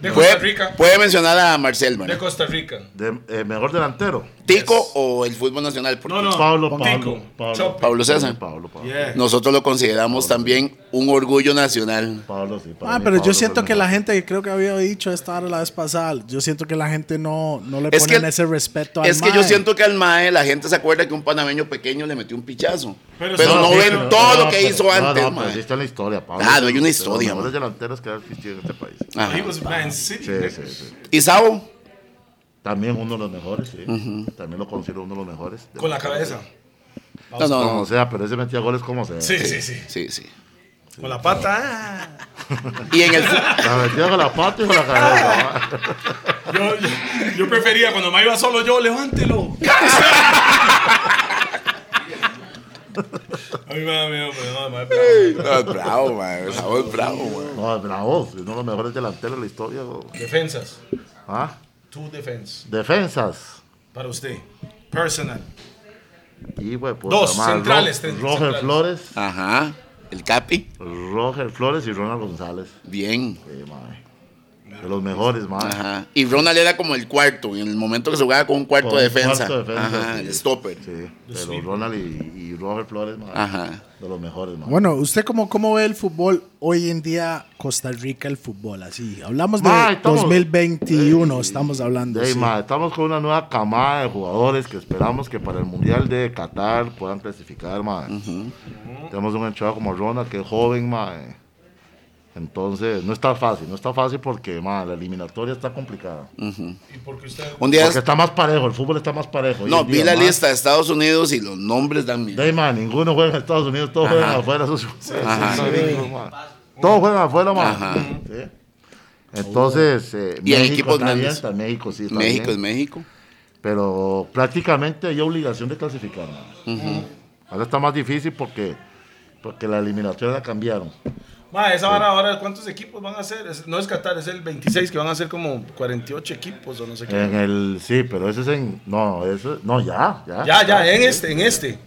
Speaker 2: De Costa
Speaker 3: Puede,
Speaker 2: Rica.
Speaker 3: puede mencionar a Marcel, man.
Speaker 2: De Costa Rica.
Speaker 1: top- de- eh, mejor delantero.
Speaker 3: ¿Tico o el fútbol nacional? Porque
Speaker 2: No, no.
Speaker 1: Pablo,
Speaker 2: Tico,
Speaker 1: Pablo, Pablo.
Speaker 2: Chope.
Speaker 3: Pablo César.
Speaker 1: Pablo, Pablo.
Speaker 2: Yeah.
Speaker 3: Nosotros lo consideramos también un orgullo nacional.
Speaker 1: Pablo, sí. para
Speaker 4: Ah,
Speaker 1: mí
Speaker 4: pero
Speaker 1: Pablo
Speaker 4: yo siento
Speaker 1: fue
Speaker 4: que
Speaker 1: el
Speaker 4: la
Speaker 1: mejor.
Speaker 4: gente, creo que había dicho esta hora la vez pasada, yo siento que la gente no, no le
Speaker 3: Es
Speaker 4: ponen
Speaker 3: que-
Speaker 4: ese respeto al
Speaker 3: Es que yo
Speaker 4: mae.
Speaker 3: siento que al MAE la gente se acuerda que un panameño pequeño le metió un pichazo. Pero, no
Speaker 1: sí,
Speaker 3: ven
Speaker 1: pero-
Speaker 3: todo
Speaker 1: no,
Speaker 3: lo que
Speaker 1: pero-
Speaker 3: hizo
Speaker 1: no,
Speaker 3: antes,
Speaker 1: No, pero
Speaker 3: mae.
Speaker 1: sí está en la historia, Pablo.
Speaker 3: Ah, no, hay una
Speaker 1: De los
Speaker 3: historia,
Speaker 1: mejores
Speaker 3: mae.
Speaker 1: delanteros que ha existido en este país.
Speaker 3: Ajá.
Speaker 2: He was Man City.
Speaker 1: Sí, sí, sí.
Speaker 3: ¿Y Sabo?
Speaker 1: También uno de los mejores, sí. También lo considero uno de los mejores.
Speaker 2: Con la cabeza.
Speaker 3: No, no,
Speaker 1: Como
Speaker 3: no.
Speaker 1: sea, pero ese metía goles como sea.
Speaker 2: Sí, sí, sí.
Speaker 3: Sí, sí.
Speaker 2: Con la pata. ah.
Speaker 3: Y en el, fu- [LAUGHS]
Speaker 1: La metía con la pata y con la cabeza.
Speaker 2: [LAUGHS]
Speaker 1: mae.
Speaker 2: Yo, yo, yo prefería cuando me iba solo yo, levántelo. [LAUGHS] A mí me da miedo, pero no, mae, pero-
Speaker 3: No, es bravo, man. Sabo es bravo, man.
Speaker 1: No, es bravo. Es uno de los mejores delanteros de la historia. güey.
Speaker 2: Defensas.
Speaker 1: Ah,
Speaker 2: Two defense.
Speaker 1: defensas.
Speaker 2: Para usted. Personal.
Speaker 1: Y, güey, puta,
Speaker 2: Dos
Speaker 1: mae, Ro-
Speaker 2: centrales, tres
Speaker 1: Roger
Speaker 2: centrales.
Speaker 1: Flores.
Speaker 3: Ajá. El Capi.
Speaker 1: Roger Flores y Ronald González.
Speaker 3: Bien.
Speaker 1: Sí, mae. De los mejores,
Speaker 2: Ah,
Speaker 1: mae.
Speaker 3: Ajá. Y Ronald era como el cuarto. En el momento que se jugaba con un cuarto
Speaker 1: Con
Speaker 3: de
Speaker 1: un
Speaker 3: defensa.
Speaker 1: cuarto de defensa,
Speaker 3: Ajá.
Speaker 1: sí.
Speaker 3: El stopper.
Speaker 1: Sí, pero Ronald y, y Roger Flores, mae.
Speaker 3: Ajá.
Speaker 1: De los mejores, mae.
Speaker 4: Bueno, ¿usted cómo, cómo ve el fútbol hoy en día, Costa Rica, el fútbol? Así, hablamos de
Speaker 1: Ma, estamos-
Speaker 4: 2021, estamos hablando.
Speaker 1: Ey,
Speaker 4: sí.
Speaker 1: ma, estamos con una nueva camada de jugadores que esperamos que para el Mundial de Qatar puedan clasificar, ma. Tenemos un enchado como Ronald, que es joven, ma. eh. Entonces, no está fácil, no está fácil porque, ma, la eliminatoria está complicada.
Speaker 2: Y porque usted.
Speaker 3: Un día.
Speaker 1: Porque está más parejo, el fútbol está más parejo. hoy
Speaker 3: No,
Speaker 1: en
Speaker 3: vi
Speaker 1: día,
Speaker 3: la
Speaker 1: ma.
Speaker 3: lista de Estados Unidos y los nombres dan miedo.
Speaker 1: Ey, ma, ninguno juega en Estados Unidos, todos juegan afuera. eso es- eso es ridículo, ma. Todos juegan afuera, ma.
Speaker 3: Ajá.
Speaker 1: Sí. Entonces, eh,
Speaker 3: Y hay
Speaker 1: México
Speaker 3: equipos
Speaker 1: está bien,
Speaker 3: grandes.
Speaker 1: está- México sí está
Speaker 3: México
Speaker 1: bien.
Speaker 3: es México.
Speaker 1: pero prácticamente hay obligación de clasificar. ¿no? Ahora está más difícil porque, porque la eliminatoria la cambiaron.
Speaker 2: Ma, esa vara ahora, ¿cuántos equipos van a hacer? Es- no es Qatar, es el 26, que van a hacer como 48 equipos o no sé qué.
Speaker 1: En el sí, pero ese es en no, eso no ya, ya.
Speaker 2: ya, ya, en este, en este.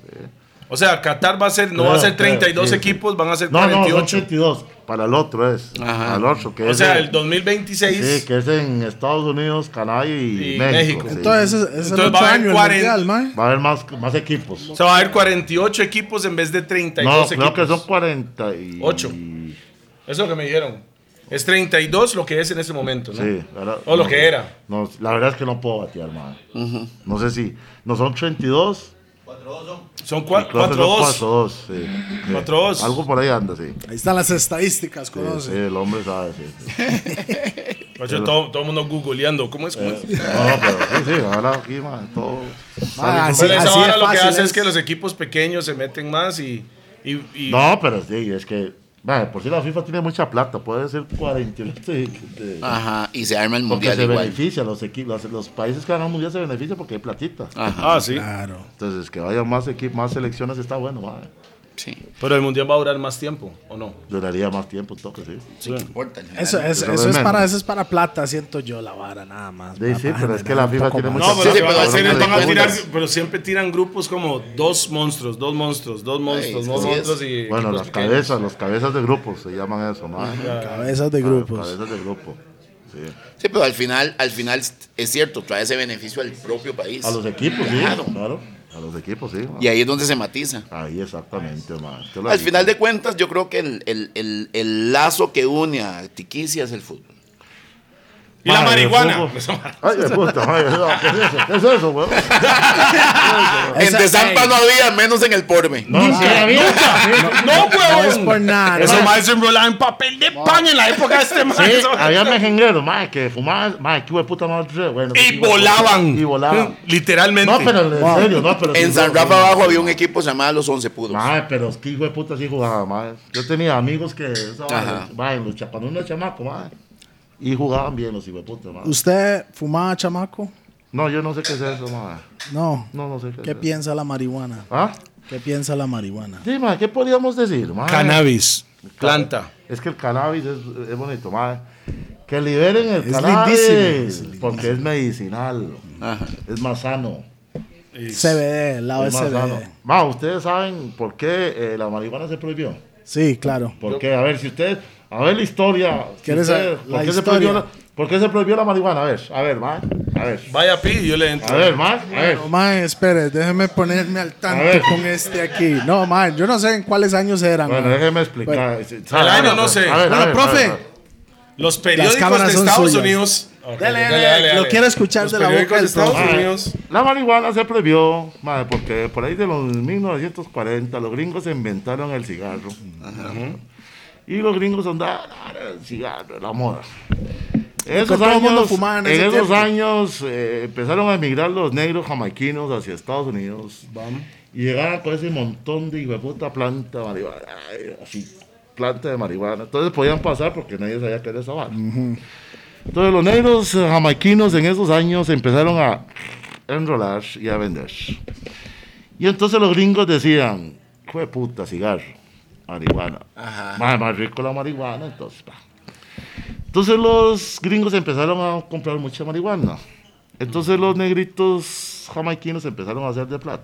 Speaker 2: O sea, Qatar va a ser, no va a ser
Speaker 1: Creo, creo, sí,
Speaker 2: 32
Speaker 1: sí.
Speaker 2: equipos, van a ser
Speaker 1: No, no, son
Speaker 2: 48.
Speaker 1: 32 para el otro es,
Speaker 3: Ajá.
Speaker 1: para el otro que
Speaker 2: o
Speaker 1: es
Speaker 2: sea,
Speaker 1: en-
Speaker 2: el 2026.
Speaker 1: sí, que es en Estados Unidos, Canadá y,
Speaker 2: Y
Speaker 1: México.
Speaker 2: México.
Speaker 1: sí.
Speaker 4: Entonces, ese- ese es el
Speaker 2: Entonces va
Speaker 4: otro
Speaker 2: a haber
Speaker 4: año, el
Speaker 2: 40.
Speaker 4: mundial, ma.
Speaker 1: va a haber más más equipos.
Speaker 2: O sea, va a haber 48 equipos en vez de
Speaker 1: No,
Speaker 2: 32
Speaker 1: creo
Speaker 2: equipos.
Speaker 1: que son 40 y
Speaker 2: Ocho. Eso es lo que me dijeron. Es 32 lo que es en ese momento, ¿no?
Speaker 1: Sí, ahora-
Speaker 2: Ah. O lo
Speaker 1: no,
Speaker 2: que era.
Speaker 1: no, la verdad es que no puedo batear, man. No sé si. No son 32.
Speaker 2: Son
Speaker 1: y creo que son
Speaker 2: 4-2.
Speaker 1: 4-2, sí. Sí.
Speaker 2: 4-2.
Speaker 1: Algo por ahí anda, sí.
Speaker 4: Ahí están las estadísticas,
Speaker 1: Sí,
Speaker 2: Ah,
Speaker 1: sí,
Speaker 4: conoce.
Speaker 1: el hombre sabe, sí.
Speaker 2: [LAUGHS]
Speaker 1: sí.
Speaker 2: Ocho, Todo todo el mundo googleando. ¿Cómo es? ¿Cómo
Speaker 1: No,
Speaker 2: es?
Speaker 1: pero sí, sí, ahora aquí, man, todo.
Speaker 4: Ma, así-
Speaker 2: Pero esa
Speaker 4: así
Speaker 2: vara
Speaker 4: de
Speaker 2: lo que
Speaker 4: fácil
Speaker 2: hace es que los equipos pequeños se meten más y. y- y-
Speaker 1: No, pero sí, es que Mae, por si la FIFA tiene mucha plata, puede ser 48 de-
Speaker 2: Ah,
Speaker 1: de-
Speaker 3: Ajá, y se arma el
Speaker 1: porque
Speaker 3: mundial
Speaker 1: se
Speaker 3: igual.
Speaker 1: beneficia, los, equi- los, los países que ganan un mundial se benefician porque hay platita.
Speaker 3: Ajá,
Speaker 2: Ah, sí.
Speaker 4: Claro.
Speaker 1: Entonces, que vayan más equipos, más selecciones está bueno, mae.
Speaker 3: sí.
Speaker 2: Pero el mundial va a durar más tiempo, ¿o no?
Speaker 1: Duraría más tiempo, un toque, sí.
Speaker 3: Sí, no importa. al final.
Speaker 4: Eso, es,
Speaker 1: pero
Speaker 4: eso,
Speaker 1: de
Speaker 4: es
Speaker 1: menos.
Speaker 4: para, eso es para plata, siento yo, la vara, nada más.
Speaker 1: Sí, sí, pero es que la FIFA tiene
Speaker 4: mucho
Speaker 1: mucha-
Speaker 2: No, pero,
Speaker 3: Sí,
Speaker 2: se van
Speaker 3: pero
Speaker 2: a
Speaker 3: al
Speaker 2: hacer-
Speaker 3: final
Speaker 2: van a
Speaker 3: de
Speaker 2: tirar-
Speaker 3: cuentas-
Speaker 2: pero siempre tiran grupos como dos monstruos, dos monstruos, dos monstruos,
Speaker 3: Ay,
Speaker 2: dos
Speaker 3: así
Speaker 2: monstruos
Speaker 3: es.
Speaker 2: y.
Speaker 1: Bueno,
Speaker 2: equipos
Speaker 1: las
Speaker 2: pequeños.
Speaker 1: cabezas, los cabezas de grupo se llaman eso, mae.
Speaker 4: Cabezas de
Speaker 1: Ah,
Speaker 4: grupos.
Speaker 1: Cabezas de grupo. Sí.
Speaker 3: Sí, pero al final, al final es cierto, trae ese beneficio al propio país.
Speaker 1: A los equipos, sí.
Speaker 3: Claro.
Speaker 1: Claro. A los equipos, sí. mae.
Speaker 3: Y ahí es donde se matiza.
Speaker 1: Ahí exactamente, mae. Usted lo ha
Speaker 3: Al
Speaker 1: dicho.
Speaker 3: final de cuentas, yo creo que el, el- el- el lazo que une a Tiquicia es el fútbol.
Speaker 2: Y la
Speaker 1: Mae, el
Speaker 2: marihuana. [LAUGHS]
Speaker 1: fútbol. Ay, de puta, mae. no, ¿Qué es eso? ¿Qué es eso,
Speaker 3: [LAUGHS]
Speaker 1: weón?
Speaker 3: en
Speaker 4: Esa-
Speaker 3: Tezampa no había, menos en el Porme.
Speaker 1: No, sí,
Speaker 2: ¡No,
Speaker 4: No es por
Speaker 2: huevón!
Speaker 4: nada.
Speaker 2: Eso
Speaker 4: mae.
Speaker 2: más se enrolaba en papel de pan en la época de este man.
Speaker 1: Sí,
Speaker 2: Eso-
Speaker 1: había mejengueros, mae, que fumaban, mae, qué hueputa madre, bueno.
Speaker 2: Y volaban.
Speaker 1: Y volaban.
Speaker 2: Literalmente.
Speaker 1: No, pero en serio, no, pero
Speaker 3: En
Speaker 1: sí,
Speaker 3: San
Speaker 1: no,
Speaker 3: Rafa
Speaker 1: sí.
Speaker 3: abajo había un equipo llamado Los Once Pudos.
Speaker 1: Mae, pero qué hueputa sí jugaba, mae. Yo tenía amigos que, esa
Speaker 3: Ajá.
Speaker 1: vara, mae, en los cha- cuando uno es chamaco, mae. Y jugaban bien los hueputas, mae.
Speaker 4: ¿Usted fumaba, chamaco?
Speaker 1: No, yo no sé qué es eso, mae.
Speaker 4: No.
Speaker 1: No, no sé qué,
Speaker 4: ¿Qué
Speaker 1: es eso.
Speaker 4: piensa la marihuana?
Speaker 1: ¿Ah?
Speaker 4: ¿Qué piensa la marihuana?
Speaker 1: Sí, mae, ¿qué podríamos decir, mae?
Speaker 2: Cannabis. Planta.
Speaker 1: Es que el cannabis es, es bonito, mae. Que liberen el
Speaker 4: Es
Speaker 1: cannabis.
Speaker 4: lindísimo, es lindísimo.
Speaker 1: porque es medicinal.
Speaker 3: Ajá.
Speaker 1: Es más sano.
Speaker 4: CBD, el lado de
Speaker 1: Es más sano.
Speaker 4: CBD.
Speaker 1: Ma, ustedes saben por qué eh, la marihuana se prohibió.
Speaker 4: Sí, claro.
Speaker 1: ¿Por qué? A ver, si ustedes. A ver la historia. si
Speaker 4: ¿Quieres
Speaker 1: ustedes-
Speaker 4: la-
Speaker 1: ¿por,
Speaker 4: la
Speaker 1: qué se
Speaker 4: historia?
Speaker 1: prohibió la, por qué se prohibió la marihuana? A ver, a ver, ma. A ver.
Speaker 2: Vaya pi, yo le
Speaker 4: Ah.
Speaker 2: entro.
Speaker 1: A ver, ma. A ver.
Speaker 4: No, mae, espere, déjeme ponerme al
Speaker 1: A
Speaker 4: tanto
Speaker 1: ver.
Speaker 4: con este aquí. No, mae, yo no sé en cuáles años eran.
Speaker 1: Bueno,
Speaker 4: mae.
Speaker 1: déjeme explicar.
Speaker 2: El
Speaker 1: A ver,
Speaker 2: año
Speaker 1: a
Speaker 2: no
Speaker 1: ver,
Speaker 2: sé.
Speaker 1: a ver, a
Speaker 2: Bueno,
Speaker 1: ver,
Speaker 2: profe.
Speaker 1: a ver, a ver.
Speaker 2: Los periódicos
Speaker 4: cámaras
Speaker 2: de
Speaker 4: son
Speaker 2: Estados
Speaker 4: suyas.
Speaker 2: Unidos.
Speaker 4: Dale, dale, lo quiero escuchar
Speaker 2: Los
Speaker 4: de la boca
Speaker 2: periódicos de
Speaker 4: del
Speaker 2: Estados
Speaker 4: profe.
Speaker 2: Unidos.
Speaker 1: La marihuana se prohibió, madre, porque por ahí de los 1940 los gringos se inventaron el cigarro. Ajá. Y los gringos andaban "Ah, el cigarro, la moda. Esos
Speaker 4: todo el
Speaker 1: años,
Speaker 4: mundo fumaba en
Speaker 1: en
Speaker 4: ese
Speaker 1: esos
Speaker 4: tiempo.
Speaker 1: años eh, empezaron a emigrar los negros jamaiquinos hacia Estados Unidos. Y llegaban con ese montón de hijueputa planta de marihuana, ay, así, planta de marihuana. Entonces podían pasar porque nadie sabía que era esa vara. Entonces los negros eh, jamaiquinos en esos años empezaron a enrolar y a vender. Y entonces los gringos decían, fue puta, cigarro, marihuana. Más, más rico la marihuana, entonces. pa. Entonces los gringos empezaron a comprar mucha marihuana. Entonces los negritos jamaiquinos empezaron a hacer de plata.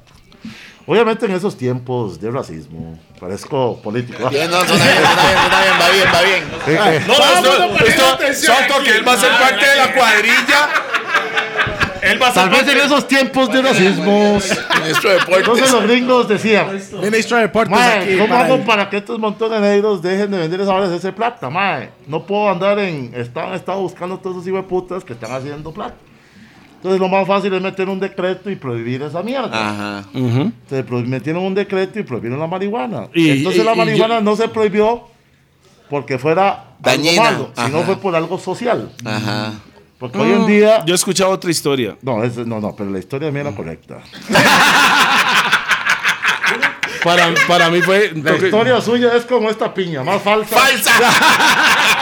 Speaker 1: Obviamente en esos tiempos de racismo, parezco político.
Speaker 3: Bien, no, está bien, está bien, está bien, va bien, va bien.
Speaker 1: Eh, eh.
Speaker 4: Ah.
Speaker 2: No, no, no, no, esto- Soto, que él va a ser parte de la cuadrilla. Él va a
Speaker 1: Tal
Speaker 2: ser
Speaker 1: vez
Speaker 2: parte
Speaker 1: en
Speaker 2: de
Speaker 1: esos tiempos de racismo.
Speaker 3: Ministro de Deportes.
Speaker 1: Entonces los gringos decían,
Speaker 4: Ministro de Deportes
Speaker 1: Mae,
Speaker 4: Pues aquí.
Speaker 1: ¿cómo
Speaker 4: para
Speaker 1: hago
Speaker 4: el-
Speaker 1: para que estos montones de negros dejen de vender esas horas de ese plata, mae? No puedo andar en. Están, estado buscando todos esos hijueputas que están haciendo plata. Entonces, lo más fácil es meter un decreto y prohibir esa mierda.
Speaker 3: Ajá.
Speaker 1: Entonces, pro- metieron un decreto y prohibieron la marihuana.
Speaker 5: Y-
Speaker 1: Entonces,
Speaker 5: y-
Speaker 1: la
Speaker 5: y
Speaker 1: marihuana no se prohibió porque fuera
Speaker 3: Dañina,
Speaker 1: algo malo, sino
Speaker 3: ajá.
Speaker 1: fue por algo social.
Speaker 3: Ajá.
Speaker 1: Porque hoy en día.
Speaker 2: Yo he escuchado otra historia.
Speaker 1: No, es- no, no, pero la historia mía era correcta.
Speaker 5: Para, para mí fue.
Speaker 1: La historia suya es como esta piña, más falsa.
Speaker 3: ¡Falsa!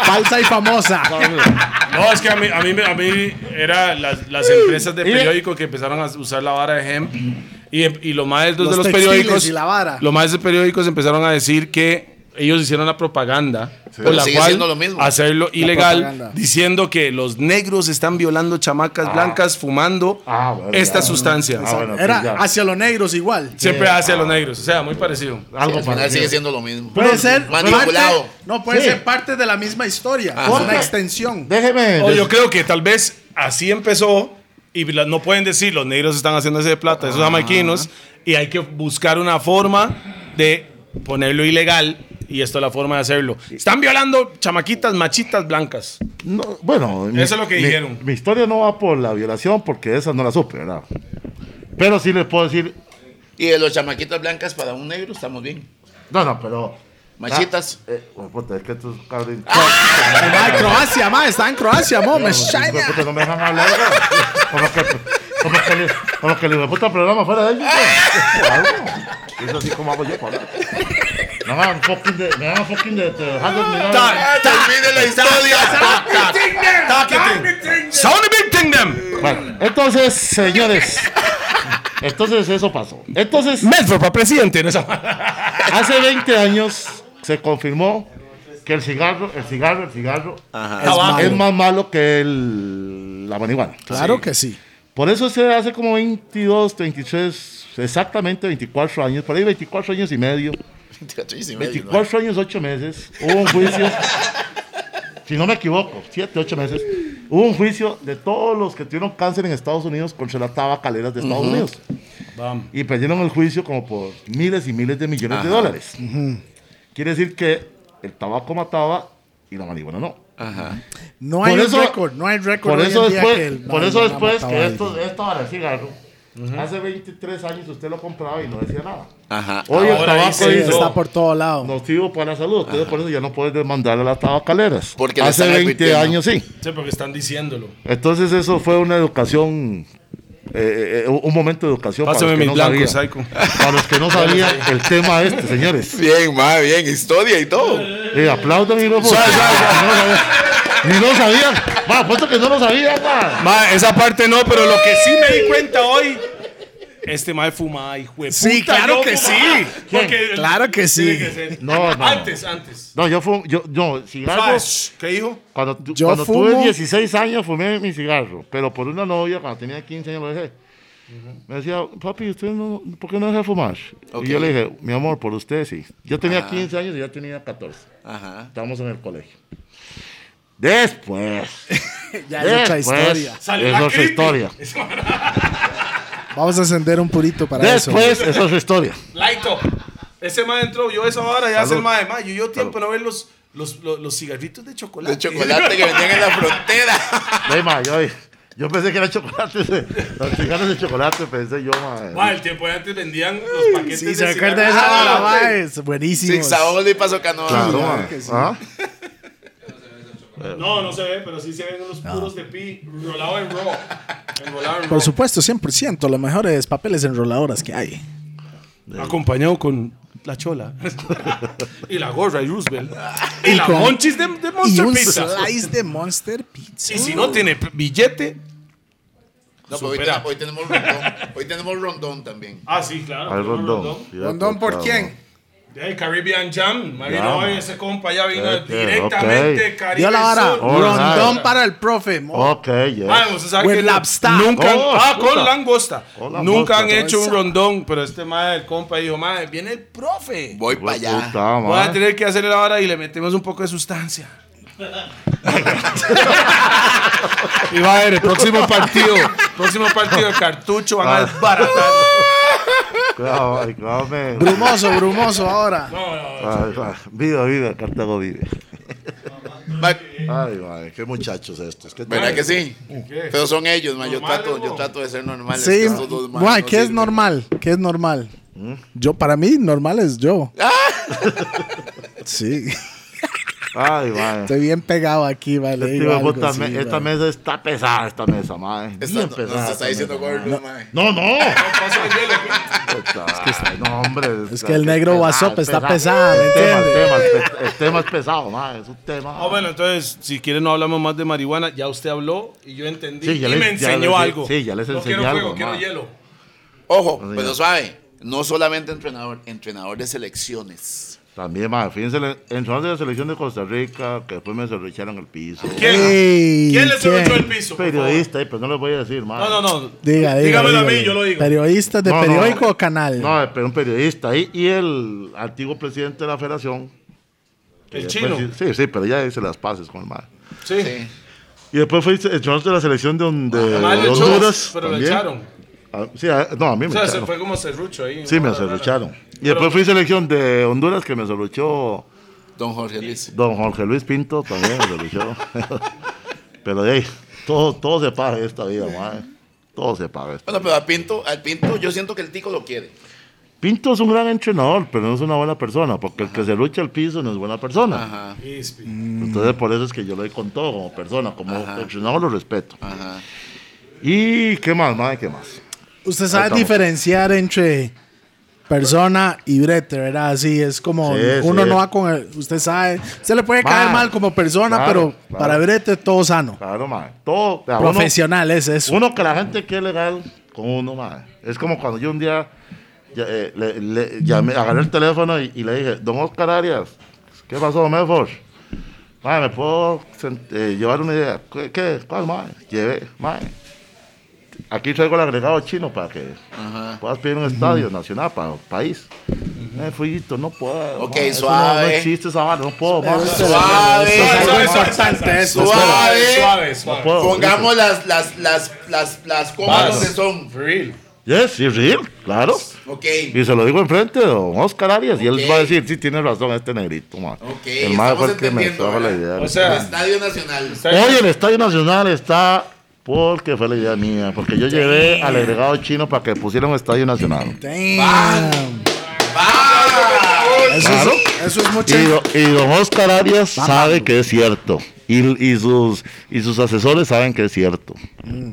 Speaker 4: Falsa y famosa.
Speaker 1: Ah,
Speaker 2: No, es que a mí, a mí, a mí era las, las empresas de
Speaker 1: Y-
Speaker 2: periódico que empezaron a usar la vara de hemp. Y, em, y los maestros
Speaker 4: Los
Speaker 2: de los
Speaker 4: textiles
Speaker 2: periódicos.
Speaker 4: y la vara.
Speaker 2: Los maestros de periódicos empezaron a decir que ellos hicieron la propaganda. Por
Speaker 3: Pero
Speaker 2: la
Speaker 3: sigue
Speaker 2: cual
Speaker 3: siendo lo mismo.
Speaker 2: hacerlo ilegal,
Speaker 4: propaganda.
Speaker 2: diciendo que los negros están violando
Speaker 3: Ah.
Speaker 2: chamacas blancas fumando
Speaker 1: Ah, bueno,
Speaker 2: esta
Speaker 1: ya.
Speaker 2: sustancia.
Speaker 1: Ah, bueno,
Speaker 4: Era
Speaker 1: pues ya.
Speaker 4: hacia los negros igual.
Speaker 2: Siempre hacia
Speaker 3: Ah.
Speaker 2: los negros, o sea, muy parecido.
Speaker 1: Algo
Speaker 3: Al final
Speaker 1: parecido.
Speaker 3: sigue siendo lo mismo.
Speaker 4: Puede ser
Speaker 3: Manipulado.
Speaker 4: parte- no, puede
Speaker 1: Sí. Ah,
Speaker 4: ser parte de la misma historia.
Speaker 3: Ajá.
Speaker 4: Es una extensión.
Speaker 1: Déjeme.
Speaker 2: O yo
Speaker 1: des-
Speaker 2: creo que tal vez así empezó y la- no pueden decir los negros están haciendo ese de plata, esos jamaiquinos, y hay que buscar una forma de ponerlo ilegal y esto es la forma de hacerlo. Están violando chamaquitas, machitas blancas.
Speaker 1: no, bueno, mi-
Speaker 2: Eso es lo que
Speaker 1: mi-
Speaker 2: dijeron.
Speaker 1: Mi historia no va por la violación porque esa no la supe, ¿verdad? Pero sí les puedo decir.
Speaker 3: Y de los chamaquitas blancas para un negro estamos bien.
Speaker 1: No, no, pero.
Speaker 3: Machitas.
Speaker 1: Ah, eh, bueno, puta, es que estos cabrón.
Speaker 4: Ah, va, en Croacia, ma, está en Croacia, mo, me
Speaker 1: Los hijos de
Speaker 4: extraña.
Speaker 1: puta no me dejan hablar. ¿verdad? Como que, como que, le- como que le puta el programa fuera de ellos. ¿verdad? Algo. Es así como hago yo, Pablo. Me van fucking de. Me van fucking de. de dejarlo mirar.
Speaker 3: Termine la historia.
Speaker 2: Sound a victim them.
Speaker 1: Bueno, entonces, señores. Entonces eso pasó. Entonces,
Speaker 2: Medford para presidente [LAUGHS] en esa
Speaker 1: hace 20 años se confirmó que el cigarro, el cigarro, el cigarro
Speaker 4: Ah, Es malo.
Speaker 1: es más malo que el- la marihuana.
Speaker 4: Claro que sí.
Speaker 1: Por eso se hace como 22, 23, exactamente 24 años, por ahí 24 años y medio, 24 años, 8 meses, hubo un juicio, si no me equivoco, 7, 8 meses, hubo un juicio de todos los que tuvieron cáncer en Estados Unidos contra las tabacaleras de Estados Unidos. Y perdieron el juicio como por miles y miles de millones de dólares. Quiere decir que el tabaco mataba y la marihuana no.
Speaker 4: No
Speaker 1: Por
Speaker 4: hay
Speaker 1: eso-
Speaker 4: un récord, no hay récord.
Speaker 1: Por
Speaker 4: hoy en
Speaker 1: eso
Speaker 4: día
Speaker 1: después,
Speaker 4: que el-
Speaker 1: por
Speaker 4: no,
Speaker 1: eso
Speaker 4: no, no
Speaker 1: después
Speaker 4: mataba a
Speaker 1: que
Speaker 4: alguien.
Speaker 1: esto, esta vara de cigarro, hace 23 años usted lo compraba y no decía nada.
Speaker 3: Ajá.
Speaker 1: Hoy el
Speaker 2: Ahora
Speaker 1: tabaco
Speaker 2: dice,
Speaker 1: dice,
Speaker 2: no.
Speaker 4: Está por todo lado.
Speaker 1: nocivo para la salud. Entonces, por eso ya no puedes demandar a las tabacaleras.
Speaker 3: Porque le
Speaker 1: hace
Speaker 3: están
Speaker 1: 20
Speaker 3: advirtiendo.
Speaker 1: años sí.
Speaker 2: Sí, porque están diciéndolo.
Speaker 1: Entonces eso fue una educación, eh, eh, un momento de educación
Speaker 2: Pásame mis
Speaker 1: para los que no
Speaker 2: blancos,
Speaker 1: sabían.
Speaker 2: Psycho.
Speaker 1: Para los
Speaker 2: [LAUGHS]
Speaker 1: que no sabían el tema este, señores.
Speaker 3: Bien, ma, bien, historia y todo.
Speaker 1: Eh, aplaudan y vamos. Ni lo sabían. Va, apuesto que no lo sabían, va.
Speaker 2: Ma, esa parte no, pero lo que sí me di cuenta hoy. Este mae fumaba, hijo de
Speaker 4: Sí,
Speaker 2: puta,
Speaker 4: claro
Speaker 2: yo
Speaker 4: que
Speaker 2: fumaba.
Speaker 4: sí.
Speaker 2: [LAUGHS] Porque-
Speaker 4: Claro que sí.
Speaker 2: Tiene que ser.
Speaker 1: No, no.
Speaker 2: Antes, antes.
Speaker 1: No, yo fumo, yo, yo, cigarro,
Speaker 2: Ma, shh, ¿Qué dijo?
Speaker 1: cuando, tu-
Speaker 4: Yo
Speaker 1: cuando
Speaker 4: fumo-
Speaker 1: tuve 16 años fumé mi cigarro, pero por una novia cuando tenía 15 años lo dejé. Me decía, papi, ¿usted no, ¿por qué no deja de fumar?
Speaker 3: Ok.
Speaker 1: Y yo le dije, mi amor, por usted sí. Yo tenía
Speaker 4: Ah.
Speaker 1: 15 años y ya tenía 14.
Speaker 3: Ajá.
Speaker 1: Estábamos en el colegio. Después,
Speaker 4: Ya es otra
Speaker 1: después,
Speaker 4: historia.
Speaker 2: Salió
Speaker 1: es
Speaker 2: la
Speaker 1: otra
Speaker 2: creepy.
Speaker 1: historia.
Speaker 4: Vamos a encender un purito para
Speaker 1: Después,
Speaker 4: eso.
Speaker 1: es otra historia.
Speaker 2: Light up. Ese mae entró, yo esa hora ya hace
Speaker 1: Salud.
Speaker 2: el mae. Ma, yo yo tiempo no ver los, los, los, los cigarritos de chocolate. [LAUGHS]
Speaker 3: De chocolate que vendían en la frontera.
Speaker 1: Ve, ma, yo, yo pensé que era chocolate, [LAUGHS] los cigarros de chocolate, pensé yo, ma.
Speaker 2: Ma, el tiempo de antes vendían los paquetes
Speaker 4: Sí,
Speaker 2: de
Speaker 4: se acuerda de
Speaker 2: cigarros.
Speaker 4: esa
Speaker 3: Ah,
Speaker 4: vara, mae, es buenísimo.
Speaker 3: Six Saúl y Paso Canoa.
Speaker 1: Claro, ma. ¿Ah?
Speaker 2: No, no se ve, pero sí se ven unos puros de pi rolado en raw. Enrolado en
Speaker 4: Por
Speaker 2: raw.
Speaker 4: supuesto, 100%, los mejores papeles enroladoras que hay.
Speaker 2: Acompañado con la chola. [LAUGHS] y la gorra y Roosevelt. y la
Speaker 4: con-
Speaker 2: monchis de, de
Speaker 4: Y
Speaker 2: Monster
Speaker 4: un
Speaker 2: Pizza.
Speaker 4: slice de Monster Pizza.
Speaker 2: Y si no tiene p- billete.
Speaker 3: No, pero pues, hoy,
Speaker 2: Supera.
Speaker 3: te- hoy tenemos rondón. Hoy tenemos rondón también.
Speaker 2: Ah, sí, claro.
Speaker 1: Al
Speaker 2: tenemos
Speaker 1: rondón.
Speaker 4: ¿Rondón por quién?
Speaker 2: De Caribbean Jam. Ma, vino
Speaker 1: Ya,
Speaker 2: hoy
Speaker 1: ma.
Speaker 2: ese compa ya vino
Speaker 1: Ok,
Speaker 2: directamente
Speaker 1: Este, ok.
Speaker 2: Caribe
Speaker 4: Dio la vara.
Speaker 2: Sur.
Speaker 1: Oh,
Speaker 4: Rondón
Speaker 1: right.
Speaker 4: para el profe. mo.
Speaker 1: Ok, yes.
Speaker 2: Ah, usted sabe
Speaker 4: With
Speaker 2: que
Speaker 4: lobster.
Speaker 2: Nunca,
Speaker 1: Oh,
Speaker 2: ah,
Speaker 1: puta.
Speaker 2: con langosta.
Speaker 1: Con langosta.
Speaker 2: Nunca han hecho un
Speaker 4: Esa.
Speaker 2: rondón, pero este madre, el compa, dijo, madre, viene el profe.
Speaker 3: Voy para
Speaker 1: Puta, ma.
Speaker 3: allá.
Speaker 2: Voy a tener que hacerle la vara y le metemos un poco de sustancia. [LAUGHS] y va a ver, el próximo partido, próximo partido, el cartucho van a desbaratar.
Speaker 1: Claro, ay, claro, me-
Speaker 4: Brumoso, brumoso ahora.
Speaker 1: Ay, ay, Viva, viva, Cartago vive.
Speaker 3: Ma-
Speaker 1: Ay, madre, qué muchachos estos. qué
Speaker 3: ¿Verdad
Speaker 1: tal?
Speaker 3: que sí? Pero son ellos, ma. Yo
Speaker 2: Normal,
Speaker 3: trato, yo
Speaker 2: loco.
Speaker 3: trato de ser normal. es que
Speaker 4: Sí,
Speaker 3: estos dos, ma,
Speaker 4: guay,
Speaker 3: no
Speaker 4: ¿qué es
Speaker 3: sirven.
Speaker 4: normal? ¿Qué es normal? Yo, para mí, normal es yo. Sí,
Speaker 1: Ay, madre.
Speaker 4: estoy bien pegado aquí, vale.
Speaker 1: Este
Speaker 4: digo
Speaker 1: hijo de
Speaker 4: algo
Speaker 1: puta
Speaker 4: así,
Speaker 1: me- esta
Speaker 4: vale.
Speaker 1: mesa está pesada, esta mesa, madre.
Speaker 3: Está-
Speaker 1: Bien
Speaker 3: nos
Speaker 1: pesada.
Speaker 3: está
Speaker 1: esta
Speaker 3: diciendo
Speaker 1: mesa,
Speaker 3: gordo, ma.
Speaker 1: No, no.
Speaker 2: Pasa el hielo, güey.
Speaker 1: Puta, no, hombre.
Speaker 4: Es que el negro WhatsApp está pesado, ¿me
Speaker 1: El Este tema, el
Speaker 4: entiendes?
Speaker 1: tema, el te- el tema es pesado, madre. Es un tema.
Speaker 2: Ah, bueno, entonces, si quieren no hablamos más de marihuana, ya usted habló y yo entendí
Speaker 1: Sí, ya
Speaker 2: y
Speaker 1: les-
Speaker 2: me
Speaker 1: ya
Speaker 2: enseñó
Speaker 1: les-
Speaker 2: algo.
Speaker 1: sí, ya les
Speaker 2: no
Speaker 1: enseñé
Speaker 2: quiero
Speaker 1: algo,
Speaker 2: fuego, quiero
Speaker 1: ma.
Speaker 2: hielo.
Speaker 3: Ojo,
Speaker 1: Así
Speaker 3: pero
Speaker 1: es.
Speaker 3: suave. No solamente entrenador, entrenador de selecciones.
Speaker 1: También, madre. Fíjense, le- entrando de la selección de Costa Rica, que después me desarrollaron el piso.
Speaker 2: ¿Quién,
Speaker 4: Ey,
Speaker 2: ¿quién le cerruchó el
Speaker 4: ¿quién?
Speaker 2: piso? por favor?
Speaker 1: Periodista, eh, pero no les voy a decir, madre.
Speaker 2: No, no, no.
Speaker 4: Diga, diga.
Speaker 2: Dígamelo a
Speaker 4: diga.
Speaker 2: mí, yo lo digo.
Speaker 4: ¿Periodista de
Speaker 1: No, no.
Speaker 4: periódico o canal?
Speaker 1: No, pero un periodista ahí y el antiguo presidente de la federación.
Speaker 2: El
Speaker 1: Después
Speaker 2: chino.
Speaker 1: sí- Sí, sí, pero ya se las pases con el mar.
Speaker 2: Eh, pues Sí. Eh,
Speaker 3: Sí.
Speaker 1: Y después fue el chorro de la selección de, un- de
Speaker 2: Además, le echó,
Speaker 1: Honduras.
Speaker 2: Ah, pero lo
Speaker 1: también.
Speaker 2: echaron.
Speaker 1: Ah, sí, a- no, a mí
Speaker 2: O
Speaker 1: me
Speaker 2: sea, se
Speaker 1: echaron.
Speaker 2: fue como serrucho ahí.
Speaker 1: Sí,
Speaker 2: ¿no?
Speaker 1: me
Speaker 2: Raro, raro.
Speaker 1: acelucharon. Y después fui selección de Honduras que me aceluchó
Speaker 3: Don Jorge Luis.
Speaker 1: don Jorge Luis Pinto, también me aceluchó. [LAUGHS] pero de ahí, todo, todo se paga en esta vida, madre. Todo se paga.
Speaker 3: Bueno, pero al Pinto, al Pinto, yo siento que el tico lo quiere.
Speaker 1: Pinto es un gran entrenador, pero no es una buena persona, porque el que se lucha al piso no es buena persona.
Speaker 3: Ajá.
Speaker 2: Ispi.
Speaker 1: Entonces, por eso es que yo lo doy con todo como persona, como entrenador lo respeto. ¿Y qué más, madre? ¿Qué más?
Speaker 4: Usted sabe
Speaker 1: estamos.
Speaker 4: diferenciar entre persona y brete, ¿verdad? Así es como
Speaker 1: Sí,
Speaker 4: uno
Speaker 1: sí.
Speaker 4: no va con el- usted sabe, se le puede caer
Speaker 1: Ma,
Speaker 4: mal como persona,
Speaker 1: claro,
Speaker 4: pero
Speaker 1: claro.
Speaker 4: para brete todo sano.
Speaker 1: Claro, mae. Todo. vea, uno-
Speaker 4: Profesional es eso.
Speaker 1: Uno que la gente quiere legal con uno, mae. Es como cuando yo un día ya, eh, le, le- llamé- agarré el teléfono y, y le dije, don Oscar Arias, ¿qué pasó, Medford? Mae, ¿me puedo sent- eh, llevar una idea? ¿Qué? qué? ¿Cuál, mae? Llevé, mae. Aquí traigo el agregado chino para que puedas pedir un estadio nacional para el país. Eh, fullito, no puedo.
Speaker 3: Ok,
Speaker 1: mae, eso No, no
Speaker 3: suave.
Speaker 1: existe esa vara, no puedo, mae.
Speaker 3: Suave,
Speaker 4: Bastante eso.
Speaker 3: suave.
Speaker 1: No puedo.
Speaker 3: Pongamos las, las, las, las, las comas
Speaker 1: Varas.
Speaker 3: donde son.
Speaker 1: Yes, it's real, claro.
Speaker 3: Ok.
Speaker 1: Y se lo digo enfrente de don Oscar Arias y
Speaker 3: Ok.
Speaker 1: él va a decir, sí, tiene razón este negrito, man.
Speaker 3: Ok,
Speaker 1: el más
Speaker 3: estamos
Speaker 1: fue el que me
Speaker 3: entendiendo,
Speaker 1: trajo la
Speaker 3: ¿verdad?
Speaker 1: idea.
Speaker 2: O sea,
Speaker 3: El Estadio Nacional.
Speaker 1: Hoy el Estadio Nacional está porque fue la idea mía, porque yo llevé al agregado chino para que pusieran un Estadio Nacional.
Speaker 4: Damn. Eso,
Speaker 1: Claro.
Speaker 4: es, eso es mucho.
Speaker 1: Y, do- y don Oscar Arias sabe que es cierto. Y, y sus, y sus asesores saben que es cierto.
Speaker 4: Mm.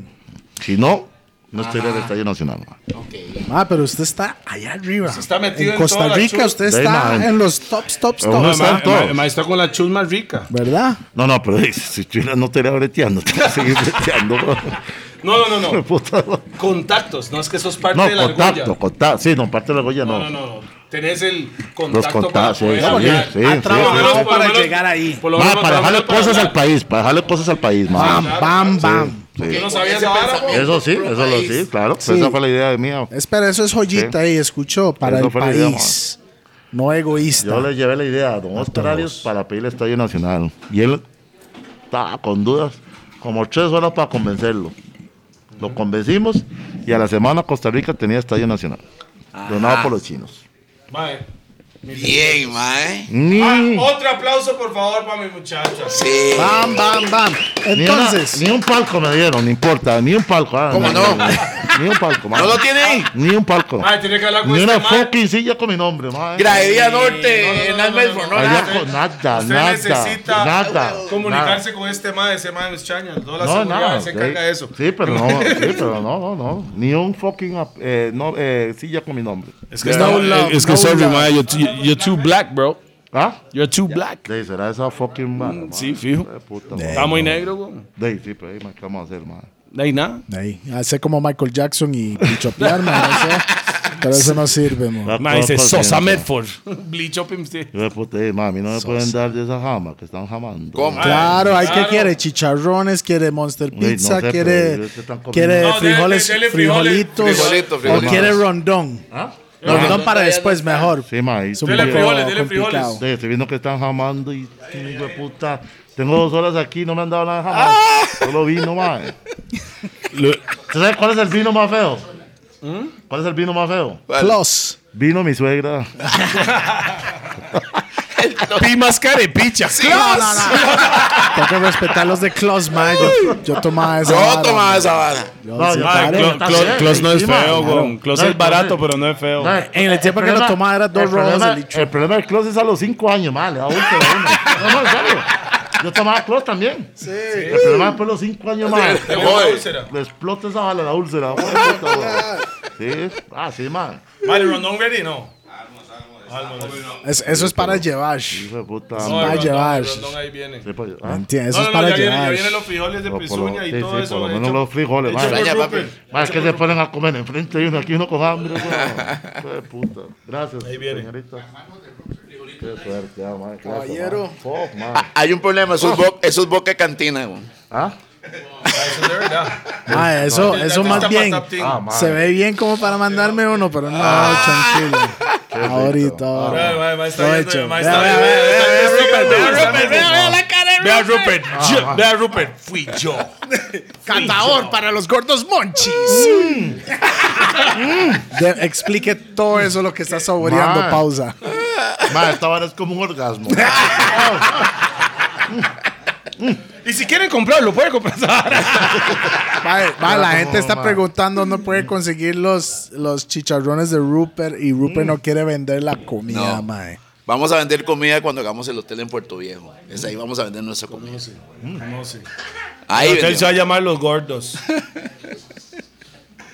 Speaker 1: Si no, no estaría en el Estadio Nacional. man.
Speaker 3: Ok.
Speaker 4: Ah, pero usted está allá arriba.
Speaker 2: está metido
Speaker 4: en
Speaker 2: en
Speaker 4: Costa
Speaker 2: toda la
Speaker 4: Rica,
Speaker 2: chu-
Speaker 4: usted
Speaker 1: De
Speaker 4: está
Speaker 1: man.
Speaker 4: en los tops, tops,
Speaker 1: Uno
Speaker 4: tops.
Speaker 1: está en todo.
Speaker 2: maestro con la chus más rica.
Speaker 4: ¿Verdad?
Speaker 1: No, no, pero eh, si estuviera no estaría breteando, [LAUGHS] te voy a seguir breteando.
Speaker 2: No, no, no,
Speaker 1: bro. [LAUGHS]
Speaker 2: no.
Speaker 1: Puta,
Speaker 2: Contactos, no es que sos parte
Speaker 1: No,
Speaker 2: de la
Speaker 1: contacto,
Speaker 2: argolla.
Speaker 1: contacto. Sí, no, parte de la Goya no.
Speaker 2: No, no, no, no. Tenés el
Speaker 1: Los
Speaker 2: contacto para
Speaker 1: contactos, sí,
Speaker 2: poder
Speaker 1: sí,
Speaker 2: hablar.
Speaker 1: sí,
Speaker 4: Ha
Speaker 1: sí,
Speaker 4: trabajado
Speaker 1: sí.
Speaker 2: por lo
Speaker 4: para
Speaker 2: menos-
Speaker 4: llegar ahí.
Speaker 2: Por lo
Speaker 1: Ma,
Speaker 2: menos
Speaker 1: para dejarle
Speaker 2: hablar, para
Speaker 1: cosas al
Speaker 2: hablar.
Speaker 1: país, para dejarle cosas al país, ma.
Speaker 4: Bam, bam, bam.
Speaker 1: Sí.
Speaker 2: Yo no
Speaker 3: Con
Speaker 2: sabía
Speaker 3: ese
Speaker 2: esa vara,
Speaker 3: pensamiento.
Speaker 1: Eso sí, eso lo sí, claro. pues
Speaker 4: Sí. Eh,
Speaker 1: esa fue la idea de mía.
Speaker 4: Espera, eso es joyita ahí, escuchó. Para
Speaker 1: Eso
Speaker 4: el
Speaker 1: fue la idea,
Speaker 4: país. No egoísta.
Speaker 1: Yo le llevé la idea a Don Oscar Arias para pedir el Estadio Nacional. Y él estaba con dudas, como tres horas para convencerlo. Lo convencimos y a la semana Costa Rica tenía Estadio Nacional. Donado por los chinos.
Speaker 2: Mae.
Speaker 3: Bien, mae.
Speaker 1: Ni-
Speaker 2: Ah, otro aplauso, por favor, para mi muchacha.
Speaker 3: Sí.
Speaker 4: Bam, bam, bam.
Speaker 1: Ni, una-
Speaker 4: Entonces,
Speaker 1: ni un palco me dieron, no importa, ni un palco. ah,
Speaker 3: ¿Cómo no?
Speaker 1: Ni un palco, ma.
Speaker 3: ¿No lo tiene ahí?
Speaker 1: Ni un palco.
Speaker 2: Mae, tiene que hablar con
Speaker 1: Ni
Speaker 2: este
Speaker 1: una
Speaker 2: mae.
Speaker 1: fucking silla con mi nombre, ma.
Speaker 3: Gradería Norte,
Speaker 2: No, no, no,
Speaker 3: en
Speaker 2: no,
Speaker 3: Alma del
Speaker 2: no, no.
Speaker 3: Forno,
Speaker 1: Allá
Speaker 3: nada.
Speaker 1: con nada,
Speaker 2: Usted
Speaker 1: nada,
Speaker 2: necesita
Speaker 1: nada.
Speaker 2: Comunicarse con este mae, ese mae es chaña.
Speaker 1: nada.
Speaker 2: Toda la
Speaker 1: No,
Speaker 2: seguridad
Speaker 1: nada.
Speaker 2: se encarga de eso.
Speaker 1: Sí, pero
Speaker 2: [LAUGHS]
Speaker 1: no, sí, pero no, no, no. Ni un fucking ap- eh, no, eh, silla con mi nombre.
Speaker 2: Es que
Speaker 4: No
Speaker 1: Eh,
Speaker 2: está-
Speaker 4: love,
Speaker 5: Es
Speaker 4: no
Speaker 5: que sorry,
Speaker 4: love.
Speaker 5: mae, you're too- you're too black, bro.
Speaker 1: ¿Ah?
Speaker 5: You're too black. Mm,
Speaker 1: De ahí, será esa fucking madre. ma.
Speaker 5: sí, fijo.
Speaker 1: Eh, puta,
Speaker 5: Está
Speaker 1: ma.
Speaker 5: muy negro, güey.
Speaker 1: De ahí, sí, pero ahí, ma, ¿qué vamos a hacer, ma?
Speaker 5: No hay nada.
Speaker 4: ahí, hace como Michael Jackson y pichopearme, no sé. Pero eso no sirve, mo.
Speaker 5: Mae dice
Speaker 1: Todo consciente,
Speaker 5: Sosa
Speaker 1: ma.
Speaker 5: Medford.
Speaker 4: [LAUGHS]
Speaker 2: Bleach up him, sí.
Speaker 1: Yo
Speaker 2: [LAUGHS]
Speaker 1: pues, de puta, eh, ma, a mí no me pueden dar de esa jama que están jamando.
Speaker 3: ¿Cómo?
Speaker 4: Claro, hay que
Speaker 2: claro.
Speaker 4: quiere chicharrones, quiere Monster
Speaker 1: Güey, no
Speaker 4: Pizza,
Speaker 1: sé, pero
Speaker 4: quiere,
Speaker 1: ellos están comiendo.
Speaker 4: quiere
Speaker 2: No, dele,
Speaker 4: frijoles,
Speaker 2: dele frijoles,
Speaker 4: frijolitos,
Speaker 3: frijolitos,
Speaker 4: o
Speaker 3: frijolitos.
Speaker 4: quiere rondón.
Speaker 1: ¿Ah?
Speaker 4: Rondón para después mejor.
Speaker 1: Sí, ma. ahí-
Speaker 4: Es un
Speaker 2: Dele
Speaker 4: poco
Speaker 2: frijoles, dele frijoles.
Speaker 4: complicado.
Speaker 1: Sí, estoy viendo que están jamando y sí, hijo de puta. Tengo dos horas aquí, no me han dado nada de jamón.
Speaker 5: Ah.
Speaker 1: Solo
Speaker 5: [LAUGHS]
Speaker 1: vino, mae. ¿Tú sabes cuál es el vino más feo?
Speaker 5: ¿Mm?
Speaker 1: ¿Cuál es el vino más feo?
Speaker 4: Plus,
Speaker 1: Vino mi suegra.
Speaker 5: Pimas carepicha.
Speaker 4: tengo que respetar los de Claus, man. Yo, yo tomaba esa.
Speaker 3: Yo
Speaker 4: vara,
Speaker 3: tomaba
Speaker 4: man.
Speaker 3: esa vara.
Speaker 4: Yo
Speaker 1: No,
Speaker 4: sí,
Speaker 1: yo-
Speaker 4: claro.
Speaker 1: Clo- Clo-
Speaker 5: Clos no es
Speaker 1: Sí, ma,
Speaker 5: feo,
Speaker 1: claro.
Speaker 5: güey. Clos
Speaker 1: No,
Speaker 5: es barato,
Speaker 1: entonces-
Speaker 5: pero no es feo.
Speaker 1: No,
Speaker 4: En el tiempo que
Speaker 1: problema-
Speaker 4: lo tomaba era dos
Speaker 1: el
Speaker 4: rojas
Speaker 1: problema-
Speaker 4: de licho.
Speaker 1: El problema del Clos es a los cinco años, mae. Le da un uno. No, no, en serio. Yo tomaba Clos también. Sí. El problema después de los cinco años, mae.
Speaker 3: Te jode.
Speaker 1: Le explota esa bala, la úlcera. hijo de puta, mae. Sí, ah, sí, mae.
Speaker 2: Vale, Rondón ready, no.
Speaker 4: Es- eso es para llevar.
Speaker 1: Hijo de puta.
Speaker 2: No, el
Speaker 1: mae.
Speaker 4: a
Speaker 2: Rondón,
Speaker 4: llevar.
Speaker 2: el Rondón ahí viene.
Speaker 1: Sí, pues, ah.
Speaker 4: Entiende, Eso
Speaker 2: No, no,
Speaker 4: es
Speaker 2: no,
Speaker 4: para
Speaker 2: ya vienen,
Speaker 4: llevar.
Speaker 2: ya vienen los frijoles
Speaker 1: No,
Speaker 2: de
Speaker 1: por lo-
Speaker 2: pezuña y
Speaker 1: sí,
Speaker 2: todo
Speaker 1: sí,
Speaker 2: eso.
Speaker 1: por lo
Speaker 2: hecho-
Speaker 1: menos los frijoles,
Speaker 2: hecho
Speaker 1: vaya.
Speaker 2: por
Speaker 3: Vaya, papi.
Speaker 2: Rupert.
Speaker 1: Más que se ponen a comer enfrente de uno, aquí uno con hambre. güey. Hijo de puta. Gracias,
Speaker 2: viene.
Speaker 1: señorita. Qué suerte, ah, madre, gracias,
Speaker 4: Caballero.
Speaker 1: madre. Fuck, madre.
Speaker 3: Ah, Hay un problema, eso es, bo- eso es boca cantina, güey.
Speaker 1: ¿Ah?
Speaker 2: Eso es de verdad.
Speaker 4: Ah, eso, eso más bien.
Speaker 1: Ah,
Speaker 2: Ah,
Speaker 1: madre.
Speaker 4: Se ve bien como para mandarme uno, pero
Speaker 2: [LAUGHS]
Speaker 4: no, tranquilo. Ahorita, ahora.
Speaker 2: Vea, vea, está
Speaker 4: Lo
Speaker 2: viendo,
Speaker 4: hecho.
Speaker 2: mae, está
Speaker 4: Vea,
Speaker 2: viendo,
Speaker 4: vea,
Speaker 2: mae, está viendo, Rupert, vea, Rupert, vea, vea.
Speaker 4: la cara de
Speaker 2: Vea Rupert, yo- vea Rupert, fui yo.
Speaker 4: Catador para los gordos monchis. De- explique todo eso lo que está saboreando,
Speaker 1: Mae.
Speaker 4: pausa.
Speaker 1: Madre, esta vara es como un [LAUGHS] orgasmo.
Speaker 2: Y si quieren comprarlo, pueden comprar.
Speaker 4: Mae, mae, la
Speaker 1: como,
Speaker 4: gente está
Speaker 1: mae.
Speaker 4: preguntando dónde puede conseguir los, los chicharrones de Rupert y Rupert no quiere vender la comida,
Speaker 3: No.
Speaker 4: mae.
Speaker 3: Vamos a vender comida cuando hagamos el hotel en Puerto Viejo. Es ahí vamos a vender nuestra comida.
Speaker 2: No sé.
Speaker 3: Ahí
Speaker 2: Él se va
Speaker 3: vendemos.
Speaker 2: a llamar Los Gordos.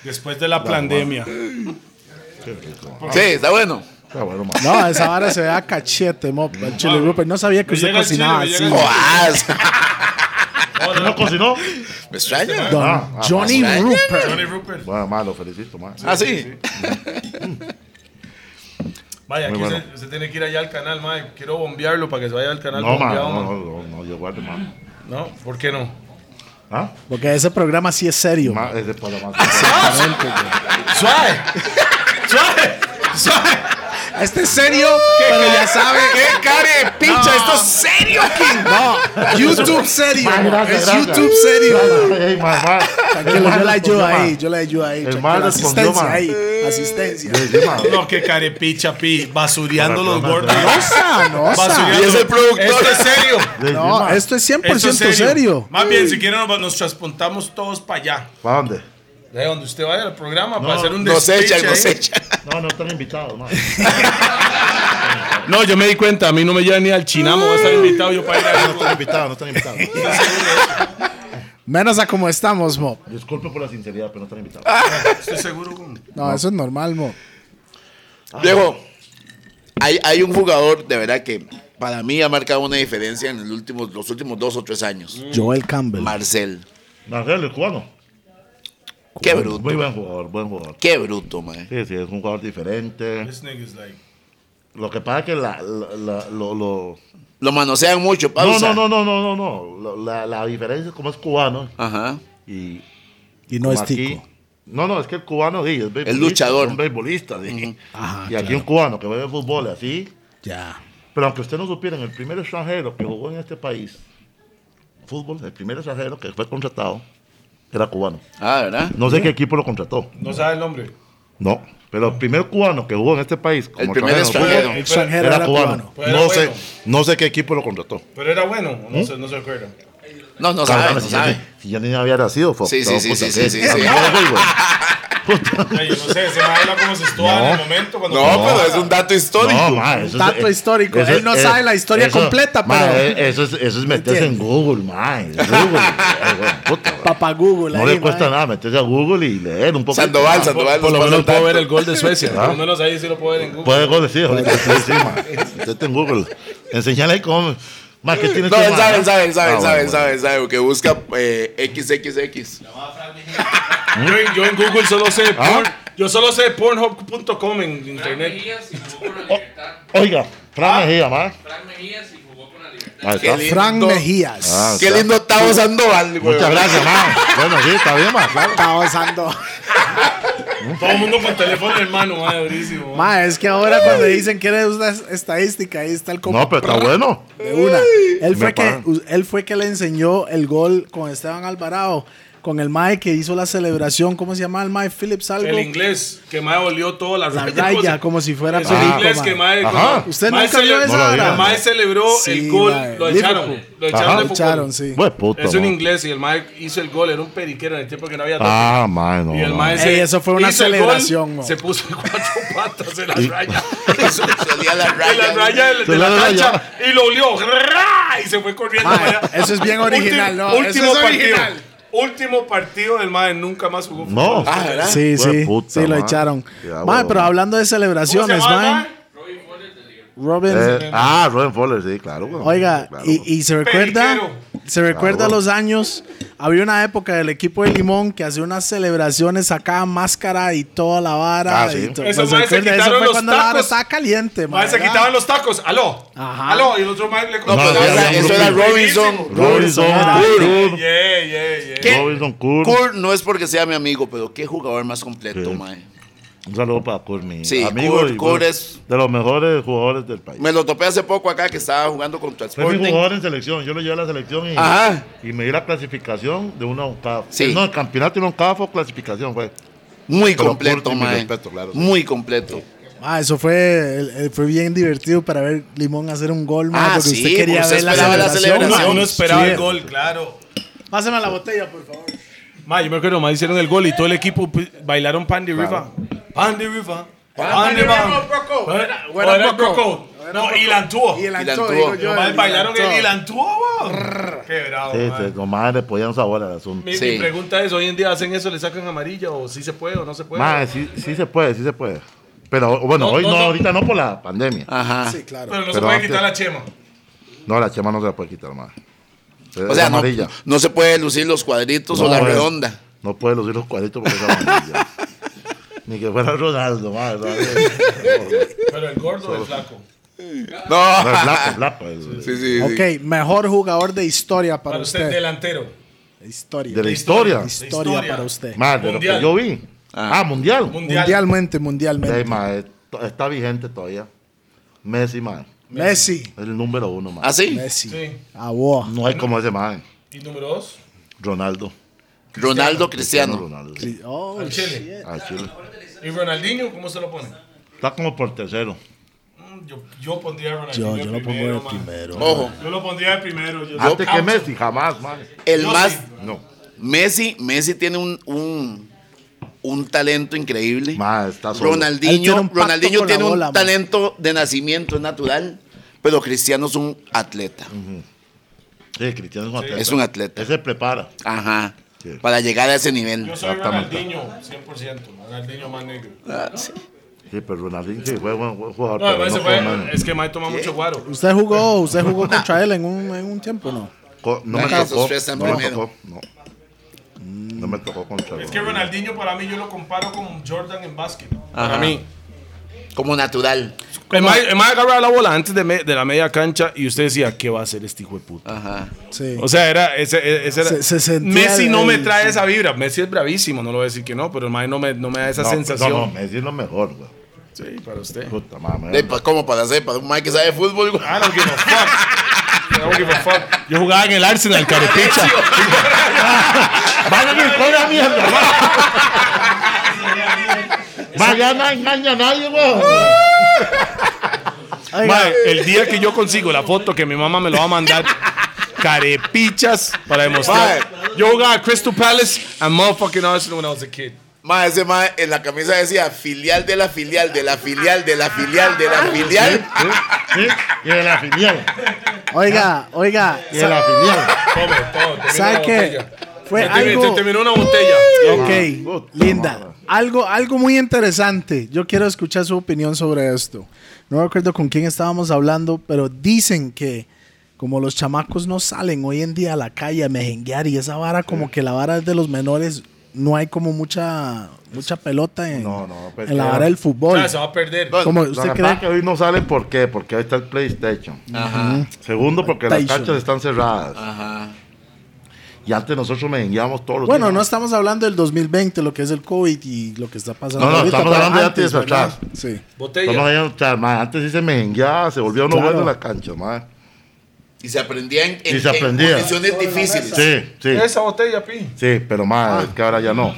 Speaker 2: Después de la pandemia.
Speaker 3: Sí, está bueno.
Speaker 1: Está bueno, ma.
Speaker 4: No, esa vara se ve a cachete, mo. El chile Rupert. No sabía que usted
Speaker 2: llega el
Speaker 4: cocinaba
Speaker 2: chile,
Speaker 4: así.
Speaker 2: me
Speaker 3: Joás.
Speaker 1: ¿Usted no cocinó?
Speaker 3: [LAUGHS] Me extraña.
Speaker 4: Don
Speaker 1: Ah, ah,
Speaker 4: Johnny
Speaker 3: ah,
Speaker 4: Rupert.
Speaker 1: Bueno, ma, lo felicito, ma.
Speaker 3: Ah, sí.
Speaker 2: Vaya, aquí
Speaker 1: Muy bueno.
Speaker 2: se, se tiene que ir allá al canal, mae. Quiero bombearlo para que se vaya al canal
Speaker 1: No, ma,
Speaker 2: bombeado,
Speaker 1: no,
Speaker 2: mae.
Speaker 1: no, no, no, yo guardo, ma.
Speaker 2: No, ¿por qué no?
Speaker 1: ¿Ah?
Speaker 4: Porque ese programa sí es serio.
Speaker 1: Ma, es de para más.
Speaker 2: ¡Suave! ¡Suave! ¡Suave!
Speaker 4: Este es serio, pero ya sabe.
Speaker 1: ¿eh?
Speaker 3: [LAUGHS] ¡Qué care de picha! ¡Esto es [LAUGHS] serio
Speaker 4: [LAUGHS]
Speaker 3: aquí!
Speaker 4: No, YouTube serio.
Speaker 1: Ma, gracias,
Speaker 4: es
Speaker 1: gracias.
Speaker 4: YouTube serio.
Speaker 1: Ey, ma, ma.
Speaker 4: Tranquilo, yo la ayudo
Speaker 1: Ma,
Speaker 4: ahí, yo la ayudo ahí.
Speaker 1: El
Speaker 4: tranquilo.
Speaker 1: mal respondió,
Speaker 4: asistencia
Speaker 1: ma. Eh,
Speaker 4: ahí, asistencia.
Speaker 1: Sí, ma.
Speaker 2: No, qué carepicha, pi. Basureando los
Speaker 1: Para, para,
Speaker 2: gordos.
Speaker 1: para.
Speaker 4: Nosa, nosa.
Speaker 2: Basureando.
Speaker 3: Y es el productor.
Speaker 2: Esto es
Speaker 3: [LAUGHS]
Speaker 2: serio.
Speaker 1: Sí, sí,
Speaker 4: No,
Speaker 1: ma.
Speaker 4: esto es 100%
Speaker 2: Esto es
Speaker 4: serio.
Speaker 2: Más bien, si quieren, nos, nos transportamos todos para allá.
Speaker 1: ¿Para dónde?
Speaker 2: De donde usted vaya al programa para hacer un
Speaker 3: Nos echan,
Speaker 1: ¿eh?
Speaker 2: despiche
Speaker 3: nos
Speaker 2: ahí.
Speaker 3: echan.
Speaker 1: No, no están invitados, ma.
Speaker 2: No, yo me di cuenta. A mí no me lleva ni al chinamo. Voy a estar invitado yo para ir
Speaker 1: No
Speaker 2: a
Speaker 1: están invitados, no están invitados.
Speaker 4: Menos a como estamos, Mo.
Speaker 1: [LAUGHS] Disculpe por la sinceridad, pero no están invitados.
Speaker 2: Estoy seguro. güey.
Speaker 4: No, eso es normal, Mo.
Speaker 1: Ah.
Speaker 3: Diego, hay, hay un jugador de verdad que para mí ha marcado una diferencia en el último- los últimos dos o tres años.
Speaker 4: Joel
Speaker 1: Mm.
Speaker 4: Campbell.
Speaker 3: Marcel.
Speaker 1: Marcelo, el cubano.
Speaker 3: Qué bruto.
Speaker 1: Muy buen jugador, buen jugador.
Speaker 3: Qué bruto, man.
Speaker 1: Sí, sí, es un jugador diferente.
Speaker 2: This nigga is like.
Speaker 1: Lo que pasa es que la, la- la- lo, lo-
Speaker 3: Lo manosean mucho,
Speaker 1: No,
Speaker 3: pausa.
Speaker 1: no, no, no, no, no, no. La, la- la diferencia es como es cubano
Speaker 3: Ajá.
Speaker 1: y...
Speaker 4: Y no
Speaker 1: como
Speaker 4: es
Speaker 1: aquí-
Speaker 4: tico.
Speaker 1: No, no, es que el cubano sí, es beisbolista,
Speaker 3: luchador.
Speaker 1: Es un beisbolista, sí.
Speaker 4: Ajá,
Speaker 1: y aquí un cubano que bebe fútbol así.
Speaker 4: Ya.
Speaker 1: Pero aunque usted no supiera, en el primer extranjero que jugó en este país, fútbol, el primer extranjero que fue contratado, era cubano.
Speaker 3: Ah, ¿verdad?
Speaker 1: No sé qué equipo lo contrató.
Speaker 2: No sabe el nombre.
Speaker 1: No. Pero el primer cubano que jugó en este país como
Speaker 3: El primer
Speaker 1: extranjero de fútbol,
Speaker 4: Extranjero
Speaker 3: extranjero.
Speaker 1: era,
Speaker 4: era
Speaker 1: cubano.
Speaker 4: cubano.
Speaker 2: Pero era
Speaker 1: No
Speaker 2: bueno.
Speaker 1: sé, no sé qué equipo lo contrató.
Speaker 2: Pero era bueno. o No, se, no se acuerda.
Speaker 3: No,
Speaker 1: Cabrón,
Speaker 3: no sabe, no
Speaker 1: si yo
Speaker 3: sabe.
Speaker 1: ni- Si yo ni había nacido, fue. pues,
Speaker 3: Sí, sí,
Speaker 1: fue-
Speaker 3: sí,
Speaker 1: fue-
Speaker 3: sí,
Speaker 1: fue-
Speaker 3: sí,
Speaker 1: fue- fue-
Speaker 3: sí, sí. [LAUGHS]
Speaker 1: fue- fue- fue-
Speaker 2: Ay, yo no sé. Se me habla como si estuviera en el momento. Cuando
Speaker 3: No, pero es un dato histórico.
Speaker 1: No, ma, eso es-
Speaker 4: Dato
Speaker 1: eh,
Speaker 4: histórico.
Speaker 1: eso
Speaker 4: Él no
Speaker 1: eh,
Speaker 4: sabe la historia
Speaker 1: eso-
Speaker 4: completa,
Speaker 1: ma,
Speaker 4: pero-
Speaker 1: eh, Eso es, eso es meterse en Google, ma. en Google. Ay, bueno, puta, ma.
Speaker 4: Papá Google.
Speaker 1: No
Speaker 4: ahí,
Speaker 1: le cuesta
Speaker 4: mae.
Speaker 1: nada meterse a Google y leer un poco.
Speaker 3: Sandoval, Sandoval.
Speaker 2: Por
Speaker 3: nos
Speaker 2: lo
Speaker 3: pasa
Speaker 2: menos
Speaker 3: el
Speaker 2: puedo
Speaker 3: dato.
Speaker 2: ver el gol de Suecia.
Speaker 1: Ah.
Speaker 2: Por lo menos ahí sí lo puedo ver en Google.
Speaker 1: Puede goles, sí, ahorita sí, sí, ma. Metete en Google. Enseñale cómo. Ma, ¿qué tiene
Speaker 3: No,
Speaker 1: tu
Speaker 3: él
Speaker 1: ma?
Speaker 3: sabe, él sabe, él sabe,
Speaker 1: Ah,
Speaker 3: él sabe,
Speaker 1: bueno,
Speaker 3: él sabe, él sabe, que busca eh, XXX.
Speaker 2: Yo, en- yo en Google solo sé porn- Yo solo sé pornhub.com en internet.
Speaker 6: Mejía si jugó con la libertad.
Speaker 1: bueno. Oiga, Fran Mejía, ma.
Speaker 6: Frank Mejía si jugó con la libertad.
Speaker 1: Ahí
Speaker 3: Ah. Qué
Speaker 1: está.
Speaker 3: lindo.
Speaker 4: Frank Mejías.
Speaker 1: Ah,
Speaker 3: Qué lindo Tavo Sandoval, güey.
Speaker 1: Muchas gracias, ma. Bueno, sí, está bien, ma. claro.
Speaker 4: Está avanzando.
Speaker 2: Todo el mundo con teléfono en mano, madre, durísimo. mae.
Speaker 4: Ma, es que ahora cuando dicen que eres una estadística, ahí está el compa.
Speaker 1: No, pero está bueno.
Speaker 4: De una. Él
Speaker 1: Me
Speaker 4: fue, que,
Speaker 1: pagan.
Speaker 4: él fue que le enseñó el gol con Esteban Alvarado, con el Mae que hizo la celebración, ¿cómo se llama el Mae? Phillips algo.
Speaker 2: El inglés, que me olió toda la
Speaker 4: La
Speaker 2: raya.
Speaker 4: raya, como si fuera
Speaker 2: Es
Speaker 4: perico,
Speaker 2: el inglés
Speaker 4: ma.
Speaker 2: que mae.
Speaker 1: Ajá.
Speaker 4: ¿Usted
Speaker 2: mae
Speaker 4: nunca vio
Speaker 2: cele-
Speaker 4: esa
Speaker 1: No lo digas.
Speaker 2: El
Speaker 4: vara?
Speaker 2: mae celebró
Speaker 4: Sí,
Speaker 2: el gol,
Speaker 4: mae.
Speaker 2: lo echaron.
Speaker 4: Liverpool.
Speaker 2: Lo echaron
Speaker 1: Ajá.
Speaker 2: de
Speaker 4: Lo
Speaker 2: fútbol.
Speaker 4: echaron, sí.
Speaker 1: Bue puta,
Speaker 2: Es un
Speaker 1: ma.
Speaker 2: inglés y el mae hizo el gol, era un periquero en el tiempo que no había toque.
Speaker 1: Ah, ma, no.
Speaker 2: Y el
Speaker 1: no.
Speaker 2: mae
Speaker 4: Ey,
Speaker 2: se-
Speaker 4: eso fue una
Speaker 2: hizo el gol,
Speaker 4: celebración, mo.
Speaker 2: Se puso [LAUGHS] en cuatro patas en la
Speaker 1: [LAUGHS]
Speaker 2: raya.
Speaker 3: Salía la
Speaker 2: En la raya de, de
Speaker 1: Se
Speaker 2: la,
Speaker 1: la raya.
Speaker 2: cancha y lo olió. ¡Ra! Y se fue corriendo.
Speaker 4: Mae,
Speaker 2: para allá.
Speaker 4: eso es bien original,
Speaker 2: Último-
Speaker 4: ¿no? Eso
Speaker 2: Último
Speaker 4: es
Speaker 2: partido.
Speaker 4: original.
Speaker 2: Último partido del mae nunca más jugó.
Speaker 1: No.
Speaker 2: fútbol.
Speaker 3: Ah, ¿verdad?
Speaker 4: Sí,
Speaker 1: Hijo de
Speaker 4: sí.
Speaker 1: puta,
Speaker 4: sí, lo
Speaker 1: ma.
Speaker 4: echaron.
Speaker 1: Ya,
Speaker 4: Mae,
Speaker 1: huevón.
Speaker 4: pero hablando de
Speaker 2: ¿Cómo se
Speaker 4: celebraciones,
Speaker 2: llamaba el
Speaker 4: Mae.
Speaker 2: mae?
Speaker 4: Robin.
Speaker 1: Eh, ah, Robin Fowler, sí, claro. güey.
Speaker 4: Oiga,
Speaker 1: Claro.
Speaker 4: y, y se recuerda,
Speaker 2: Periquero.
Speaker 4: se recuerda
Speaker 1: Claro.
Speaker 4: los años. Había una época del equipo de Limón que hacía unas celebraciones, sacaba máscara y toda la vara.
Speaker 1: Ah, sí.
Speaker 4: y todo.
Speaker 2: Esos
Speaker 4: Pues,
Speaker 2: maes se
Speaker 4: recuerda,
Speaker 2: quitaron
Speaker 4: eso fue
Speaker 2: los
Speaker 4: cuando la vara
Speaker 2: tacos.
Speaker 4: estaba caliente,
Speaker 2: Mae, se
Speaker 4: ¿verdad?
Speaker 2: quitaban los tacos. Aló.
Speaker 4: Ajá.
Speaker 2: Aló. Y el otro mae le
Speaker 3: No,
Speaker 1: No,
Speaker 3: pero
Speaker 1: sí,
Speaker 3: era-
Speaker 1: había un
Speaker 3: eso era
Speaker 1: grupillo.
Speaker 3: Robinson.
Speaker 1: Robinson
Speaker 4: Robinson
Speaker 1: Cur.
Speaker 2: Yeah, yeah, yeah.
Speaker 1: Robinson Cur.
Speaker 3: Kurt no es porque sea mi amigo, pero qué jugador más completo,
Speaker 1: Sí.
Speaker 3: mae.
Speaker 1: Un saludo para Cur, mi
Speaker 3: Sí,
Speaker 1: amigo.
Speaker 3: Cur-
Speaker 1: y,
Speaker 3: Cur
Speaker 1: bueno,
Speaker 3: es-
Speaker 1: De los mejores jugadores del país.
Speaker 3: Me lo topé hace poco acá que estaba jugando contra
Speaker 1: Fue mi
Speaker 3: Sporting.
Speaker 1: jugador en selección. Yo lo llevé a la selección y,
Speaker 3: Ajá.
Speaker 1: y me di la clasificación de una ONCAF.
Speaker 3: Sí.
Speaker 1: Eh, No, el campeonato y una ONCAF o clasificación, fue.
Speaker 3: Muy
Speaker 1: Pero
Speaker 3: completo,
Speaker 1: Kurt y mi
Speaker 3: mae.
Speaker 1: respeto, claro, sí.
Speaker 3: Muy completo.
Speaker 4: Ah, eso fue, el- el- fue bien divertido para ver Limón hacer un gol, ma,
Speaker 3: Ah,
Speaker 4: porque
Speaker 3: sí,
Speaker 4: usted quería
Speaker 3: usted
Speaker 4: ver la
Speaker 3: esperaba la
Speaker 4: celebración.
Speaker 3: celebración.
Speaker 4: ma.
Speaker 2: Ah, Uno esperaba
Speaker 4: Sí.
Speaker 2: el gol, claro.
Speaker 4: Pásame la botella, por favor.
Speaker 2: Ma, yo me acuerdo, ma, hicieron el gol y todo el equipo pi- bailaron Pandy Riva. Pandy Riva. Pandy Riva.
Speaker 4: Poco.
Speaker 2: Era- o era Broco. No, Oh, y la antuvo.
Speaker 4: Y el
Speaker 3: Ilan
Speaker 4: ancho,
Speaker 3: Tuo.
Speaker 4: digo yo.
Speaker 2: Los maes
Speaker 4: el
Speaker 2: bailaron
Speaker 4: Ilan
Speaker 2: el
Speaker 4: Tuo.
Speaker 2: y la antuvo. ma. Qué bravo,
Speaker 1: Sí,
Speaker 2: ma.
Speaker 1: sí, nomás le podían sabor al asunto.
Speaker 2: Oh, Mi,
Speaker 3: Sí.
Speaker 2: mi pregunta es, ¿hoy en día hacen eso, le sacan amarilla o si se puede o no se puede?
Speaker 1: Más, sí, sí se puede, sí se puede. Pero bueno,
Speaker 2: No,
Speaker 1: hoy
Speaker 2: no,
Speaker 1: no,
Speaker 2: no.
Speaker 1: ahorita no por la pandemia.
Speaker 3: Ajá.
Speaker 4: Sí, claro.
Speaker 2: Pero no se
Speaker 1: Pero
Speaker 2: puede
Speaker 1: antes-
Speaker 2: quitar la chema.
Speaker 1: No, la chema no se la puede quitar, madre.
Speaker 3: O sea, no,
Speaker 1: amarilla.
Speaker 3: no se puede lucir los cuadritos o
Speaker 1: No, eh.
Speaker 3: la
Speaker 1: es-
Speaker 3: redonda.
Speaker 1: No puede lucir los cuadritos porque es
Speaker 3: [LAUGHS]
Speaker 1: amarilla. Ni que fuera Ronaldo, madre.
Speaker 2: Pero el gordo o el flaco.
Speaker 3: No.
Speaker 1: No, es blapa, es blapa. es-
Speaker 3: [LAUGHS] Sí, sí, sí.
Speaker 4: Ok, mejor jugador de historia para,
Speaker 2: Para usted,
Speaker 4: usted.
Speaker 2: delantero.
Speaker 4: Historia.
Speaker 1: De la historia.
Speaker 4: historia,
Speaker 2: historia.
Speaker 4: para usted.
Speaker 1: Madre, de lo que
Speaker 2: Mundial.
Speaker 1: yo vi. Ah, mundial.
Speaker 2: Mundial.
Speaker 4: mundialmente, mundialmente.
Speaker 1: Sí, mae, to- está vigente todavía. Messi, mae.
Speaker 4: Messi.
Speaker 1: Es el número uno, mae.
Speaker 3: ¿Ah, sí?
Speaker 4: Messi.
Speaker 2: Sí.
Speaker 4: A vos.
Speaker 1: No hay como ese, mae.
Speaker 2: Y número dos,
Speaker 1: Ronaldo.
Speaker 3: Ronaldo Cristiano.
Speaker 1: Ronaldo.
Speaker 4: Sí. Oh,
Speaker 2: al Chile.
Speaker 4: shit.
Speaker 1: Ah, Chile.
Speaker 2: ¿Y Ronaldinho cómo se lo pone?
Speaker 1: Está como por tercero.
Speaker 2: Mm, Yo, yo pondría a
Speaker 4: Yo,
Speaker 2: Ronaldinho.
Speaker 4: yo
Speaker 2: de
Speaker 4: lo pongo
Speaker 2: primero,
Speaker 4: de
Speaker 2: ma.
Speaker 4: primero.
Speaker 3: Ojo,
Speaker 2: Yo lo pondría de primero. Yo
Speaker 1: Antes
Speaker 2: yo-
Speaker 1: que
Speaker 2: Ah,
Speaker 1: Messi, jamás, mae.
Speaker 3: el
Speaker 2: Yo
Speaker 3: más.
Speaker 2: sí.
Speaker 1: No.
Speaker 3: Messi, Messi tiene un, un, un talento increíble.
Speaker 1: Mae, está solo.
Speaker 4: Él tiene un
Speaker 3: Ronaldinho,
Speaker 4: pacto
Speaker 3: Ronaldinho
Speaker 4: con la
Speaker 3: tiene un
Speaker 4: bola, man.
Speaker 3: talento de nacimiento, es natural, pero Cristiano es un atleta.
Speaker 1: Sí, Cristiano es un atleta.
Speaker 3: Es un atleta.
Speaker 1: Él se prepara.
Speaker 3: Ajá.
Speaker 1: Sí.
Speaker 3: Para llegar a ese nivel.
Speaker 2: Yo soy
Speaker 1: Exactamente.
Speaker 2: Ronaldinho, 100%. Ronaldinho más negro.
Speaker 3: Ah, sí.
Speaker 1: Sí, pero Ronaldinho sí, fue buen buen jugador.
Speaker 2: No,
Speaker 1: pero
Speaker 2: ese
Speaker 1: no
Speaker 2: fue-
Speaker 1: como Messi.
Speaker 2: es que Mike toma mucho guaro.
Speaker 4: Usted jugó, usted jugó contra él en un, en un tiempo, ¿no?
Speaker 1: Co- no me
Speaker 3: Nada, esos
Speaker 1: tocó.
Speaker 3: tres están
Speaker 1: No me
Speaker 3: primero.
Speaker 1: tocó. No. No me tocó contra
Speaker 2: Es que
Speaker 1: Ronaldinho.
Speaker 2: Ronaldinho para mí yo lo comparo con Jordan en básquet.
Speaker 3: Ajá.
Speaker 2: Para mí.
Speaker 3: Como natural.
Speaker 2: El Mike el Mike agarraba la bola antes de, me- de la media cancha y usted decía, ¿qué va a hacer este hijo de puta?
Speaker 3: Ajá.
Speaker 4: Sí.
Speaker 2: O sea, era, ese, e- ese era-
Speaker 4: Se- se sentía
Speaker 2: Messi no
Speaker 4: el-
Speaker 2: me trae esa vibra. Messi es bravísimo, no lo voy a decir que no, pero el Mike no me, no me da esa
Speaker 1: No,
Speaker 2: sensación.
Speaker 1: No, no, Messi es lo mejor, güey.
Speaker 2: Sí, para usted.
Speaker 1: Puta madre.
Speaker 3: Eh, pa- ¿Cómo para hacer? Para un Mike que sabe de fútbol. güey.
Speaker 2: I don't give a fuck. I don't give a fuck. Yo jugaba en el Arsenal, carepicha.
Speaker 1: Vayan y cobra mierda.
Speaker 4: [LAUGHS]
Speaker 1: Vaya, no engaña a nadie, weón.
Speaker 4: Oiga,
Speaker 2: Mae, el día que yo consigo la foto que mi mamá me lo va a mandar, carepichas para demostrar. Yo jugaba a Crystal Palace and motherfucking Arsenal when I was a kid.
Speaker 3: Ma, ese ma en la camisa decía filial de la filial, de la filial, de la filial, de la filial.
Speaker 1: Sí, y de la filial.
Speaker 4: oiga, oiga.
Speaker 1: Y de la filial.
Speaker 2: Tome, tome, termina
Speaker 4: ¿Sabe
Speaker 2: la
Speaker 4: qué?
Speaker 2: botella.
Speaker 4: Fue
Speaker 2: Te- te-
Speaker 4: algo.
Speaker 2: te- terminó una botella.
Speaker 4: Ok,
Speaker 1: Puta madre.
Speaker 4: linda. Algo, algo muy interesante. Yo quiero escuchar su opinión sobre esto. No recuerdo con quién estábamos hablando, pero dicen que como los chamacos no salen hoy en día a la calle a mejenguear y esa vara como que la vara es de los menores, no hay como mucha mucha pelota en,
Speaker 1: No, no, pues,
Speaker 4: en la
Speaker 1: claro.
Speaker 4: vara del fútbol.
Speaker 2: Ah, se va a perder.
Speaker 4: Como
Speaker 1: Lo
Speaker 4: usted
Speaker 1: que pasa es
Speaker 4: cree
Speaker 1: que hoy no sale por qué, porque hoy está el PlayStation. Segundo, porque las
Speaker 4: PlayStation.
Speaker 1: canchas están cerradas. Y antes nosotros merengueamos todos los
Speaker 4: bueno, no
Speaker 1: días.
Speaker 4: estamos hablando del 2020, lo que es el COVID y lo que está pasando.
Speaker 1: No, no,
Speaker 4: ahorita,
Speaker 1: estamos
Speaker 4: pero
Speaker 1: hablando de antes,
Speaker 4: ¿verdad?
Speaker 1: atrás.
Speaker 4: Sí.
Speaker 1: Estamos
Speaker 2: Botella.
Speaker 1: allá, o sea, ma, antes sí se merengueaba, se volvía uno
Speaker 4: Claro.
Speaker 1: bueno en la cancha, madre.
Speaker 3: Y se aprendía en, en-
Speaker 1: Y se
Speaker 3: en
Speaker 1: aprendía.
Speaker 3: condiciones difíciles.
Speaker 1: Sí, sí.
Speaker 2: Esa botella, pi.
Speaker 1: Sí, pero madre, es que ahora ya no.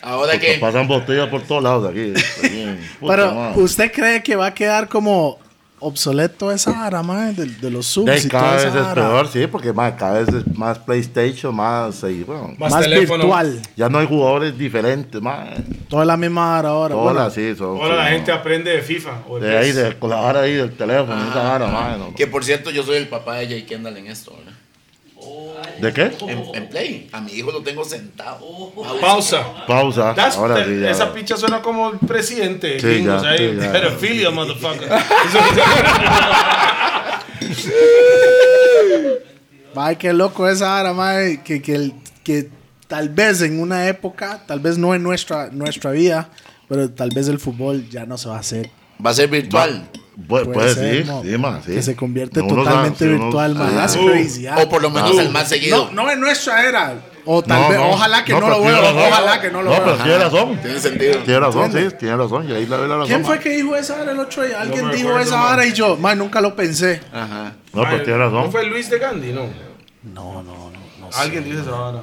Speaker 3: Ahora
Speaker 1: Porque
Speaker 3: que
Speaker 1: pasan botellas por todos lados de aquí.
Speaker 4: [LAUGHS]
Speaker 1: Aquí, puta
Speaker 4: Pero,
Speaker 1: madre.
Speaker 4: ¿usted cree que va a quedar como obsoleto esa vara, mae, de, de los subs
Speaker 1: De
Speaker 4: y toda
Speaker 1: cada vez
Speaker 4: esa
Speaker 1: es
Speaker 4: vara?
Speaker 1: peor, sí, porque más, cada vez es más PlayStation, más. ahí, bueno,
Speaker 2: Más
Speaker 4: Más
Speaker 2: teléfono.
Speaker 4: virtual.
Speaker 1: ya no hay jugadores diferentes, más.
Speaker 4: Toda la misma vara ahora.
Speaker 1: Todas
Speaker 4: bueno,
Speaker 1: las sí, son.
Speaker 2: Ahora la
Speaker 1: sí,
Speaker 2: gente aprende de FIFA. O de
Speaker 1: De ahí,
Speaker 2: PES.
Speaker 1: de, con la vara ahí del teléfono, esa
Speaker 3: Ah,
Speaker 1: vara, más. no.
Speaker 3: Que por cierto, yo soy el papá de Jay Kendall en esto, ¿verdad?
Speaker 1: ¿De qué?
Speaker 3: En, en Play. A mi hijo lo tengo sentado.
Speaker 2: Pausa.
Speaker 1: Pausa.
Speaker 2: That's-
Speaker 1: Ahora sí, ya.
Speaker 2: esa picha suena como el presidente.
Speaker 1: Sí,
Speaker 2: gringos,
Speaker 1: ya,
Speaker 2: ahí.
Speaker 1: sí, ya. [LAUGHS]
Speaker 2: Pedofilia, motherfucker.
Speaker 4: Mae, qué loco esa vara, mae, que, que, el- que tal vez en una época, tal vez no en nuestra, nuestra vida, pero tal vez el fútbol ya no se va a hacer.
Speaker 3: Va a ser virtual.
Speaker 1: Pu- puede
Speaker 4: ser,
Speaker 1: Pues, sí,
Speaker 4: mo-
Speaker 1: sí, más, sí.
Speaker 4: Que se convierte
Speaker 1: Uno sabe,
Speaker 4: totalmente
Speaker 1: sí, uno-
Speaker 4: virtual, mae.
Speaker 1: Ah,
Speaker 4: That's
Speaker 2: Uh,
Speaker 4: crazy. ah.
Speaker 3: O por lo menos el más seguido.
Speaker 4: no, no en nuestra era. O tal
Speaker 1: no,
Speaker 4: vez,
Speaker 1: no.
Speaker 4: ojalá que no,
Speaker 1: No, pero
Speaker 4: lo
Speaker 1: tiene
Speaker 4: vuelva,
Speaker 1: razón.
Speaker 4: ojalá que no lo
Speaker 1: No,
Speaker 4: vuelva.
Speaker 1: pero tiene razón.
Speaker 3: Tiene sentido.
Speaker 1: Tiene razón, sí, tiene razón. Y ahí la ve la razón.
Speaker 4: ¿Quién fue
Speaker 1: Pues ma.
Speaker 4: que dijo esa hora el otro día? Alguien
Speaker 2: me
Speaker 4: dijo
Speaker 2: acuerdo,
Speaker 4: esa
Speaker 2: man.
Speaker 4: hora y yo, man, nunca lo pensé.
Speaker 3: Ajá.
Speaker 1: No, pero tiene
Speaker 2: ¿No
Speaker 1: razón.
Speaker 2: fue Luis de Gandhi? No.
Speaker 4: No, no, no. no sé.
Speaker 2: Alguien dice esa vara.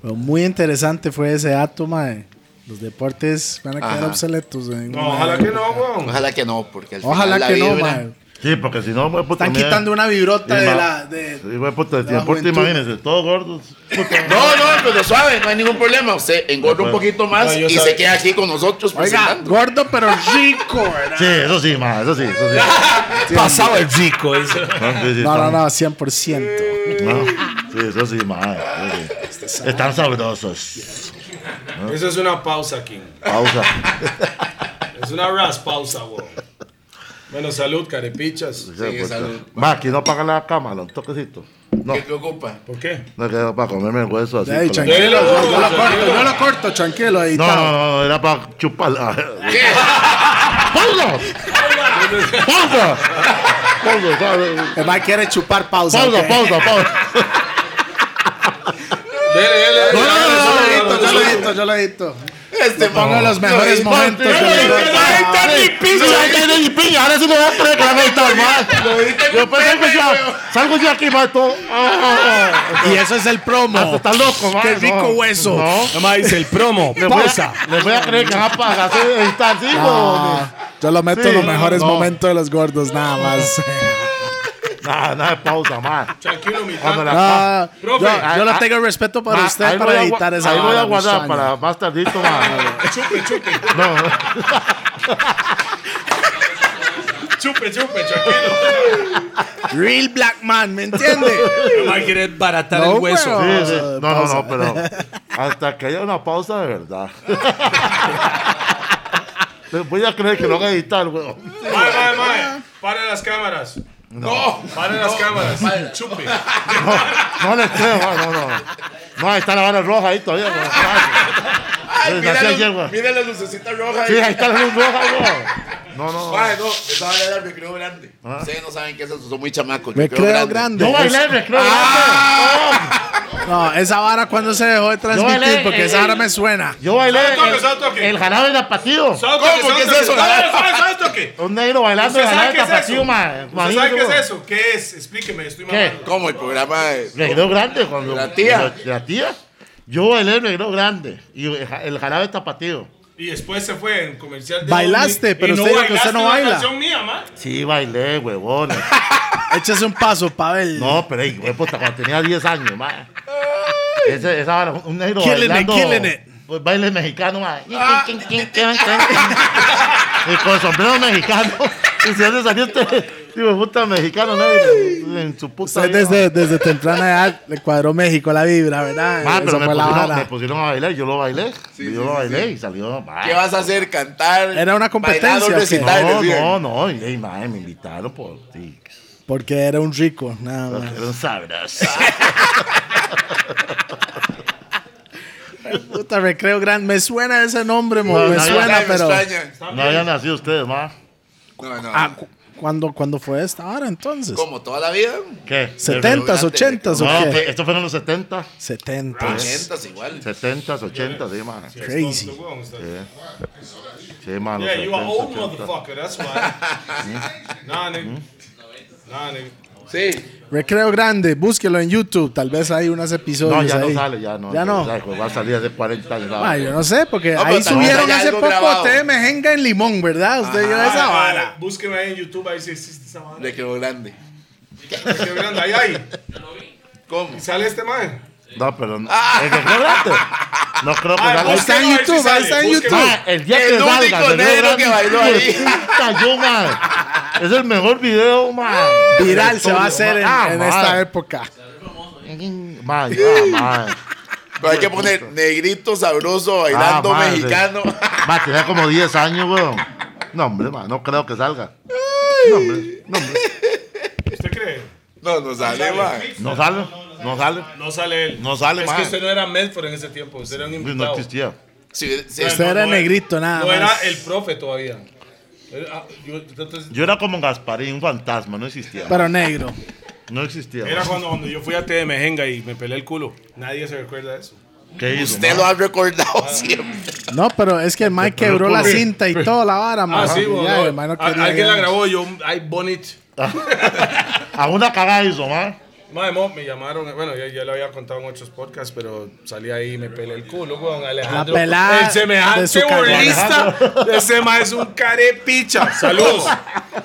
Speaker 4: Pero muy interesante fue ese dato, mae. Los deportes van a quedar
Speaker 3: Ajá.
Speaker 4: obsoletos. en
Speaker 2: No,
Speaker 4: una
Speaker 2: ojalá que no,
Speaker 4: época.
Speaker 2: weón.
Speaker 3: Ojalá que no, porque al
Speaker 4: Ojalá
Speaker 3: final la
Speaker 4: que no,
Speaker 3: vibra-
Speaker 4: mae.
Speaker 1: Sí, porque si no, pues, puta,
Speaker 4: Están
Speaker 1: mira.
Speaker 4: quitando una vibrota
Speaker 1: Y
Speaker 4: de
Speaker 1: ma-
Speaker 4: la. de-
Speaker 1: Sí, güey, puta, el
Speaker 4: de la
Speaker 1: deporte,
Speaker 4: juventud.
Speaker 1: imagínense, todos gordos. Puta,
Speaker 3: No, no, pero suave, no hay ningún problema. Usted engorda un
Speaker 1: puedo.
Speaker 3: poquito más
Speaker 2: No, yo
Speaker 3: y
Speaker 2: sabe.
Speaker 3: se queda aquí con nosotros
Speaker 4: Oiga,
Speaker 3: presentando.
Speaker 4: gordo pero rico, ¿verdad?
Speaker 1: Sí, eso sí, ma, eso sí,
Speaker 4: [LAUGHS]
Speaker 1: eso sí.
Speaker 5: Pasaba el rico. eso.
Speaker 1: No, sí, sí,
Speaker 4: No, no,
Speaker 1: están-
Speaker 4: no, 100%. Este
Speaker 1: no. Sí, eso sí, ma. eso sí. Están sabrosos.
Speaker 2: [LAUGHS] Eso es una pausa, King.
Speaker 1: Pausa.
Speaker 2: Es una raspausa, weón. Bueno, salud, carepichas.
Speaker 1: Sí,
Speaker 3: salud.
Speaker 1: Ma, aquí no apaga la cámara, un toquecito. No,
Speaker 3: ¿Qué te ocupa?
Speaker 2: ¿Por qué?
Speaker 1: no queda para comerme el hueso así.
Speaker 4: Ahí,
Speaker 1: con
Speaker 4: tranquilo.
Speaker 1: la-
Speaker 2: Dele,
Speaker 4: Yo yo
Speaker 2: dele.
Speaker 4: lo corto, yo lo corto, tranquilo. Ahí
Speaker 1: No,
Speaker 4: está.
Speaker 1: no, no, era para chupar. [LAUGHS] ¡Pausa! ¡Pausa! ¡Pausa! ¡Pausa!
Speaker 4: El man quiere chupar pausa.
Speaker 1: ¡Pausa!
Speaker 4: ok.
Speaker 1: ¡Pausa! ¡Pausa!
Speaker 2: Dele, dele, dele.
Speaker 4: No, no, no, yo lo edito, yo lo
Speaker 2: Dele,
Speaker 4: edito, yo lo edito.
Speaker 3: Este
Speaker 4: Pongo los mejores momentos. de mi vida.
Speaker 1: ni piña! ¡No hay ni piña! Ahora sí me voy a poner que la meditar, ma. Yo pensé que ya, salgo yo aquí, ma, todo. Ah,
Speaker 4: Y eso es el promo.
Speaker 1: Está loco, ma.
Speaker 4: Ah. Qué
Speaker 1: no.
Speaker 4: rico hueso.
Speaker 1: No.
Speaker 2: Nomás dice el promo.
Speaker 1: Le voy a- Le voy a creer que van a pagar. Está así,
Speaker 4: Ah, yo lo meto en los
Speaker 1: Sí,
Speaker 4: mejores
Speaker 1: no.
Speaker 4: momentos de los gordos, nada [LAUGHS] más.
Speaker 1: Nada, nada de pausa, ma.
Speaker 2: Tranquilo, mi
Speaker 1: Cuando
Speaker 2: tata.
Speaker 1: la
Speaker 4: Ah, yo,
Speaker 2: Profe,
Speaker 4: yo le
Speaker 1: ah,
Speaker 4: tengo el respeto para
Speaker 1: Ah,
Speaker 4: usted
Speaker 1: ahí voy
Speaker 4: para
Speaker 1: a gua-
Speaker 4: editar esa
Speaker 1: Ahí voy a
Speaker 4: vara,
Speaker 1: guardar
Speaker 4: Luzaño.
Speaker 1: para más tardito, ma.
Speaker 2: Chupe, chupe.
Speaker 1: No,
Speaker 2: Chupe, chupe, tranquilo.
Speaker 4: Real black man, ¿me [LAUGHS] entiende?
Speaker 5: Nomás quiere baratar
Speaker 4: [LAUGHS] No,
Speaker 5: el hueso.
Speaker 4: pero-
Speaker 1: sí, sí. no,
Speaker 4: Pausa,
Speaker 1: no,
Speaker 4: pausa.
Speaker 1: no,
Speaker 4: [LAUGHS]
Speaker 1: pero hasta que haya una pausa de verdad. Les Voy a creer que lo van a editar, weón.
Speaker 2: Mae, mae, mae. Para las cámaras. No, para las cámaras. Chupe.
Speaker 1: No, no les creo, ma, no, no. No, ahí está la vara roja ahí todavía, weón. Ay,
Speaker 3: Mira,
Speaker 1: así
Speaker 3: la-
Speaker 1: ayer, weón.
Speaker 3: mira la lucecita roja.
Speaker 1: Sí,
Speaker 3: ahí.
Speaker 1: ahí está la luz roja, weón. No, no, no.
Speaker 2: Mae, no.
Speaker 3: Esa hora era el recreo grande. Ustedes no saben qué es eso, son muy chamacos.
Speaker 4: Recreo Ah. grande.
Speaker 1: Yo bailé,
Speaker 4: Es-
Speaker 1: me creo.
Speaker 2: Ah.
Speaker 4: No, esa vara cuando se dejó de transmitir,
Speaker 1: bailé,
Speaker 4: porque
Speaker 1: eh,
Speaker 4: esa vara
Speaker 1: eh.
Speaker 4: me suena.
Speaker 1: Yo bailé
Speaker 2: Salto,
Speaker 1: el-
Speaker 2: salto aquí.
Speaker 1: el jarabe de Tapatío.
Speaker 2: ¿Cómo? ¿Qué es eso? ¿Sabes qué?
Speaker 1: Un negro bailando el
Speaker 2: ¿Usted sabe
Speaker 1: jarabe
Speaker 2: qué
Speaker 1: de
Speaker 2: es eso?
Speaker 1: Tapatío, ma.
Speaker 2: ¿Usted sabe qué
Speaker 1: Imagínate,
Speaker 2: es
Speaker 1: weón.
Speaker 2: eso? ¿Qué es? Explíqueme, estoy
Speaker 1: ¿Qué?
Speaker 2: mamando.
Speaker 3: ¿Cómo el programa es?
Speaker 1: Reguero grande cuando
Speaker 3: La tía.
Speaker 1: la, la tía. Yo bailé el reguero grande y el ja- el jarabe tapatío.
Speaker 2: Y después se fue en comercial de
Speaker 4: Bailaste,
Speaker 2: Dominic,
Speaker 4: pero
Speaker 2: y
Speaker 4: usted dijo que usted no
Speaker 2: bailaste
Speaker 4: baila.
Speaker 2: una canción mía, ma.
Speaker 1: Sí, bailé, huevones.
Speaker 4: Échese un paso, Pavel.
Speaker 1: No, pero ey, güey, puta, cuando tenía 10 años, ma. Ese, esa vara, un negro
Speaker 4: Killing it,
Speaker 1: bailando.
Speaker 4: killing it.
Speaker 1: pues, Baile mexicano, ma.
Speaker 3: Ah.
Speaker 1: y con sombrero mexicano. Y si dónde salió este digo, puta mexicano, negro. En su puta
Speaker 4: Usted
Speaker 1: vida,
Speaker 4: desde, desde temprana edad le cuadró México la vibra, ¿verdad?
Speaker 1: ma. Ma,
Speaker 4: Esa
Speaker 1: Ah, pero me
Speaker 4: fue la
Speaker 1: pusieron,
Speaker 4: vara.
Speaker 1: me pusieron a bailar, yo lo bailé.
Speaker 3: Sí,
Speaker 1: yo
Speaker 3: sí,
Speaker 1: lo
Speaker 3: sí,
Speaker 1: bailé
Speaker 3: sí.
Speaker 1: y salió, ma.
Speaker 3: ¿Qué vas a hacer? ¿Cantar?
Speaker 4: Era una competencia,
Speaker 3: bailar,
Speaker 4: ¿o qué?
Speaker 3: recitar,
Speaker 1: No,
Speaker 3: decían.
Speaker 1: no, no. Y, ey, ma, me invitaron pues, por ti.
Speaker 4: Porque era un rico, nada más.
Speaker 1: Pero sabrás.
Speaker 3: Ah,
Speaker 4: Puta, recreo grande. Me suena ese nombre, mo,
Speaker 1: No,
Speaker 4: me
Speaker 1: no, yo-
Speaker 4: suena,
Speaker 3: Ay, me
Speaker 4: pero.
Speaker 3: extraña.
Speaker 1: No habían nacido ustedes, ma.
Speaker 3: No, no.
Speaker 4: Ah, cu- ¿cuándo, cuándo fue esta hora entonces?
Speaker 3: ¿Cómo? ¿Toda la vida?
Speaker 1: ¿Qué?
Speaker 4: ¿70s, 80s
Speaker 1: No,
Speaker 4: o
Speaker 1: fue-
Speaker 4: qué?
Speaker 1: esto fueron los 70, Ah.
Speaker 4: 70.
Speaker 3: 80 igual.
Speaker 1: 70, 80, sí, man. Sí,
Speaker 4: Crazy.
Speaker 1: man. los
Speaker 2: Yeah,
Speaker 1: 70s,
Speaker 2: you are old
Speaker 1: 80s.
Speaker 2: motherfucker, that's why. Nah, nigga. Nah, nigga.
Speaker 3: Sí.
Speaker 4: Recreo grande, búsquelo en YouTube. Tal vez hay unos episodios.
Speaker 1: No, ya
Speaker 4: ahí.
Speaker 1: no sale, ya no.
Speaker 4: Ya no.
Speaker 1: Ya, pues, va a salir hace 40 años.
Speaker 4: Ah, yo no sé, porque
Speaker 3: No, pero
Speaker 4: ahí
Speaker 3: tal vez
Speaker 4: subieron
Speaker 3: haya
Speaker 4: hace
Speaker 3: algo
Speaker 4: poco
Speaker 3: grabado.
Speaker 4: TV Mejenga en Limón, ¿verdad? Usted vio esa
Speaker 2: Ah,
Speaker 4: vara.
Speaker 2: Búsqueme ahí en YouTube, ahí si existe esa vara.
Speaker 3: Recreo grande.
Speaker 2: Qué grande, ahí, ahí.
Speaker 3: ¿Cómo?
Speaker 2: Y sale este man.
Speaker 1: No, pero. no- ¿Es que no grande? No creo que
Speaker 2: Ah,
Speaker 1: salga.
Speaker 4: Ahí está en
Speaker 2: Búsquelo, a ver si
Speaker 4: YouTube, ahí
Speaker 2: sale,
Speaker 4: está en
Speaker 2: búsquelo.
Speaker 4: YouTube.
Speaker 1: Ma, el día
Speaker 3: El
Speaker 1: que
Speaker 3: único
Speaker 1: salga. de
Speaker 3: negro
Speaker 1: Leo
Speaker 3: que
Speaker 1: Grande,
Speaker 3: bailó ahí.
Speaker 1: puta, yo, man. Es el mejor video, man.
Speaker 4: Viral se va a hacer en,
Speaker 1: Ah,
Speaker 4: en
Speaker 1: man.
Speaker 4: esta época.
Speaker 1: Man, ah, man.
Speaker 3: Pero hay que poner negrito sabroso
Speaker 1: Pues, Ah,
Speaker 3: bailando
Speaker 1: madre.
Speaker 3: mexicano.
Speaker 1: Ma, tenía como 10 años, weón. No, hombre, ma, no creo que salga. No, hombre, no, hombre.
Speaker 2: ¿Usted cree?
Speaker 3: [LAUGHS] No, no sale, man.
Speaker 1: No sale, no sale.
Speaker 2: No sale él.
Speaker 1: No sale,
Speaker 2: Es
Speaker 1: man.
Speaker 2: que usted no era Medford en ese tiempo, usted era un
Speaker 1: Hombre,
Speaker 2: invitado.
Speaker 1: No existía.
Speaker 3: Sí, sí.
Speaker 4: Usted era negrito, nada
Speaker 2: No
Speaker 4: más.
Speaker 2: era el profe todavía. Era, ah, yo- entonces,
Speaker 1: Yo era como Gasparín, un fantasma, no existía.
Speaker 4: Pero negro.
Speaker 1: No existía.
Speaker 2: era
Speaker 1: ma.
Speaker 2: cuando, cuando yo fui a TV Mejenga y me pelé el culo. Nadie se recuerda de eso.
Speaker 1: ¿Qué hizo,
Speaker 3: Usted
Speaker 1: ma?
Speaker 3: lo ha recordado [LAUGHS] siempre.
Speaker 4: No, pero es que el Mike quebró la
Speaker 1: ¿cómo?
Speaker 4: cinta y toda la vara, man.
Speaker 2: Ah, sí,
Speaker 4: Ya,
Speaker 2: bueno.
Speaker 4: el man no
Speaker 2: a-
Speaker 4: quería
Speaker 2: Alguien la
Speaker 4: ya.
Speaker 2: grabó, yo, ay, Bonit.
Speaker 1: [LAUGHS] A una cagada hizo, ma.
Speaker 2: Madre, mo, me llamaron, bueno, ya, ya lo había contado en otros podcasts, pero salí ahí y me pelé el culo, weón. Alejandro.
Speaker 4: La pelada
Speaker 2: el semejante
Speaker 4: de su calle.
Speaker 2: bolista. Ese ma es un
Speaker 1: [LAUGHS]
Speaker 2: carepicha. Saludos.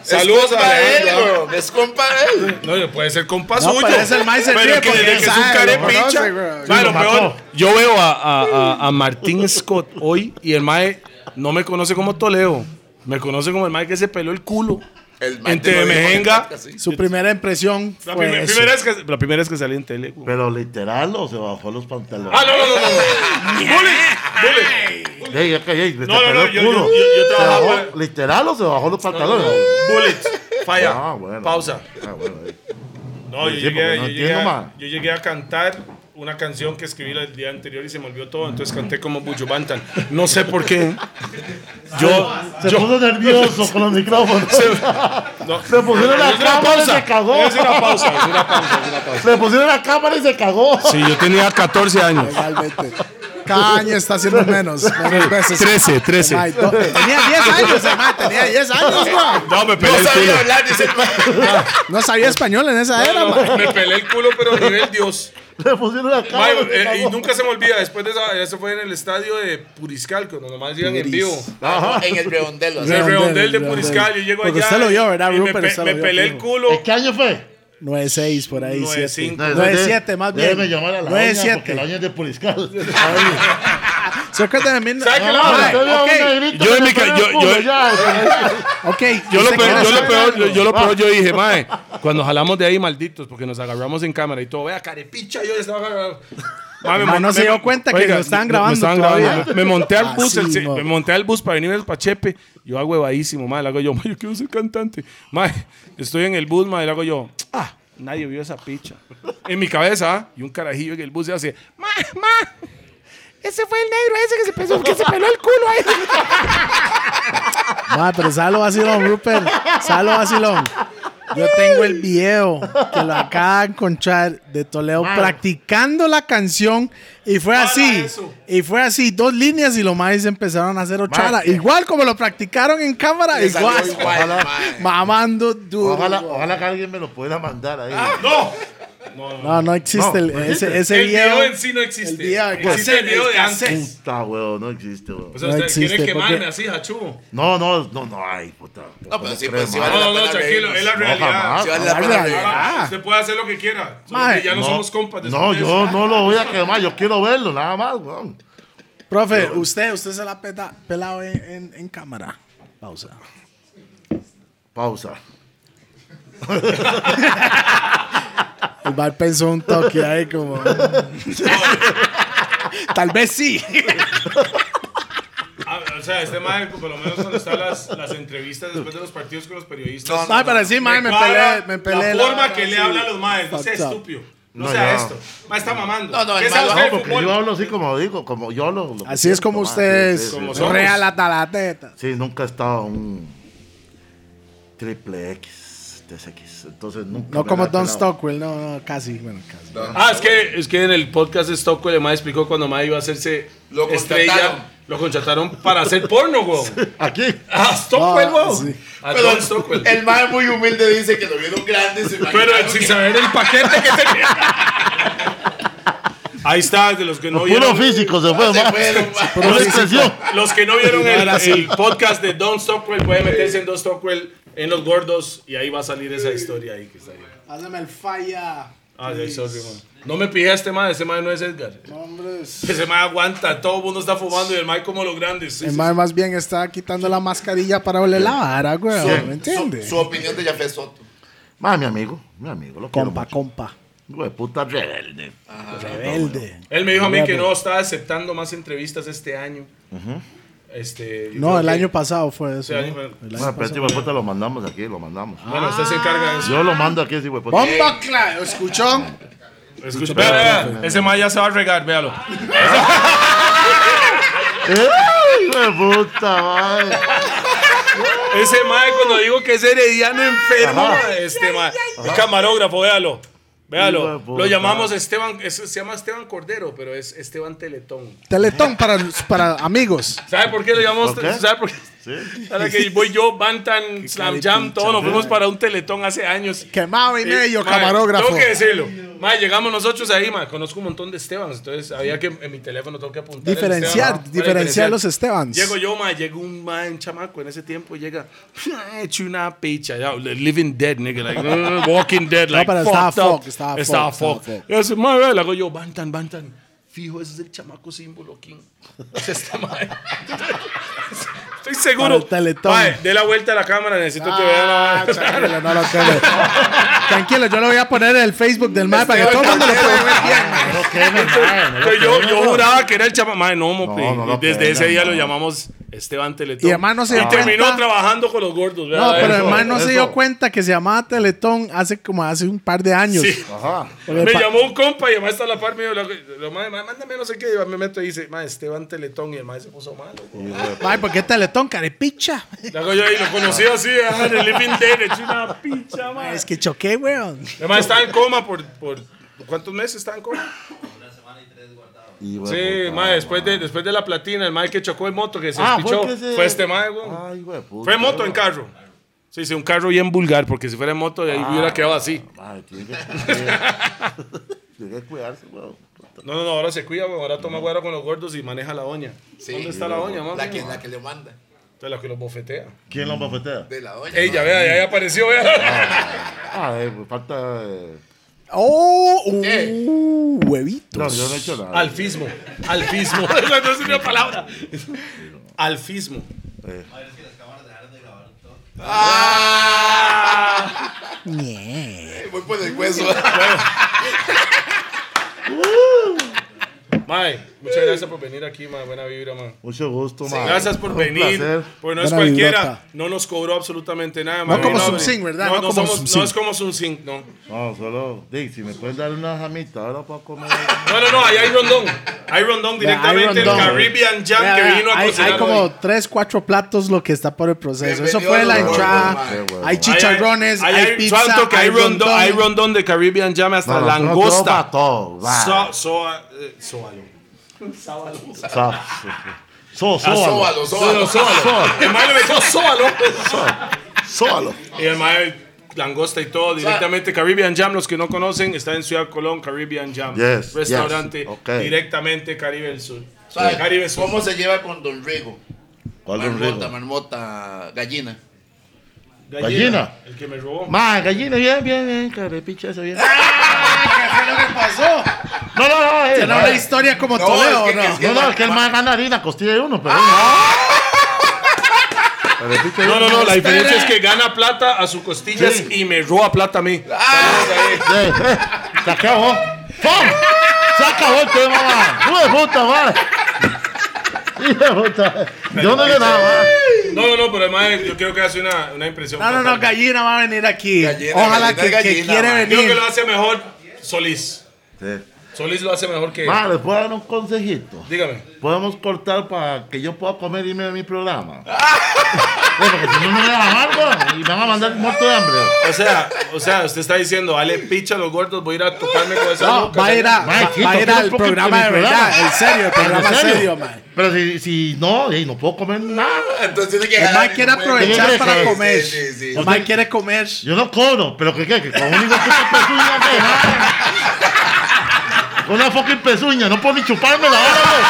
Speaker 2: Saludos
Speaker 3: Saludos
Speaker 2: a
Speaker 3: a él,
Speaker 2: Alejandro.
Speaker 3: bro. Es compa de él.
Speaker 2: No, yo puede ser compa
Speaker 4: No,
Speaker 2: suyo.
Speaker 4: pero es el mae se ríe
Speaker 2: pero que,
Speaker 4: porque
Speaker 2: que es un
Speaker 4: sabe,
Speaker 2: carepicha.
Speaker 4: lo conoce, güey.
Speaker 2: Mae, lo
Speaker 1: Lo
Speaker 2: peor,
Speaker 1: mató.
Speaker 2: yo veo a, a-
Speaker 4: [LAUGHS]
Speaker 2: a- a Martín Scott hoy y el mae no me conoce como Toledo. Me conoce como el mae que se peló el culo.
Speaker 3: El man
Speaker 2: En
Speaker 3: te lo
Speaker 2: TV
Speaker 3: dijo en el
Speaker 2: Mejenga.
Speaker 3: podcast, sí.
Speaker 4: Su primera impresión
Speaker 2: La,
Speaker 4: fue
Speaker 2: primer-
Speaker 4: Pues eso.
Speaker 2: primera vez que, la primera vez que salí en tele. güey.
Speaker 1: Pero literal o se bajó los pantalones.
Speaker 2: [LAUGHS] Ah, no, no, no, no. no. Bully,
Speaker 1: Ey, acá, ey, me
Speaker 2: No, no,
Speaker 1: tapé
Speaker 2: no,
Speaker 1: el
Speaker 2: yo- yo-
Speaker 1: culo.
Speaker 2: yo- yo
Speaker 1: ¿Se
Speaker 2: trabajaba-
Speaker 1: bajó ¿Literal o se bajó los pantalones?
Speaker 2: Bullet, falla.
Speaker 1: Ah, bueno.
Speaker 2: Pausa.
Speaker 1: Ah, bueno, ahí.
Speaker 2: No, yo
Speaker 1: Sí,
Speaker 2: llegué,
Speaker 1: porque no
Speaker 2: yo llegué
Speaker 1: entiendo,
Speaker 2: a,
Speaker 1: ma.
Speaker 2: yo llegué a cantar una canción que escribí el día anterior y se me olvidó todo, entonces canté como Bucho Bantan. No sé por qué. Yo,
Speaker 1: Se puso nervioso
Speaker 2: [LAUGHS]
Speaker 1: con los micrófonos.
Speaker 2: no.
Speaker 1: Le pusieron la
Speaker 2: Es una
Speaker 1: cámara y
Speaker 2: pausa.
Speaker 1: se cagó.
Speaker 2: Es una pausa, es una pausa.
Speaker 1: Le pusieron la cámara y se cagó.
Speaker 2: Sí, yo tenía 14 años.
Speaker 4: Realmente. Cada año está haciendo menos. menos veces.
Speaker 2: 13, 13.
Speaker 4: Mae, to- Tenía 10 años, el mae, tenía 10 años, mae.
Speaker 2: No, me
Speaker 3: No
Speaker 2: peleé el
Speaker 3: sabía
Speaker 2: culo.
Speaker 3: hablar, dice el mae.
Speaker 4: No sabía español en esa era, mae.
Speaker 2: Me peleé el culo, pero a nivel Dios.
Speaker 1: Le pusieron la
Speaker 2: Mae,
Speaker 1: cámara. y se
Speaker 2: eh, y
Speaker 1: cagó.
Speaker 2: nunca se me olvida, después de esa, eso fue en el estadio de Puriscal, cuando nomás iban en
Speaker 4: Piris.
Speaker 2: vivo.
Speaker 3: En el redondelo. así.
Speaker 2: El
Speaker 4: Redondel,
Speaker 2: redondel de
Speaker 4: redondel.
Speaker 2: Puriscal, yo llego allá.
Speaker 4: Porque usted lo vio, ¿verdad,
Speaker 2: y me,
Speaker 4: Rupert?
Speaker 2: pe-
Speaker 4: Usted lo
Speaker 2: me
Speaker 4: vio,
Speaker 2: peleé el
Speaker 4: fijo.
Speaker 2: culo.
Speaker 1: ¿Eh, ¿Qué año fue?
Speaker 4: 9-6, por ahí,
Speaker 2: 9-5.
Speaker 4: 7.
Speaker 2: No,
Speaker 4: 9-7, más bien.
Speaker 1: Déjeme llamar a la doña porque la
Speaker 4: 9-7.
Speaker 1: doña es de
Speaker 4: [LAUGHS]
Speaker 1: Puriscal. Ay,
Speaker 4: Se acuerda de mí.
Speaker 2: ¿Sabe qué
Speaker 1: no,
Speaker 2: Mae,
Speaker 1: usted vio
Speaker 4: ok.
Speaker 1: una grita,
Speaker 2: Yo
Speaker 1: le
Speaker 2: en mi ca-
Speaker 1: pusieron el
Speaker 2: yo-
Speaker 1: culo,
Speaker 2: yo-
Speaker 1: [LAUGHS] ya.
Speaker 4: Ok.
Speaker 2: Yo lo peor,
Speaker 4: ¿usted quiere
Speaker 2: yo lo
Speaker 4: saber
Speaker 2: peor,
Speaker 4: algo?
Speaker 2: yo, yo lo peor, yo
Speaker 4: [LAUGHS]
Speaker 2: dije, mae, cuando jalamos de ahí, malditos, porque nos agarramos en cámara y todo, vea, carepicha, yo estaba agarrado. Mae, me
Speaker 4: Mae, no
Speaker 2: mon-
Speaker 4: se
Speaker 2: me-
Speaker 4: dio cuenta que lo estaban
Speaker 2: me-
Speaker 4: grabando
Speaker 2: Me, estaban
Speaker 4: todavía.
Speaker 2: grabando. Me, me monté al
Speaker 4: Ah,
Speaker 2: bus,
Speaker 4: sí,
Speaker 2: el-
Speaker 4: no.
Speaker 2: me monté al bus para venir al Pachepe. Yo hago huevadísimo, mae, le hago yo, mae, yo quiero ser cantante. Mae, estoy en el bus, mae, le hago yo, ah, nadie vio esa picha. En mi cabeza, ¿ah? y un carajillo en el bus se hace, mae, mae. Ese fue el negro ese que se, pensó, que se peló el culo ahí.
Speaker 4: Ma, pero salo vacilón, Rupert. Salo vacilón. Yo tengo el video que lo acaba de encontrar de Toledo practicando la canción y fue así.
Speaker 2: eso.
Speaker 4: Y fue así, dos líneas y los maíz empezaron a hacer ochara.
Speaker 1: que-
Speaker 4: Igual como lo practicaron en cámara,
Speaker 3: Le salió
Speaker 4: igual.
Speaker 3: igual, mae.
Speaker 4: Mamando duro.
Speaker 1: Ojalá, ojalá que alguien me lo pudiera mandar ahí.
Speaker 2: ¡No!
Speaker 4: No, no existe el-
Speaker 1: No, no
Speaker 4: ese,
Speaker 1: existe.
Speaker 4: ese
Speaker 2: el
Speaker 4: video.
Speaker 2: video en sí no existe.
Speaker 4: el video,
Speaker 2: existe el video de antes.
Speaker 1: Puta, weón, no existe, weón.
Speaker 2: O sea,
Speaker 4: No
Speaker 2: ustedes
Speaker 4: existe,
Speaker 2: quieren
Speaker 4: porque-
Speaker 2: quemarme así, hachugo.
Speaker 1: No, no, no, no, ay, puta.
Speaker 3: No, pero sí, pues sí
Speaker 2: No,
Speaker 3: vale
Speaker 2: no,
Speaker 3: la
Speaker 2: no,
Speaker 3: pena
Speaker 2: tranquilo,
Speaker 3: reírnos.
Speaker 2: es la
Speaker 1: No,
Speaker 2: realidad.
Speaker 1: jamás.
Speaker 3: Sí vale la
Speaker 4: Ah,
Speaker 3: pena
Speaker 4: la-
Speaker 3: reírnos.
Speaker 4: Ah.
Speaker 2: Usted puede hacer lo que quiera. solo
Speaker 4: Mae,
Speaker 2: que ya no, somos compas. después
Speaker 1: No,
Speaker 2: de
Speaker 1: yo
Speaker 2: eso.
Speaker 1: no lo voy a quemar, yo quiero verlo, nada más, weón.
Speaker 4: Profe, usted, usted se la ha peta- pelado en, en- en cámara. Pausa.
Speaker 1: Pausa.
Speaker 4: El bar pensó un toque ahí como. "Mm". Tal vez sí.
Speaker 2: Ah, o sea, este mae, por lo menos cuando están las, las entrevistas después de los partidos con los periodistas.
Speaker 3: No,
Speaker 4: Ay, pero sí, mae, me
Speaker 2: cuadra
Speaker 4: peleé, me peleé.
Speaker 2: La forma
Speaker 4: verdad,
Speaker 2: que le
Speaker 4: sí.
Speaker 2: hablan los maes, no sea
Speaker 4: Fucked up.
Speaker 2: estúpido. No,
Speaker 1: No,
Speaker 2: sea
Speaker 1: ya.
Speaker 2: esto. Mae está mamando.
Speaker 3: No, no, el
Speaker 2: ¿Qué
Speaker 3: mae
Speaker 2: sabe
Speaker 3: lo-
Speaker 2: usted de
Speaker 1: Porque
Speaker 2: fútbol?
Speaker 1: yo hablo así como digo, como yo lo. lo
Speaker 4: Así es como
Speaker 1: siento, ma, sí,
Speaker 4: ustedes.
Speaker 1: sí,
Speaker 2: Como
Speaker 1: sí.
Speaker 2: somos.
Speaker 4: Real hasta la teta.
Speaker 1: Sí, nunca he estado un triple X, TSX. Entonces nunca.
Speaker 4: No
Speaker 1: me
Speaker 4: como
Speaker 1: la he
Speaker 4: Don
Speaker 1: pelado.
Speaker 4: Stockwell, no, no, casi. Bueno, casi.
Speaker 2: Ah, es que, es que en el podcast de Stockwell, el mae explicó cuando mae iba a hacerse
Speaker 3: Lo contrataron.
Speaker 2: estrella. Lo contrataron para hacer porno, güey.
Speaker 1: Aquí.
Speaker 2: Ah, Stockwell,
Speaker 4: Ah,
Speaker 2: güey.
Speaker 4: sí.
Speaker 2: A
Speaker 3: Pero
Speaker 2: Don Stockwell.
Speaker 3: el mae muy humilde dice que lo vieron grande. se
Speaker 2: pues. Pero
Speaker 3: imaginaron
Speaker 2: sin
Speaker 3: que-
Speaker 2: saber el paquete que tenía. Ahí está, de los que no
Speaker 1: Puro
Speaker 2: vieron.
Speaker 1: físico se fue,
Speaker 3: Se
Speaker 1: ma.
Speaker 3: fueron, mae.
Speaker 1: Puro expresión.
Speaker 2: Los que no vieron el, el podcast de Don Stockwell pueden meterse en Don Stockwell en los gordos y ahí va a salir esa historia ahí que está ahí.
Speaker 4: Hazme el falla.
Speaker 2: Ah, de ahí sorry, man. No me pijé a este man, este man no es Edgar. Ese man aguanta, todo el mundo está fumando y el man como los grandes. sí,
Speaker 4: El
Speaker 2: sí.
Speaker 4: mae más bien está quitando la mascarilla para oler la vara, güey. ¿Me
Speaker 3: Su,
Speaker 4: entiendes?
Speaker 3: su opinión de Jafé Soto.
Speaker 1: Ma, mi amigo, mi amigo, lo
Speaker 4: Compa,
Speaker 1: quiero. mucho.
Speaker 4: compa.
Speaker 1: Hijo de puta rebelde.
Speaker 4: Rebelde.
Speaker 2: Él me dijo a mí que no estaba aceptando más entrevistas este año. Este, yo
Speaker 4: No,
Speaker 2: creo
Speaker 4: el
Speaker 2: que-
Speaker 4: año pasado fue eso.
Speaker 2: Sí, Ah.
Speaker 4: ¿no?
Speaker 2: año fue-
Speaker 4: El
Speaker 1: Ma,
Speaker 4: año
Speaker 1: pero este
Speaker 4: pasado.
Speaker 1: hijo de puta lo mandamos aquí, lo mandamos.
Speaker 2: Bueno, usted se encarga de eso.
Speaker 1: Yo lo mando aquí, ese hijo de puta.
Speaker 4: Bomba, claro, escuchó.
Speaker 2: Escucha, vea, vea, vea. Ese man ya se va a regar, véalo.
Speaker 1: ¡Ay, Eh, hijo de puta, madre!
Speaker 2: Ese mae cuando digo que es herediano enfermo, este mae. El camarógrafo, véalo.
Speaker 1: Hijo
Speaker 2: Véalo.
Speaker 1: de puta.
Speaker 2: Lo llamamos Esteban, es- se llama Esteban Cordero, pero es Esteban Teletón.
Speaker 4: Teletón para, para amigos.
Speaker 2: ¿Sabe por qué lo llamamos?
Speaker 1: ¿Por qué?
Speaker 2: ¿Sabe por qué?
Speaker 1: Sí.
Speaker 2: Para
Speaker 4: [LAUGHS]
Speaker 2: que voy yo, Bantan, Slam Jam,
Speaker 4: caripincha,
Speaker 2: todos nos fuimos para un Teletón hace años.
Speaker 4: Quemado y medio,
Speaker 2: Eh, mae,
Speaker 4: camarógrafo.
Speaker 2: Tengo que decirlo. Mae, llegamos nosotros ahí, mae. Conozco un montón de Estebans, entonces había que en mi teléfono tengo que apuntar. el
Speaker 4: Diferenciar,
Speaker 2: Esteban, para
Speaker 4: diferenciar los Estebans. [LAUGHS]
Speaker 2: Llego yo, ma, llegó un ma en chamaco en ese tiempo y llega, "Ah, hecho una picha, ya, living dead, nigga, like, "Ah, walking
Speaker 4: [LAUGHS]
Speaker 2: dead, like,
Speaker 4: pero
Speaker 2: fucked
Speaker 4: estaba
Speaker 2: up".
Speaker 4: fuck, estaba
Speaker 2: estaba
Speaker 4: fuck,
Speaker 2: fuck.
Speaker 4: estaba fuck.
Speaker 2: Y ese ma, ve, le hago yo, bantan, bantan, fijo, ese es el chamaco símbolo, King. [LAUGHS] Es este ma. [LAUGHS] Estoy
Speaker 4: Para
Speaker 2: seguro.
Speaker 4: el teletón.
Speaker 2: Ma, eh, dé la vuelta a la cámara, necesito que
Speaker 4: [LAUGHS]
Speaker 2: vean
Speaker 4: Ah,
Speaker 2: [LAUGHS]
Speaker 4: tranquilo, no lo creo. Tranquilo, yo lo voy a poner en el Facebook del mapa para que todo el mundo lo pueda ver bien. man.
Speaker 1: queme, mae, no lo
Speaker 2: Pero yo,
Speaker 1: queme,
Speaker 2: yo
Speaker 1: mae.
Speaker 2: juraba que era el chapa. Mae, no, mope.
Speaker 1: No, no lo
Speaker 2: Y desde
Speaker 1: quemen,
Speaker 2: ese día
Speaker 1: no.
Speaker 2: lo llamamos Esteban Teletón.
Speaker 4: Y además no se dio
Speaker 2: terminó
Speaker 4: cuenta.
Speaker 2: trabajando con los gordos, ¿verdad?
Speaker 4: No, pero
Speaker 1: eso,
Speaker 4: además no se dio
Speaker 1: eso.
Speaker 4: cuenta que se llamaba Teletón hace como hace un par de años.
Speaker 2: Sí.
Speaker 1: Ajá.
Speaker 4: Porque
Speaker 2: Me
Speaker 4: pa-
Speaker 2: llamó un compa y además está a la par mío. Lo, lo, mae, mae, mándame no sé qué. Yo me meto y dice, mae, Esteban Teletón. Y el mae se puso malo. güey.
Speaker 4: Ay, ¿por qué Teletón, carepicha?
Speaker 2: Le hago yo ahí, lo conocí así, ajá, en el living dead, hecho una pincha, mae.
Speaker 4: Es que choqué, weón.
Speaker 2: Además estaba en coma por, por... ¿Cuántos meses estaba en coma?
Speaker 1: Y, güey,
Speaker 2: Sí,
Speaker 1: puta,
Speaker 2: mae, después de, después de la platina, el mae que chocó en moto, que se
Speaker 1: Ah,
Speaker 2: despichó,
Speaker 1: que Ah. se-
Speaker 2: fue este mae, güey.
Speaker 1: Ay, güey, puta.
Speaker 2: Fue en moto en carro. Sí, sí, un carro bien vulgar, porque si fuera en moto, de ahí
Speaker 3: Ah.
Speaker 2: hubiera quedado así.
Speaker 1: Mae, tiene que cuidarse. [LAUGHS] Tiene que cuidarse, güey.
Speaker 2: No, no, no, ahora se cuida, güey, ahora toma guaro con los gordos y maneja la doña.
Speaker 3: Sí.
Speaker 2: ¿Dónde está la doña, mami?
Speaker 3: La que, la que le manda.
Speaker 2: De la que los bofetea.
Speaker 1: ¿Quién lo bofetea?
Speaker 3: De la doña.
Speaker 2: Ella, vea, ya, ya apareció, vea.
Speaker 1: Ah, eh, pues, falta. eh,
Speaker 4: Oh, uh,
Speaker 3: ¿Qué?
Speaker 4: huevito.
Speaker 1: No, yo no he hecho nada.
Speaker 2: Alfismo. Alfismo. [LAUGHS] Esa no es una palabra. Alfismo. Ah.
Speaker 3: [LAUGHS] Voy por el hueso.
Speaker 2: Mae, muchas gracias por venir aquí, mae. Buena vibra, mae.
Speaker 1: Mucho gusto, mae.
Speaker 2: Gracias por
Speaker 1: Un
Speaker 2: venir.
Speaker 1: placer.
Speaker 2: Pues no es
Speaker 4: Buena
Speaker 2: cualquiera.
Speaker 4: vibrota.
Speaker 2: No nos cobró absolutamente nada.
Speaker 4: No
Speaker 2: mae.
Speaker 4: como
Speaker 2: No,
Speaker 4: Sumsing, ¿verdad?
Speaker 2: No,
Speaker 4: No
Speaker 2: no
Speaker 4: como
Speaker 2: somos-
Speaker 4: Sumsing.
Speaker 2: no es como Sumsing, no.
Speaker 1: No, solo. Dick, si me puedes dar una jamita ahora para
Speaker 2: [LAUGHS]
Speaker 1: comer.
Speaker 2: No, no, no, ahí hay rondón. Hay rondón directamente
Speaker 4: Iron
Speaker 2: del
Speaker 4: Dome.
Speaker 2: Caribbean Jam
Speaker 4: Vea,
Speaker 2: que
Speaker 4: vea,
Speaker 2: vino a
Speaker 4: hay,
Speaker 2: cocinar
Speaker 4: hay como
Speaker 2: hoy.
Speaker 4: tres, cuatro platos lo que está por el proceso. Eso
Speaker 3: Bienvenido
Speaker 4: fue la
Speaker 3: al gordo,
Speaker 4: entrada.
Speaker 3: man.
Speaker 1: Qué huevo.
Speaker 4: Hay chicharrones,
Speaker 2: Hay-
Speaker 4: hay,
Speaker 2: hay-
Speaker 4: pizza,
Speaker 2: tanto que hay, rondón, hay rondón de Caribbean Jam hasta
Speaker 1: No, no, Todo para
Speaker 2: langosta.
Speaker 1: todo. va.
Speaker 2: So, so, eh, sóbalo.
Speaker 1: So, so, so,
Speaker 3: Sóbalo,
Speaker 2: Ah, Sóbalo,
Speaker 3: sóbalo.
Speaker 2: sóbalo. El maestro me dijo sóbalo.
Speaker 1: Sóbalo.
Speaker 2: Y el maestro langosta y todo, directamente Caribbean Jam, los que no conocen, está en Ciudad Colón, Caribbean Jam.
Speaker 1: Yes,
Speaker 2: Restaurante
Speaker 1: yes, ok.
Speaker 2: directamente Caribe del Sur.
Speaker 3: ¿Sabe
Speaker 2: Caribe Sur.
Speaker 3: ¿Cómo se lleva con Don Rigo?
Speaker 1: ¿Cuál es
Speaker 3: Marmota,
Speaker 1: rico?
Speaker 3: marmota, gallina.
Speaker 1: Gallina.
Speaker 2: El que me robó.
Speaker 1: Ma, gallina, bien, bien, bien, carepicha, eso bien.
Speaker 2: Ah,
Speaker 4: ¿Qué pasó?
Speaker 1: No, no, no, eh,
Speaker 4: Era
Speaker 1: no,
Speaker 4: una historia como
Speaker 3: No,
Speaker 4: Toledo,
Speaker 3: es que-
Speaker 4: ¿no?
Speaker 3: es
Speaker 1: no, no, es que el más gana harina, costilla de uno, pero. Carepicha de
Speaker 2: Ah. No, no,
Speaker 1: uno.
Speaker 2: no, la diferencia es que gana plata a sus costillas
Speaker 1: Sí.
Speaker 2: y me roba plata a mí.
Speaker 1: Eh, eh, Se acabó. ¡Pum! Se acabó el tema, ma. Hijo de puta, ma. Hijo de puta. Yo no le nada, ma.
Speaker 2: No, no, no, pero además yo creo que hace una, una impresión.
Speaker 4: No, no, no,
Speaker 2: fatal.
Speaker 4: Gallina va a venir aquí.
Speaker 3: Gallina,
Speaker 4: Ojalá
Speaker 3: gallina,
Speaker 4: que, que
Speaker 3: gallina,
Speaker 4: quiere
Speaker 3: man.
Speaker 2: Creo que
Speaker 4: venir.
Speaker 2: lo hace mejor Solís.
Speaker 1: Sí.
Speaker 2: Solís lo hace mejor que.
Speaker 1: Ma, ¿les puedo dar un consejito?
Speaker 2: Dígame.
Speaker 1: Podemos cortar para que yo pueda comer y irme a mi
Speaker 4: [LAUGHS]
Speaker 1: programa.
Speaker 4: Ah.
Speaker 1: Bueno, porque si no, no me van a amar, güey, y me van a mandar muerto de hambre.
Speaker 2: O sea, o sea, usted está diciendo, vale picha a los gordos, voy a ir a tocarme con esa
Speaker 4: No,
Speaker 2: nuca,
Speaker 4: va a ir, a-
Speaker 1: man.
Speaker 4: Ah, va-
Speaker 1: Chico,
Speaker 4: va a ir
Speaker 1: ¿qué
Speaker 4: al
Speaker 1: es poco
Speaker 4: programa
Speaker 1: mi
Speaker 4: de
Speaker 1: programa?
Speaker 4: verdad. En serio, el programa
Speaker 1: ¿En
Speaker 4: serio, man.
Speaker 1: Pero si, si no, ey, no puedo comer nada.
Speaker 3: Entonces tiene que
Speaker 4: El
Speaker 3: jalar
Speaker 4: man quiere
Speaker 3: y no puede.
Speaker 4: aprovechar
Speaker 1: Regresa,
Speaker 4: para
Speaker 1: eh.
Speaker 4: comer.
Speaker 3: este Sí, sí, sí.
Speaker 4: El man quiere comer.
Speaker 1: Yo no cobro, pero ¿qué qué? Que con un hijo de puta pezuña que nada. Con Una fucking pezuña, no puedo ni chuparme la hora,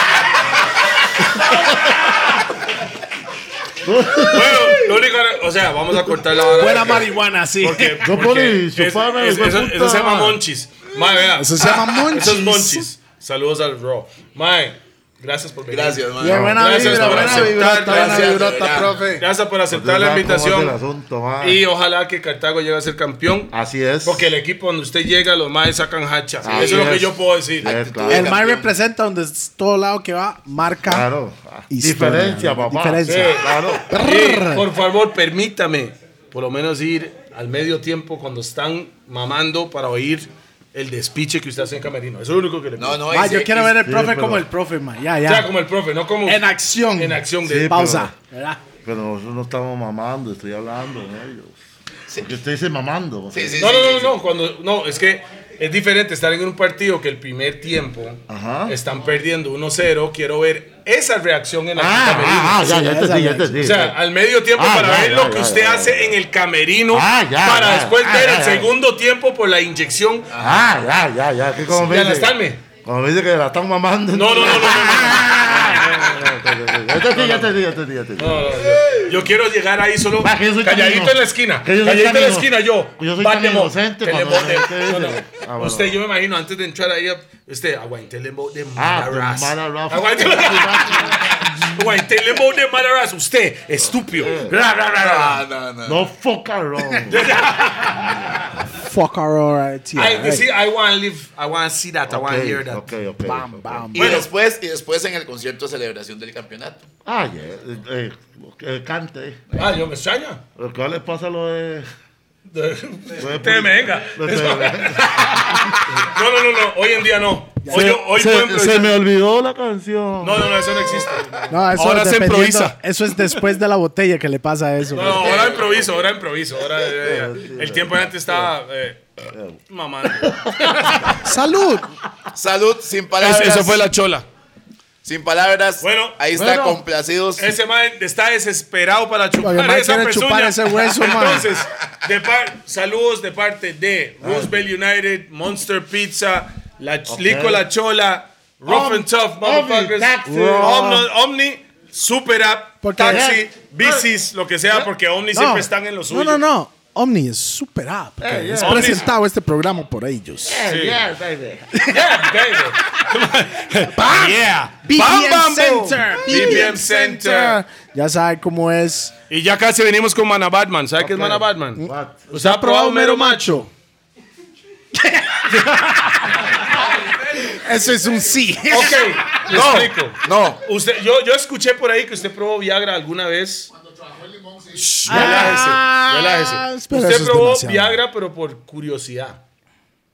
Speaker 2: Bueno, lo único, o sea, vamos a cortar la vara.
Speaker 4: Buena
Speaker 2: porque-
Speaker 4: marihuana, sí.
Speaker 2: [LAUGHS] Porque,
Speaker 1: No
Speaker 2: porque
Speaker 1: puede
Speaker 2: es-
Speaker 1: chuparme,
Speaker 2: es-
Speaker 1: hijo de
Speaker 2: eso,
Speaker 1: puta,
Speaker 2: eso se llama
Speaker 1: man.
Speaker 2: monchis. Mae, vea.
Speaker 4: Eso se llama
Speaker 2: [LAUGHS]
Speaker 4: monchis.
Speaker 2: Eso es monchis. Saludos al Raw. Mae, gracias por venir.
Speaker 3: Gracias, man.
Speaker 4: Bien, buena
Speaker 2: Gracias
Speaker 4: vibra,
Speaker 2: por
Speaker 4: buena
Speaker 2: aceptar,
Speaker 4: vibrota, buena
Speaker 3: gracias,
Speaker 4: vibrota,
Speaker 3: ya.
Speaker 4: profe.
Speaker 2: Gracias por aceptar la
Speaker 1: El
Speaker 2: invitación.
Speaker 1: asunto, ma.
Speaker 2: Y ojalá que Cartago llegue a ser campeón.
Speaker 4: Ah.
Speaker 1: Así es.
Speaker 2: Porque el equipo donde usted llega, los maes sacan hacha.
Speaker 1: Así
Speaker 2: Eso es lo que
Speaker 1: es.
Speaker 2: yo puedo decir.
Speaker 1: Sí, es, claro.
Speaker 4: El
Speaker 3: Campeón.
Speaker 4: Mae representa donde es todo lado que va, marca.
Speaker 1: Claro.
Speaker 4: Historia.
Speaker 1: Diferencia, papá.
Speaker 4: Diferencia.
Speaker 1: Sí, Claro.
Speaker 2: Y, por favor, permítame por lo menos ir al medio tiempo cuando están mamando para oír el despiche que usted hace en Camerino. Eso es lo único que le pido.
Speaker 3: No, no,
Speaker 4: Ma,
Speaker 3: ese-
Speaker 4: Ah, yo quiero ver el
Speaker 1: sí,
Speaker 4: profe
Speaker 1: pero-
Speaker 4: como el profe, ma. Ya, ya.
Speaker 2: O sea, como el profe, no como
Speaker 4: En acción.
Speaker 2: en acción
Speaker 1: Sí,
Speaker 2: de...
Speaker 4: Pausa. ¿verdad?
Speaker 1: Pero nosotros no estamos mamando, estoy hablando con ellos. Porque usted dice mamando.
Speaker 3: Sí, sí,
Speaker 2: No,
Speaker 3: sí,
Speaker 2: no, no,
Speaker 3: sí,
Speaker 2: no, cuando, no, es que es diferente estar en un partido que el primer tiempo
Speaker 1: Ajá.
Speaker 2: están perdiendo 1-0. Quiero ver esa reacción en el
Speaker 1: Ah,
Speaker 2: Camerino.
Speaker 1: ah, ah, ya, ya entendí, ya entendí.
Speaker 2: O sea, al medio tiempo
Speaker 1: Ah,
Speaker 2: para
Speaker 1: ya,
Speaker 2: ver
Speaker 1: ya,
Speaker 2: lo que
Speaker 1: ya,
Speaker 2: usted
Speaker 1: ya,
Speaker 2: hace
Speaker 1: ya.
Speaker 2: en el camerino
Speaker 1: Ah, ya,
Speaker 2: para
Speaker 1: ya,
Speaker 2: después
Speaker 1: ah,
Speaker 2: ver
Speaker 1: ya,
Speaker 2: el
Speaker 1: ya.
Speaker 2: segundo tiempo por la inyección.
Speaker 1: Ah, ya, ya, ya. Que como me
Speaker 2: ya
Speaker 1: dice-
Speaker 2: la están,
Speaker 1: Como me dice que la están mamando.
Speaker 2: No, no, no, no, no,
Speaker 1: Ya entendí, ya entendí, ya entendí, ya entendí.
Speaker 2: No, no, yo, yo quiero llegar ahí solo
Speaker 1: Va, que yo soy
Speaker 2: calladito
Speaker 1: Camilo.
Speaker 2: en la esquina.
Speaker 1: Que yo soy
Speaker 2: calladito en la
Speaker 1: Camilo.
Speaker 2: esquina yo.
Speaker 1: Yo soy
Speaker 2: Bate
Speaker 1: tan
Speaker 2: mo-
Speaker 1: inocente
Speaker 2: tele
Speaker 1: cuando-
Speaker 2: mo- de-
Speaker 1: ¿qué
Speaker 2: no, no.
Speaker 1: dice? Ah, bueno.
Speaker 2: Usted, yo me imagino antes de entrar ahí, este, aguántele mo- de
Speaker 1: Ah, de
Speaker 2: Madaras.
Speaker 1: Madaras.
Speaker 2: Aguántele aguántele mo- de Madaras. Usted,
Speaker 1: Eh.
Speaker 3: Ah,
Speaker 1: Ah,
Speaker 2: estúpido. Ra, ra, ra, ra.
Speaker 3: No, no, no.
Speaker 1: No fuck around.
Speaker 4: fuck our RIT.
Speaker 2: I,
Speaker 4: right?
Speaker 2: see, I want to live, I want to see that, I want to
Speaker 1: Ok,
Speaker 2: hear that.
Speaker 1: ok, ok,
Speaker 4: Bam,
Speaker 1: ok.
Speaker 4: bam.
Speaker 3: Y, después, y después en el concierto de celebración del campeonato.
Speaker 1: Ah, yeah, eh, eh, eh, cante.
Speaker 2: Ah, yo me extraña.
Speaker 1: Lo que le pasa a lo de. lo de
Speaker 2: Te
Speaker 1: poli-
Speaker 2: venga.
Speaker 1: lo de-
Speaker 2: No, no, no, no, hoy en día no. Hoy,
Speaker 1: Se-
Speaker 2: yo- hoy
Speaker 1: se,
Speaker 2: puedo
Speaker 1: se
Speaker 2: improvisar.
Speaker 1: me olvidó la canción.
Speaker 2: No, no, no, eso no existe.
Speaker 4: No, eso
Speaker 2: ahora se
Speaker 4: dependiendo-
Speaker 2: improvisa.
Speaker 4: Eso es después de la botella que le pasa a eso.
Speaker 2: No,
Speaker 4: güey.
Speaker 2: ahora improviso, ahora improviso. Ahora, eh, eh, el tiempo de antes estaba eh, mamando.
Speaker 4: ¡Salud!
Speaker 3: Salud, sin palabras.
Speaker 2: chola.
Speaker 3: Sin palabras.
Speaker 2: Bueno,
Speaker 3: ahí está,
Speaker 1: bueno.
Speaker 3: complacidos.
Speaker 2: Ese man está desesperado para chupar
Speaker 4: Porque mae
Speaker 2: esa
Speaker 4: quiere
Speaker 2: pezuña.
Speaker 4: chupar ese hueso, mae.
Speaker 2: Entonces, de par- saludos de parte de Roosevelt United, Monster Pizza, La Ch- Lico La Chola, Rough
Speaker 1: Om-
Speaker 2: and Tough,
Speaker 1: Omni
Speaker 2: Motherfuckers,
Speaker 1: Taxi.
Speaker 2: Omni, Omni, Super App,
Speaker 4: Porque-
Speaker 2: Taxi, Bicis, lo que sea, porque Omni
Speaker 4: No.
Speaker 2: siempre están en lo suyo.
Speaker 4: No, no, no. Omni es super up.
Speaker 1: Eh, yeah.
Speaker 4: Es
Speaker 2: Omni es-
Speaker 4: presentado este programa por ellos.
Speaker 1: Eh,
Speaker 2: sí.
Speaker 1: yeah, baby.
Speaker 2: Yeah, baby. [LAUGHS] Yeah. Bam, bam, boom. BPM Center.
Speaker 4: Ya sabe cómo es.
Speaker 2: Y ya casi venimos con Mana Batman. ¿Sabe qué es Mana Batman?
Speaker 1: What?
Speaker 2: ¿Usted ha probado mero
Speaker 4: [LAUGHS]
Speaker 2: macho?
Speaker 4: Eso es un sí.
Speaker 2: Ok, le
Speaker 3: No,
Speaker 2: explico.
Speaker 3: no.
Speaker 2: Usted, yo, yo escuché por ahí que usted probó Viagra alguna vez. Shh,
Speaker 4: Ah,
Speaker 2: Relájese, relájese.
Speaker 4: espera, eso
Speaker 2: usted
Speaker 4: es
Speaker 2: probó
Speaker 4: demasiado.
Speaker 2: Viagra, pero por curiosidad.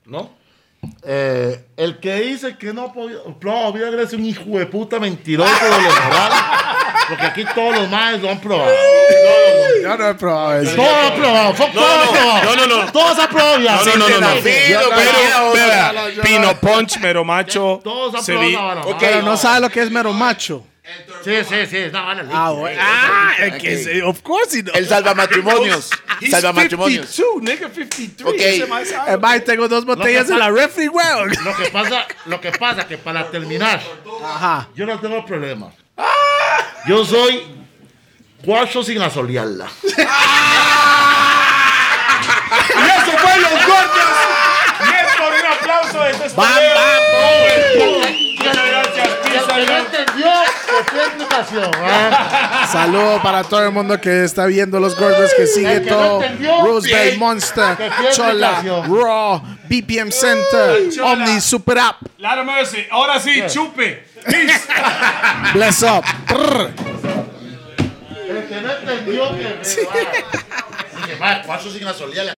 Speaker 2: ¿No?
Speaker 1: Eh, el que dice que no podía. No, Viagra es un hijo de puta mentiroso de los moral. Porque aquí todos los maes lo han probado.
Speaker 4: Yo no he probado eso.
Speaker 1: Todos lo han probado. Fuck, todos han probado.
Speaker 2: no, no.
Speaker 1: Todos han probado Viagra.
Speaker 2: No, no, no, no, no.
Speaker 3: Filo, pero-
Speaker 2: Espera, Pino Punch, Mero Macho.
Speaker 1: Todos han probado
Speaker 2: Sevi-
Speaker 1: la vara.
Speaker 3: Ok.
Speaker 1: Vara,
Speaker 4: Pero no sabe lo que es mero macho.
Speaker 1: Sí, sí, sí. No, vale.
Speaker 4: Ah, bueno. Ah, es
Speaker 3: Ok.
Speaker 4: sí, of course he knows.
Speaker 3: El salvamatrimonios.
Speaker 2: He's
Speaker 3: salvamatrimonios.
Speaker 2: 52, nigga, 53.
Speaker 3: Ok.
Speaker 2: Ese mae sabe.
Speaker 4: Eh, mae, tengo dos botellas en la refri, weón.
Speaker 1: Lo que pasa, lo que pasa que para terminar,
Speaker 4: Ajá.
Speaker 1: yo no tengo problema. Yo soy guacho sin asolearla.
Speaker 2: Y eso fue los gordos. Y es por un aplauso este de estos
Speaker 4: Bam,
Speaker 2: Muchas gracias,
Speaker 1: Y el
Speaker 2: Pizza
Speaker 1: que no
Speaker 2: Hut.
Speaker 1: entendió, pues fue explicación. ¿ah?
Speaker 4: Saludo para todo el mundo que está viendo los gordos que sigue
Speaker 1: El que no
Speaker 4: todo.
Speaker 1: entendió,
Speaker 4: Roosevelt
Speaker 1: bien. [LAUGHS]
Speaker 4: Monster,
Speaker 1: Que tiene
Speaker 4: Chola,
Speaker 1: explicación.
Speaker 4: Raw, BPM Center,
Speaker 2: Chola.
Speaker 4: Omni Super App,
Speaker 2: Lot of mercy. Ahora sí, chupe. Peace.
Speaker 4: Bless Up. Brr.
Speaker 1: El que no entendió, que. Sí. Guacho sin asolearla.